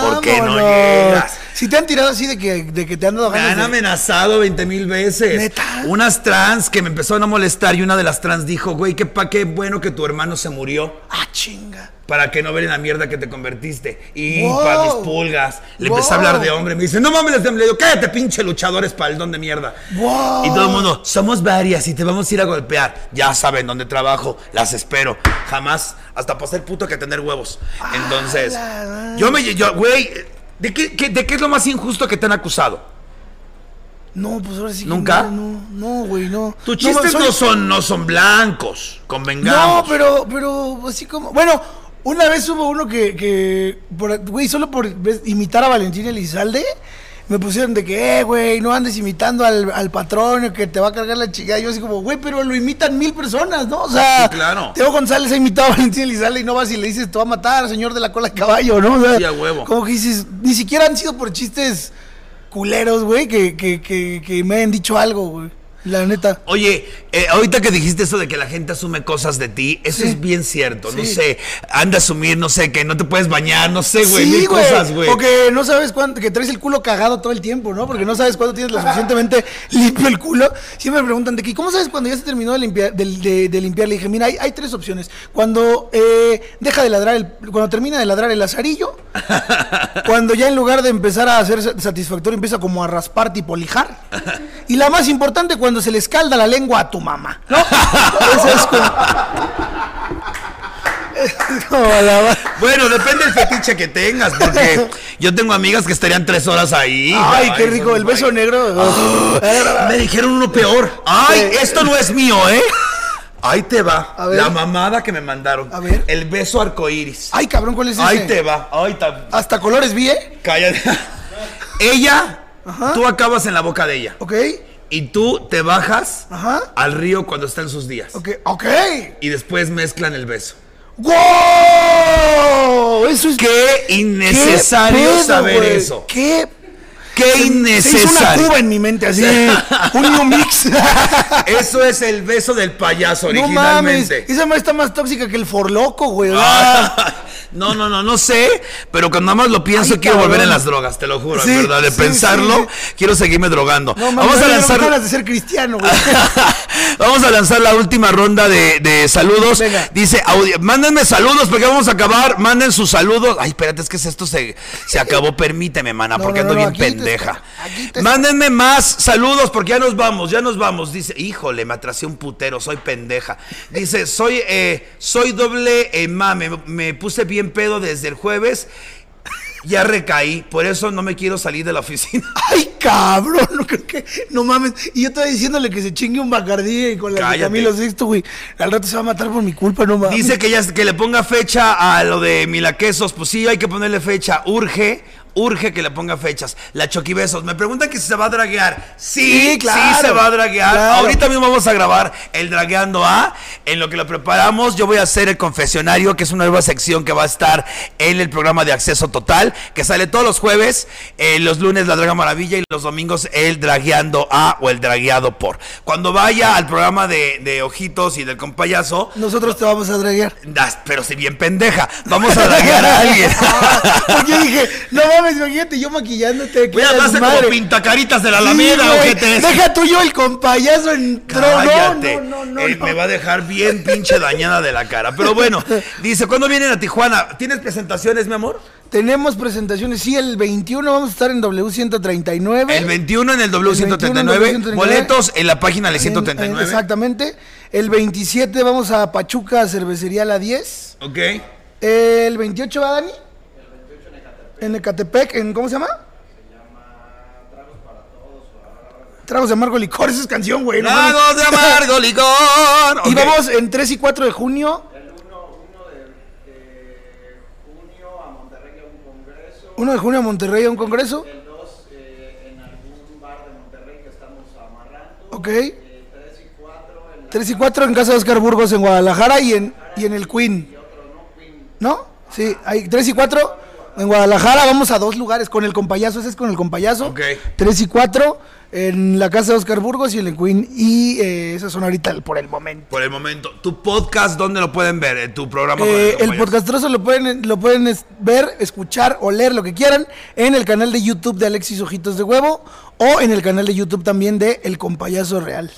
Speaker 1: ¿Por qué no
Speaker 2: Ah, Vámonos.
Speaker 1: llegas?
Speaker 2: Si te han tirado así de que, de que te han dado
Speaker 1: Me han
Speaker 2: ganas de...
Speaker 1: amenazado 20 mil veces.
Speaker 2: ¿Neta?
Speaker 1: Unas trans que me empezaron a molestar y una de las trans dijo, güey, qué, pa, qué bueno que tu hermano se murió
Speaker 2: Ah, chinga.
Speaker 1: para que no vean la mierda que te convertiste. Y
Speaker 2: Wow.
Speaker 1: para mis pulgas. Le empecé a
Speaker 2: Wow.
Speaker 1: hablar de hombre. Me dice, no mames, le digo, cállate, pinche luchador espaldón de mierda.
Speaker 2: Wow.
Speaker 1: Y todo el mundo, somos varias y te vamos a ir a golpear. Ya saben dónde trabajo, las espero. Jamás, hasta para ser puto que tener huevos. Entonces,
Speaker 2: la madre.
Speaker 1: yo me. yo, Güey, ¿de qué, qué- ¿de qué es lo más injusto que te han acusado?
Speaker 2: No, pues ahora sí que
Speaker 1: ¿Nunca?
Speaker 2: No, no, no, güey, no.
Speaker 1: Tus chistes
Speaker 2: soy-
Speaker 1: no, son, no son blancos, convengamos.
Speaker 2: No, pero, pero así como. Bueno, una vez hubo uno que, que por- güey, solo por ves- imitar a Valentín Elizalde, me pusieron de que, eh, güey, no andes imitando al, al patrón que te va a cargar la chica. Yo así como, güey, pero lo imitan mil personas, ¿no? O sea,
Speaker 1: Sí, claro.
Speaker 2: Teo González ha imitado a Valentín Elizalde y no vas y le dices, te va a matar, señor de la cola de caballo, ¿no? O sea,
Speaker 1: Sí, a huevo.
Speaker 2: Como que dices, ni siquiera han sido por chistes culeros, güey, que, que, que, que me han dicho algo, güey. La neta.
Speaker 1: Oye, eh, ahorita que dijiste eso de que la gente asume cosas de ti, eso es bien cierto. No
Speaker 2: Sí.
Speaker 1: sé, anda a asumir, no sé, que no te puedes bañar, no sé, güey, mil cosas, güey.
Speaker 2: O que no sabes cuánto, que traes el culo cagado todo el tiempo, ¿no? Porque no sabes cuándo tienes lo suficientemente limpio el culo. Siempre me preguntan de que, ¿cómo sabes cuando ya se terminó de limpiar? De, de- de limpiar? Le dije, mira, hay, hay tres opciones. Cuando eh, deja de ladrar, el, cuando termina de ladrar el azarillo, cuando ya en lugar de empezar a hacer sa- satisfactorio empieza como a rasparte y polijar. Y la más importante, cuando se le escalda la lengua a tu mamá, ¿no? Esa es como... Es como la va-
Speaker 1: Bueno, depende del fetiche que tengas, porque yo tengo amigas que estarían tres horas ahí.
Speaker 2: Ay, qué rico,
Speaker 1: son-
Speaker 2: el beso
Speaker 1: ay.
Speaker 2: negro.
Speaker 1: Me dijeron uno peor. Ay, esto no es mío, ¿eh? Ahí te va.
Speaker 2: A ver.
Speaker 1: La mamada que me mandaron.
Speaker 2: A ver. Ah,
Speaker 1: El beso arcoíris.
Speaker 2: Ay, cabrón, ¿cuál es ese?
Speaker 1: Ahí te va. Ay, ta-
Speaker 2: Hasta colores vi, ¿eh?
Speaker 1: Cállate. ella,
Speaker 2: Ajá.
Speaker 1: tú acabas en la boca de ella.
Speaker 2: Ok,
Speaker 1: Y tú te bajas
Speaker 2: Ajá.
Speaker 1: al río cuando está en sus días.
Speaker 2: ok, ok.
Speaker 1: Y después mezclan el beso.
Speaker 2: ¡Wow! Eso es...
Speaker 1: Qué innecesario
Speaker 2: pedo,
Speaker 1: saber
Speaker 2: güey?
Speaker 1: eso.
Speaker 2: ¿Qué?
Speaker 1: Qué
Speaker 2: Se hizo una
Speaker 1: innecesario.
Speaker 2: cuba en mi mente, así. un new mix.
Speaker 1: Eso es el beso del payaso
Speaker 2: no mames.
Speaker 1: originalmente.
Speaker 2: Esa madre está más tóxica que el forloco, güey.
Speaker 1: Ah, No, no, no, no sé, pero cuando nada más lo pienso
Speaker 2: Ay,
Speaker 1: quiero
Speaker 2: cabrón.
Speaker 1: volver en las drogas, te lo juro,
Speaker 2: Sí,
Speaker 1: en verdad, de
Speaker 2: sí,
Speaker 1: pensarlo quiero seguirme drogando. Vamos a lanzar
Speaker 2: ganas de ser cristiano, güey.
Speaker 1: Vamos a lanzar la última ronda de, de saludos.
Speaker 2: Venga.
Speaker 1: Dice, audi- mándenme saludos porque vamos a acabar. Manden sus saludos. Ay, espérate, es que esto se, se acabó. Permíteme, mana,
Speaker 2: No,
Speaker 1: porque
Speaker 2: no,
Speaker 1: ando
Speaker 2: no,
Speaker 1: bien
Speaker 2: aquí te
Speaker 1: pendeja.
Speaker 2: espero, aquí te
Speaker 1: Mándenme más saludos porque ya nos vamos, ya nos vamos. Dice, híjole, me atrasé un putero, soy pendeja. Dice, soy, eh, soy doble eh, mame, me puse bien pedo desde el jueves. ya recaí, por eso no me quiero salir de la oficina.
Speaker 2: Ay, cabrón, no creo que. No mames. Y yo estaba diciéndole que se chingue un bacardí eh, con la de
Speaker 1: Cállate.
Speaker 2: Camilo Sexto, güey. Al rato se va a matar por mi culpa, no mames.
Speaker 1: Dice que ya que le ponga fecha a lo de Milaquesos, pues sí, hay que ponerle fecha. Urge, urge que le ponga fechas. La Choquibesos, me preguntan que si se va a draguear. Sí,
Speaker 2: Sí, claro,
Speaker 1: sí se va a draguear.
Speaker 2: claro.
Speaker 1: Ahorita mismo vamos a grabar el Dragueando A. En lo que lo preparamos, yo voy a hacer el confesionario, que es una nueva sección que va a estar en el programa de acceso total, que sale todos los jueves, eh, los lunes la Draga Maravilla y los domingos el Dragueando A o el Dragueado por. Cuando vaya al programa de, de Ojitos y del Compayazo,
Speaker 2: Nosotros te vamos a draguear.
Speaker 1: Das, pero si bien pendeja, vamos a draguear a alguien.
Speaker 2: Porque yo dije, no mames, imagínate, yo maquillándote.
Speaker 1: Voy a darse como pintacaritas de la Alameda,
Speaker 2: o
Speaker 1: ojete.
Speaker 2: Deja tú yo el compayazo entró.
Speaker 1: Cállate.
Speaker 2: No, no, no, no.
Speaker 1: Él
Speaker 2: no.
Speaker 1: me va a dejar bien pinche dañada de la cara. Pero bueno, dice, ¿cuándo vienen a Tijuana? ¿Tienes presentaciones, mi amor?
Speaker 2: Tenemos presentaciones. Sí, el 21 vamos a estar en W139.
Speaker 1: El 21 en el
Speaker 2: ¿Eh? El 21 en
Speaker 1: W139.
Speaker 2: el W139.
Speaker 1: Boletos en la página de
Speaker 2: En- en-
Speaker 1: 139.
Speaker 2: exactamente. El 27 vamos a Pachuca, cervecería La 10.
Speaker 1: Ok.
Speaker 2: El 28 va Dani. En Ecatepec, ¿en cómo se llama? Tragos de amargo licor, esa es canción, güey. no mames.
Speaker 1: Lagos de amargo licor.
Speaker 2: Y
Speaker 1: Ok.
Speaker 2: vamos en 3 y 4 de junio. El 1, de, junio a Monterrey a un congreso. 1 de junio a Monterrey a un congreso. El eh, 2 en algún bar de Monterrey que estamos amarrando. Ok. 3 y 4 en, Casa de Oscar Burgos en Guadalajara y en, y en el Queen. ¿No? Sí, hay 3 y 4 en Guadalajara. Vamos a dos lugares con el compayazo. Ese es con el compayazo.
Speaker 1: Ok.
Speaker 2: 3 y 4 en la casa de Oscar Burgos y en el Queen. Y eh, esas son ahorita el- por el momento.
Speaker 1: Por el momento, ¿tu podcast dónde lo pueden ver? Eh, ¿Tu programa? con
Speaker 2: Eh, el
Speaker 1: compañero.
Speaker 2: podcastroso lo pueden, lo pueden es- ver, escuchar o leer lo que quieran en el canal de YouTube de Alexis Ojitos de Huevo o en el canal de YouTube también de El Compayazo Real.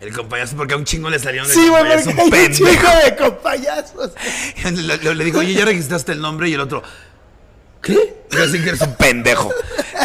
Speaker 1: El compañero, porque a un chingo le salieron de
Speaker 2: Sí, güey,
Speaker 1: compañero, es
Speaker 2: porque
Speaker 1: un
Speaker 2: hay un
Speaker 1: pendejo.
Speaker 2: chico de compayazos.
Speaker 1: le, le- le digo, oye, ya registraste el nombre y el otro. ¿Qué? Yo sí que eres un pendejo.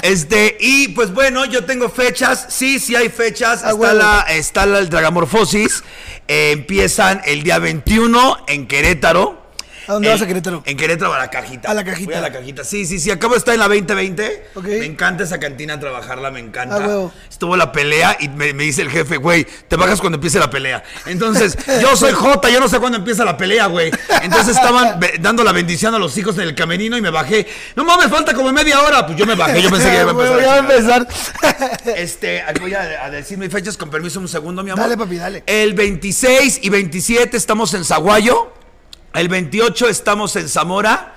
Speaker 1: Este, y pues bueno, yo tengo fechas. Sí, sí hay fechas.
Speaker 2: Ah,
Speaker 1: está,
Speaker 2: huevo.
Speaker 1: la, está la el Dragamorfosis. Eh, empiezan el día 21 en Querétaro.
Speaker 2: ¿A dónde
Speaker 1: El-
Speaker 2: vas a Querétaro?
Speaker 1: En Querétaro a la cajita.
Speaker 2: A la cajita.
Speaker 1: Voy a la cajita. Sí, sí, sí. Acabo de estar en la 2020.
Speaker 2: Ok.
Speaker 1: Me encanta esa cantina trabajarla, me encanta.
Speaker 2: Ah, huevo.
Speaker 1: Estuvo la pelea y me, me dice el jefe, güey, te bajas cuando empiece la pelea. Entonces, yo soy Jota, yo no sé cuándo empieza la pelea, güey. Entonces estaban be- dando la bendición a los hijos en el camerino y me bajé. No mames, falta como media hora. Pues yo me bajé, yo pensé que ya iba a empezar. la
Speaker 2: Ah, Huevo, ya va a
Speaker 1: chingada.
Speaker 2: empezar.
Speaker 1: Este, ahí voy a, a decir mis fechas con permiso un segundo, mi amor.
Speaker 2: Dale, papi, dale.
Speaker 1: El 26 y 27 estamos en Zaguayo. El 28 estamos en Zamora.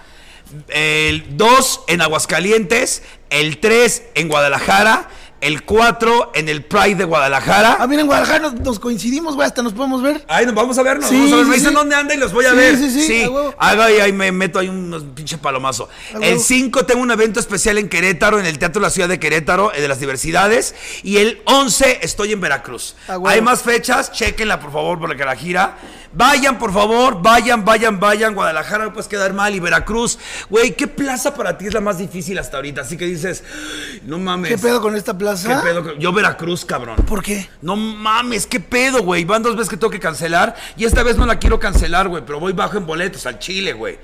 Speaker 1: El 2 en Aguascalientes. El 3 en Guadalajara. El 4 en el Pride de
Speaker 2: Ah,
Speaker 1: Guadalajara.
Speaker 2: mira, en Guadalajara nos, nos coincidimos, güey, hasta nos podemos ver.
Speaker 1: Ahí nos vamos a ver, nos
Speaker 2: Sí,
Speaker 1: vamos a ver. Me
Speaker 2: sí,
Speaker 1: dicen
Speaker 2: sí.
Speaker 1: dónde anda y los voy a
Speaker 2: Sí,
Speaker 1: ver.
Speaker 2: sí, sí, a huevo.
Speaker 1: Haga y ahí me meto ahí unos pinche palomazo.
Speaker 2: A
Speaker 1: El
Speaker 2: huevo.
Speaker 1: 5 tengo un evento especial en Querétaro, en el Teatro de la Ciudad de Querétaro, el de las diversidades. Y el 11 estoy en Veracruz.
Speaker 2: A huevo.
Speaker 1: Hay más fechas, chequenla por favor, porque la gira. Vayan, por favor, vayan, vayan, vayan. Guadalajara no puedes quedar mal y Veracruz. Güey, ¿qué plaza para ti es la más difícil hasta ahorita? Así que dices, no mames.
Speaker 2: ¿Qué pedo con esta
Speaker 1: Pues, ¿Qué
Speaker 2: plaza?
Speaker 1: pedo con- Yo Veracruz, cabrón.
Speaker 2: ¿Por qué?
Speaker 1: No mames, qué pedo, güey. Van dos veces que tengo que cancelar y esta vez no la quiero cancelar, güey, pero voy bajo en boletos al Chile, güey.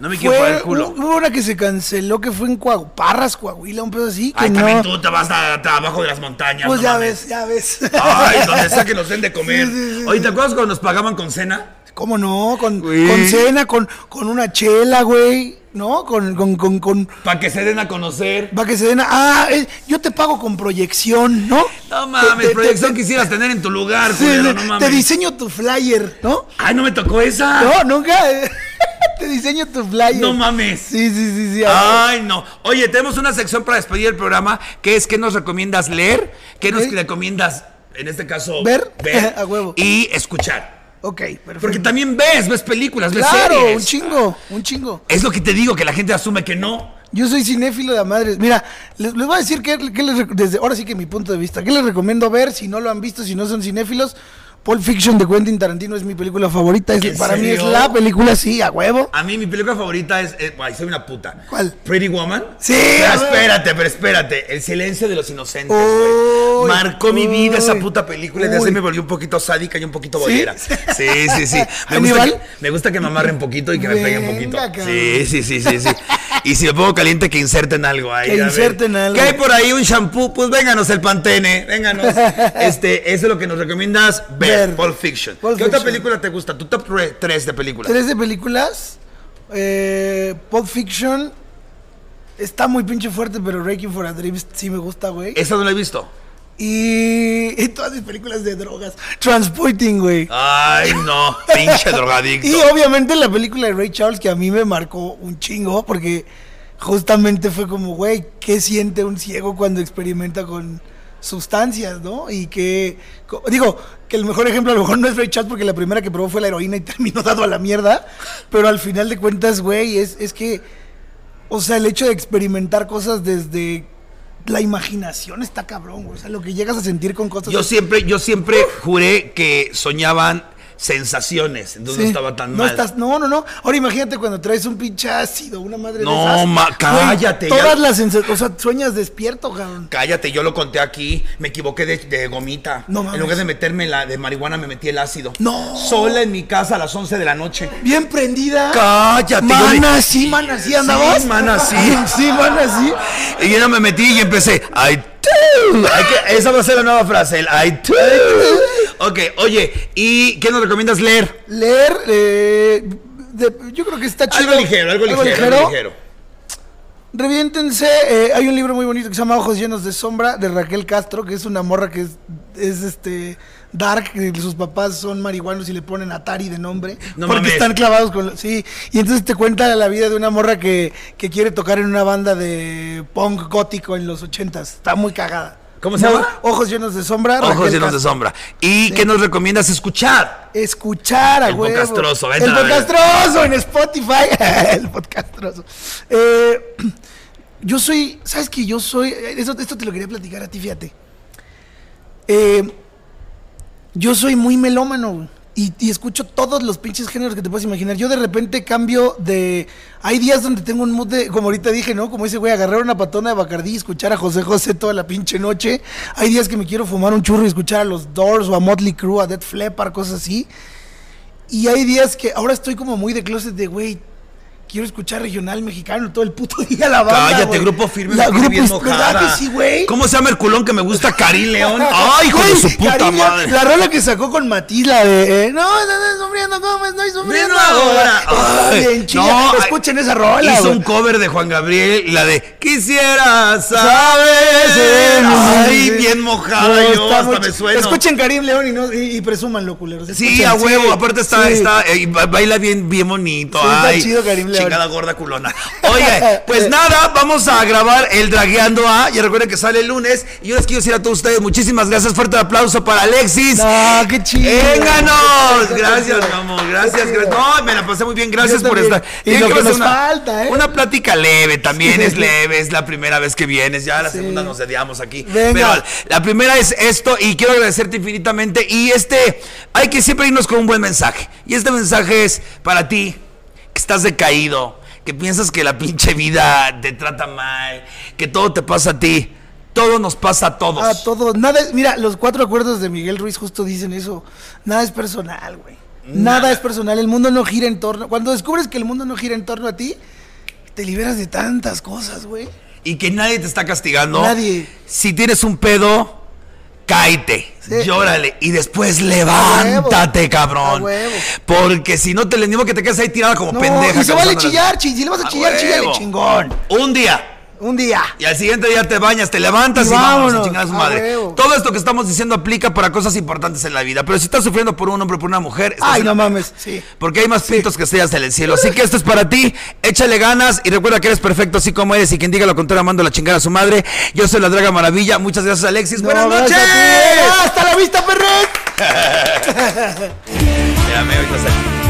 Speaker 1: No me quiero
Speaker 2: Fue-
Speaker 1: poner el culo.
Speaker 2: Hubo una que se canceló que fue en Coahu- Parras, Coahuila, un pedo así. Que
Speaker 1: Ay,
Speaker 2: no.
Speaker 1: también tú te vas a, a abajo de las montañas.
Speaker 2: Pues
Speaker 1: no
Speaker 2: ya
Speaker 1: mames.
Speaker 2: ves, ya ves.
Speaker 1: Ay, donde sea que nos den de comer.
Speaker 2: Sí, sí, sí,
Speaker 1: Oye,
Speaker 2: sí.
Speaker 1: ¿te acuerdas cuando nos pagaban con cena?
Speaker 2: ¿Cómo no? Con,
Speaker 1: Güey.
Speaker 2: con cena, con, con una chela, güey. ¿No? Con, con, con, con.
Speaker 1: Para que se den a conocer.
Speaker 2: Va que se den. a- Ah, eh, yo te pago con proyección, ¿no?
Speaker 1: No mames,
Speaker 2: Te- te-
Speaker 1: proyección
Speaker 2: te-
Speaker 1: quisieras tener en tu lugar,
Speaker 2: sí,
Speaker 1: culero, no
Speaker 2: sí, Te
Speaker 1: mames.
Speaker 2: diseño tu flyer, ¿no?
Speaker 1: Ay, no me tocó esa.
Speaker 2: No, nunca. eh, te diseño tu flyer.
Speaker 1: No mames. Ah.
Speaker 2: Sí, sí, sí, sí. a
Speaker 1: Ay, no. Oye, tenemos una sección para despedir el programa, que es qué nos recomiendas leer, qué
Speaker 2: Ok.
Speaker 1: nos recomiendas, en este caso,
Speaker 2: Ver. A huevo.
Speaker 1: y escuchar.
Speaker 2: ver. Ok, perfecto.
Speaker 1: Porque también ves, ves películas, ves
Speaker 2: Claro,
Speaker 1: series.
Speaker 2: un chingo, un chingo.
Speaker 1: Es lo que te digo, que la gente asume que no.
Speaker 2: Yo soy cinéfilo de madres. Mira, les, les voy a decir que, les, rec- desde ahora sí que mi punto de vista, ¿qué les recomiendo ver si no lo han visto, si no son cinéfilos? Pulp Fiction de Quentin Tarantino es mi película favorita. Es-
Speaker 1: ¿En
Speaker 2: para mí es
Speaker 1: serio?
Speaker 2: la película, sí, a huevo.
Speaker 1: A mí mi película favorita es, eh, ay, soy una puta.
Speaker 2: ¿Cuál?
Speaker 1: Pretty Woman.
Speaker 2: Sí,
Speaker 1: Pero
Speaker 2: a ver.
Speaker 1: espérate, pero espérate. El silencio de los inocentes,
Speaker 2: Uy,
Speaker 1: güey. Marcó mi vida esa
Speaker 2: uy,
Speaker 1: puta película y desde
Speaker 2: uy.
Speaker 1: ahí me volvió un poquito sádica y un poquito
Speaker 2: ¿Sí?
Speaker 1: bolera. Sí, sí, sí. Me gusta,
Speaker 2: ¿Aníbal?
Speaker 1: que, me gusta que me amarre un poquito y que me pegue un poquito.
Speaker 2: Venga, cabrón.
Speaker 1: Sí, sí, sí, sí, sí. Y si me pongo caliente, que inserten algo ahí.
Speaker 2: Que
Speaker 1: a ver.
Speaker 2: inserten algo.
Speaker 1: ¿Qué hay por ahí? Un shampoo. Pues vénganos el pantene. Vénganos. Este, eso es lo que nos recomiendas ver.
Speaker 2: Ver.
Speaker 1: Pulp Fiction.
Speaker 2: Pulp
Speaker 1: ¿Qué otra
Speaker 2: Fiction.
Speaker 1: película te gusta? Tu top 3 de películas.
Speaker 2: Tres de películas. Eh, Pulp Fiction. Está muy pinche fuerte, pero Reiki for a Dream sí me gusta, güey.
Speaker 1: Esa no la he visto.
Speaker 2: Y, y todas mis películas de drogas. Transporting, güey.
Speaker 1: Ay, no, pinche drogadicto.
Speaker 2: Y obviamente la película de Ray Charles que a mí me marcó un chingo porque justamente fue como, güey, ¿qué siente un ciego cuando experimenta con sustancias, no? Y que, co- digo, que el mejor ejemplo a lo mejor no es Ray Charles porque la primera que probó fue la heroína y terminó dado a la mierda, pero al final de cuentas, güey, es, es que, o sea, el hecho de experimentar cosas desde la imaginación está cabrón, güey. O sea, lo que llegas a sentir con cosas...
Speaker 1: Yo siempre, yo siempre juré que soñaban sensaciones, entonces no
Speaker 2: Sí.
Speaker 1: estaba tan
Speaker 2: no
Speaker 1: mal.
Speaker 2: Estás, no, no, no. Ahora imagínate cuando traes un pinche ácido, una madre de
Speaker 1: No,
Speaker 2: esas.
Speaker 1: ma-
Speaker 2: Güey,
Speaker 1: cállate, ya-
Speaker 2: todas las sensaciones. O sea, sueñas despierto, cabrón.
Speaker 1: Cállate, yo lo conté aquí, me equivoqué de, de gomita.
Speaker 2: No mames.
Speaker 1: en lugar de meterme la de marihuana, me metí el ácido.
Speaker 2: No.
Speaker 1: Sola en mi casa a las 11 de la noche.
Speaker 2: Bien prendida.
Speaker 1: Cállate. yo de-
Speaker 2: Mana, sí, mana, sí, andabas.
Speaker 1: Sí, mana, sí.
Speaker 2: sí, mana, sí.
Speaker 1: Y yo no me metí y empecé. I do. Hay que- esa va a ser la nueva frase, el I do. Ok, oye, ¿y qué nos recomiendas leer?
Speaker 2: Leer, eh, de- yo creo que está chido.
Speaker 1: Algo ligero, algo ligero, algo ligero.
Speaker 2: Reviéntense, eh, hay un libro muy bonito que se llama Ojos llenos de sombra de Raquel Castro, que es una morra que es, es, este dark, que sus papás son marihuanos y le ponen Atari de nombre,
Speaker 1: No
Speaker 2: porque
Speaker 1: mames.
Speaker 2: están clavados con lo- sí, y entonces te cuenta la vida de una morra que, que quiere tocar en una banda de punk gótico en los ochentas, está muy cagada.
Speaker 1: ¿Cómo se
Speaker 2: No,
Speaker 1: llama?
Speaker 2: Ojos llenos de sombra.
Speaker 1: Ojos
Speaker 2: Raquel
Speaker 1: llenos de
Speaker 2: Castro.
Speaker 1: sombra. ¿Y qué nos recomiendas escuchar?
Speaker 2: Escuchar a
Speaker 1: El
Speaker 2: huevo.
Speaker 1: podcastroso, vete
Speaker 2: El
Speaker 1: a la verga.
Speaker 2: podcastroso en Spotify. el podcastroso. Eh, yo soy, ¿sabes que Yo soy, esto, esto te lo quería platicar a ti, fíjate. Eh, yo soy muy melómano güey, y, y escucho todos los pinches géneros que te puedes imaginar. Yo de repente cambio de. Hay días donde tengo un mood de. Como ahorita dije, ¿no? Como ese güey, agarrar una patona de Bacardí y escuchar a José José toda la pinche noche. Hay días que me quiero fumar un churro y escuchar a los Doors o a Motley Crue, a Dead Flepper, cosas así. Y hay días que ahora estoy como muy de closet de, güey, quiero escuchar regional mexicano todo el puto día la banda.
Speaker 1: Cállate,
Speaker 2: güey.
Speaker 1: grupo firme,
Speaker 2: La
Speaker 1: me tiene
Speaker 2: grupo
Speaker 1: bien
Speaker 2: es ¿verdad
Speaker 1: mojada.
Speaker 2: que sí, güey.
Speaker 1: ¿Cómo se llama el culón que me gusta? Cari León. Ay, hijo de
Speaker 2: Güey,
Speaker 1: su puta
Speaker 2: Karina,
Speaker 1: madre.
Speaker 2: La rola que sacó con Matiz, la de. eh, no, no, no, sufriendo, ¿cómo estoy sufriendo
Speaker 1: Bueno, ahora.
Speaker 2: Ay,
Speaker 1: Ay,
Speaker 2: bien chida.
Speaker 1: no, ay,
Speaker 2: Escuchen esa rola.
Speaker 1: Hizo
Speaker 2: güey.
Speaker 1: un cover de Juan Gabriel, la de Quisiera saber. Ay, bien mojada
Speaker 2: No,
Speaker 1: yo,
Speaker 2: está
Speaker 1: hasta
Speaker 2: muy
Speaker 1: me
Speaker 2: ch-
Speaker 1: suena.
Speaker 2: Escuchen Karim León y, no, y, y presúmanlo, culeros.
Speaker 1: Sí,
Speaker 2: Escuchen,
Speaker 1: a huevo, aparte está,
Speaker 2: sí.
Speaker 1: está eh, ba- baila bien, bien bonito.
Speaker 2: Sí, está
Speaker 1: Ay,
Speaker 2: chido Karim León. Eh.
Speaker 1: Chingada gorda culona. Oye, pues nada, vamos a grabar el Dragueando A. Ya recuerden que sale el lunes. Y yo les quiero decir a todos ustedes, muchísimas gracias. Fuerte aplauso para Alexis.
Speaker 2: Ah, qué chido.
Speaker 1: ¡Vénganos!
Speaker 2: Qué
Speaker 1: Gracias,
Speaker 2: chido.
Speaker 1: mi amor. Gracias,
Speaker 2: Qué chido.
Speaker 1: gracias. No, me la pasé muy bien. Gracias
Speaker 2: Yo
Speaker 1: por
Speaker 2: también.
Speaker 1: estar.
Speaker 2: Y
Speaker 1: Tienen
Speaker 2: lo que
Speaker 1: hacer
Speaker 2: nos falta, ¿eh?
Speaker 1: Una plática leve también.
Speaker 2: Sí.
Speaker 1: Es leve. Es la primera vez que vienes. Ya la segunda nos sediamos aquí.
Speaker 2: Venga.
Speaker 1: Pero la primera es esto. Y quiero agradecerte infinitamente. Y este, hay que siempre irnos con un buen mensaje. Y este mensaje es para ti, que estás decaído, que piensas que la pinche vida te trata mal, que todo te pasa a ti. Todo nos pasa a todos.
Speaker 2: A todos. Nada es- mira, los cuatro acuerdos de Miguel Ruiz justo dicen eso. Nada es personal, güey. Nada.
Speaker 1: Nada.
Speaker 2: es personal. El mundo no gira en torno. Cuando descubres que el mundo no gira en torno a ti, te liberas de tantas cosas, güey.
Speaker 1: y que nadie te está castigando.
Speaker 2: Nadie.
Speaker 1: Si tienes un pedo, cáete,
Speaker 2: Sí.
Speaker 1: llórale y después levántate,
Speaker 2: A huevo.
Speaker 1: cabrón.
Speaker 2: A huevo.
Speaker 1: Porque si no te le animo que te quedes ahí tirada como
Speaker 2: No,
Speaker 1: pendeja.
Speaker 2: y se vale
Speaker 1: causándoles-
Speaker 2: chillar, chi- si le vas a,
Speaker 1: A
Speaker 2: chillar, chillale
Speaker 1: huevo.
Speaker 2: chingón.
Speaker 1: Un día.
Speaker 2: Un día.
Speaker 1: Y al siguiente día te bañas, te levantas
Speaker 2: Y
Speaker 1: y, vámonos,
Speaker 2: vámonos,
Speaker 1: a chingar a su
Speaker 2: a
Speaker 1: madre.
Speaker 2: huevo.
Speaker 1: Todo esto que estamos diciendo aplica para cosas importantes en la vida. Pero si estás sufriendo por un hombre o por una mujer, estás
Speaker 2: Ay,
Speaker 1: en
Speaker 2: no
Speaker 1: la-
Speaker 2: mames, sí.
Speaker 1: Porque hay más pintos que estrellas en el cielo. Así que esto es para ti. Échale ganas y recuerda que eres perfecto así como eres. Y quien diga lo contrario, mando la chingada a su madre. Yo soy la Draga Maravilla. Muchas gracias, Alexis. Buenas
Speaker 2: No,
Speaker 1: noches.
Speaker 2: gracias eh. a ti. Hasta la vista, perret.
Speaker 1: Espérame, ahorita sale.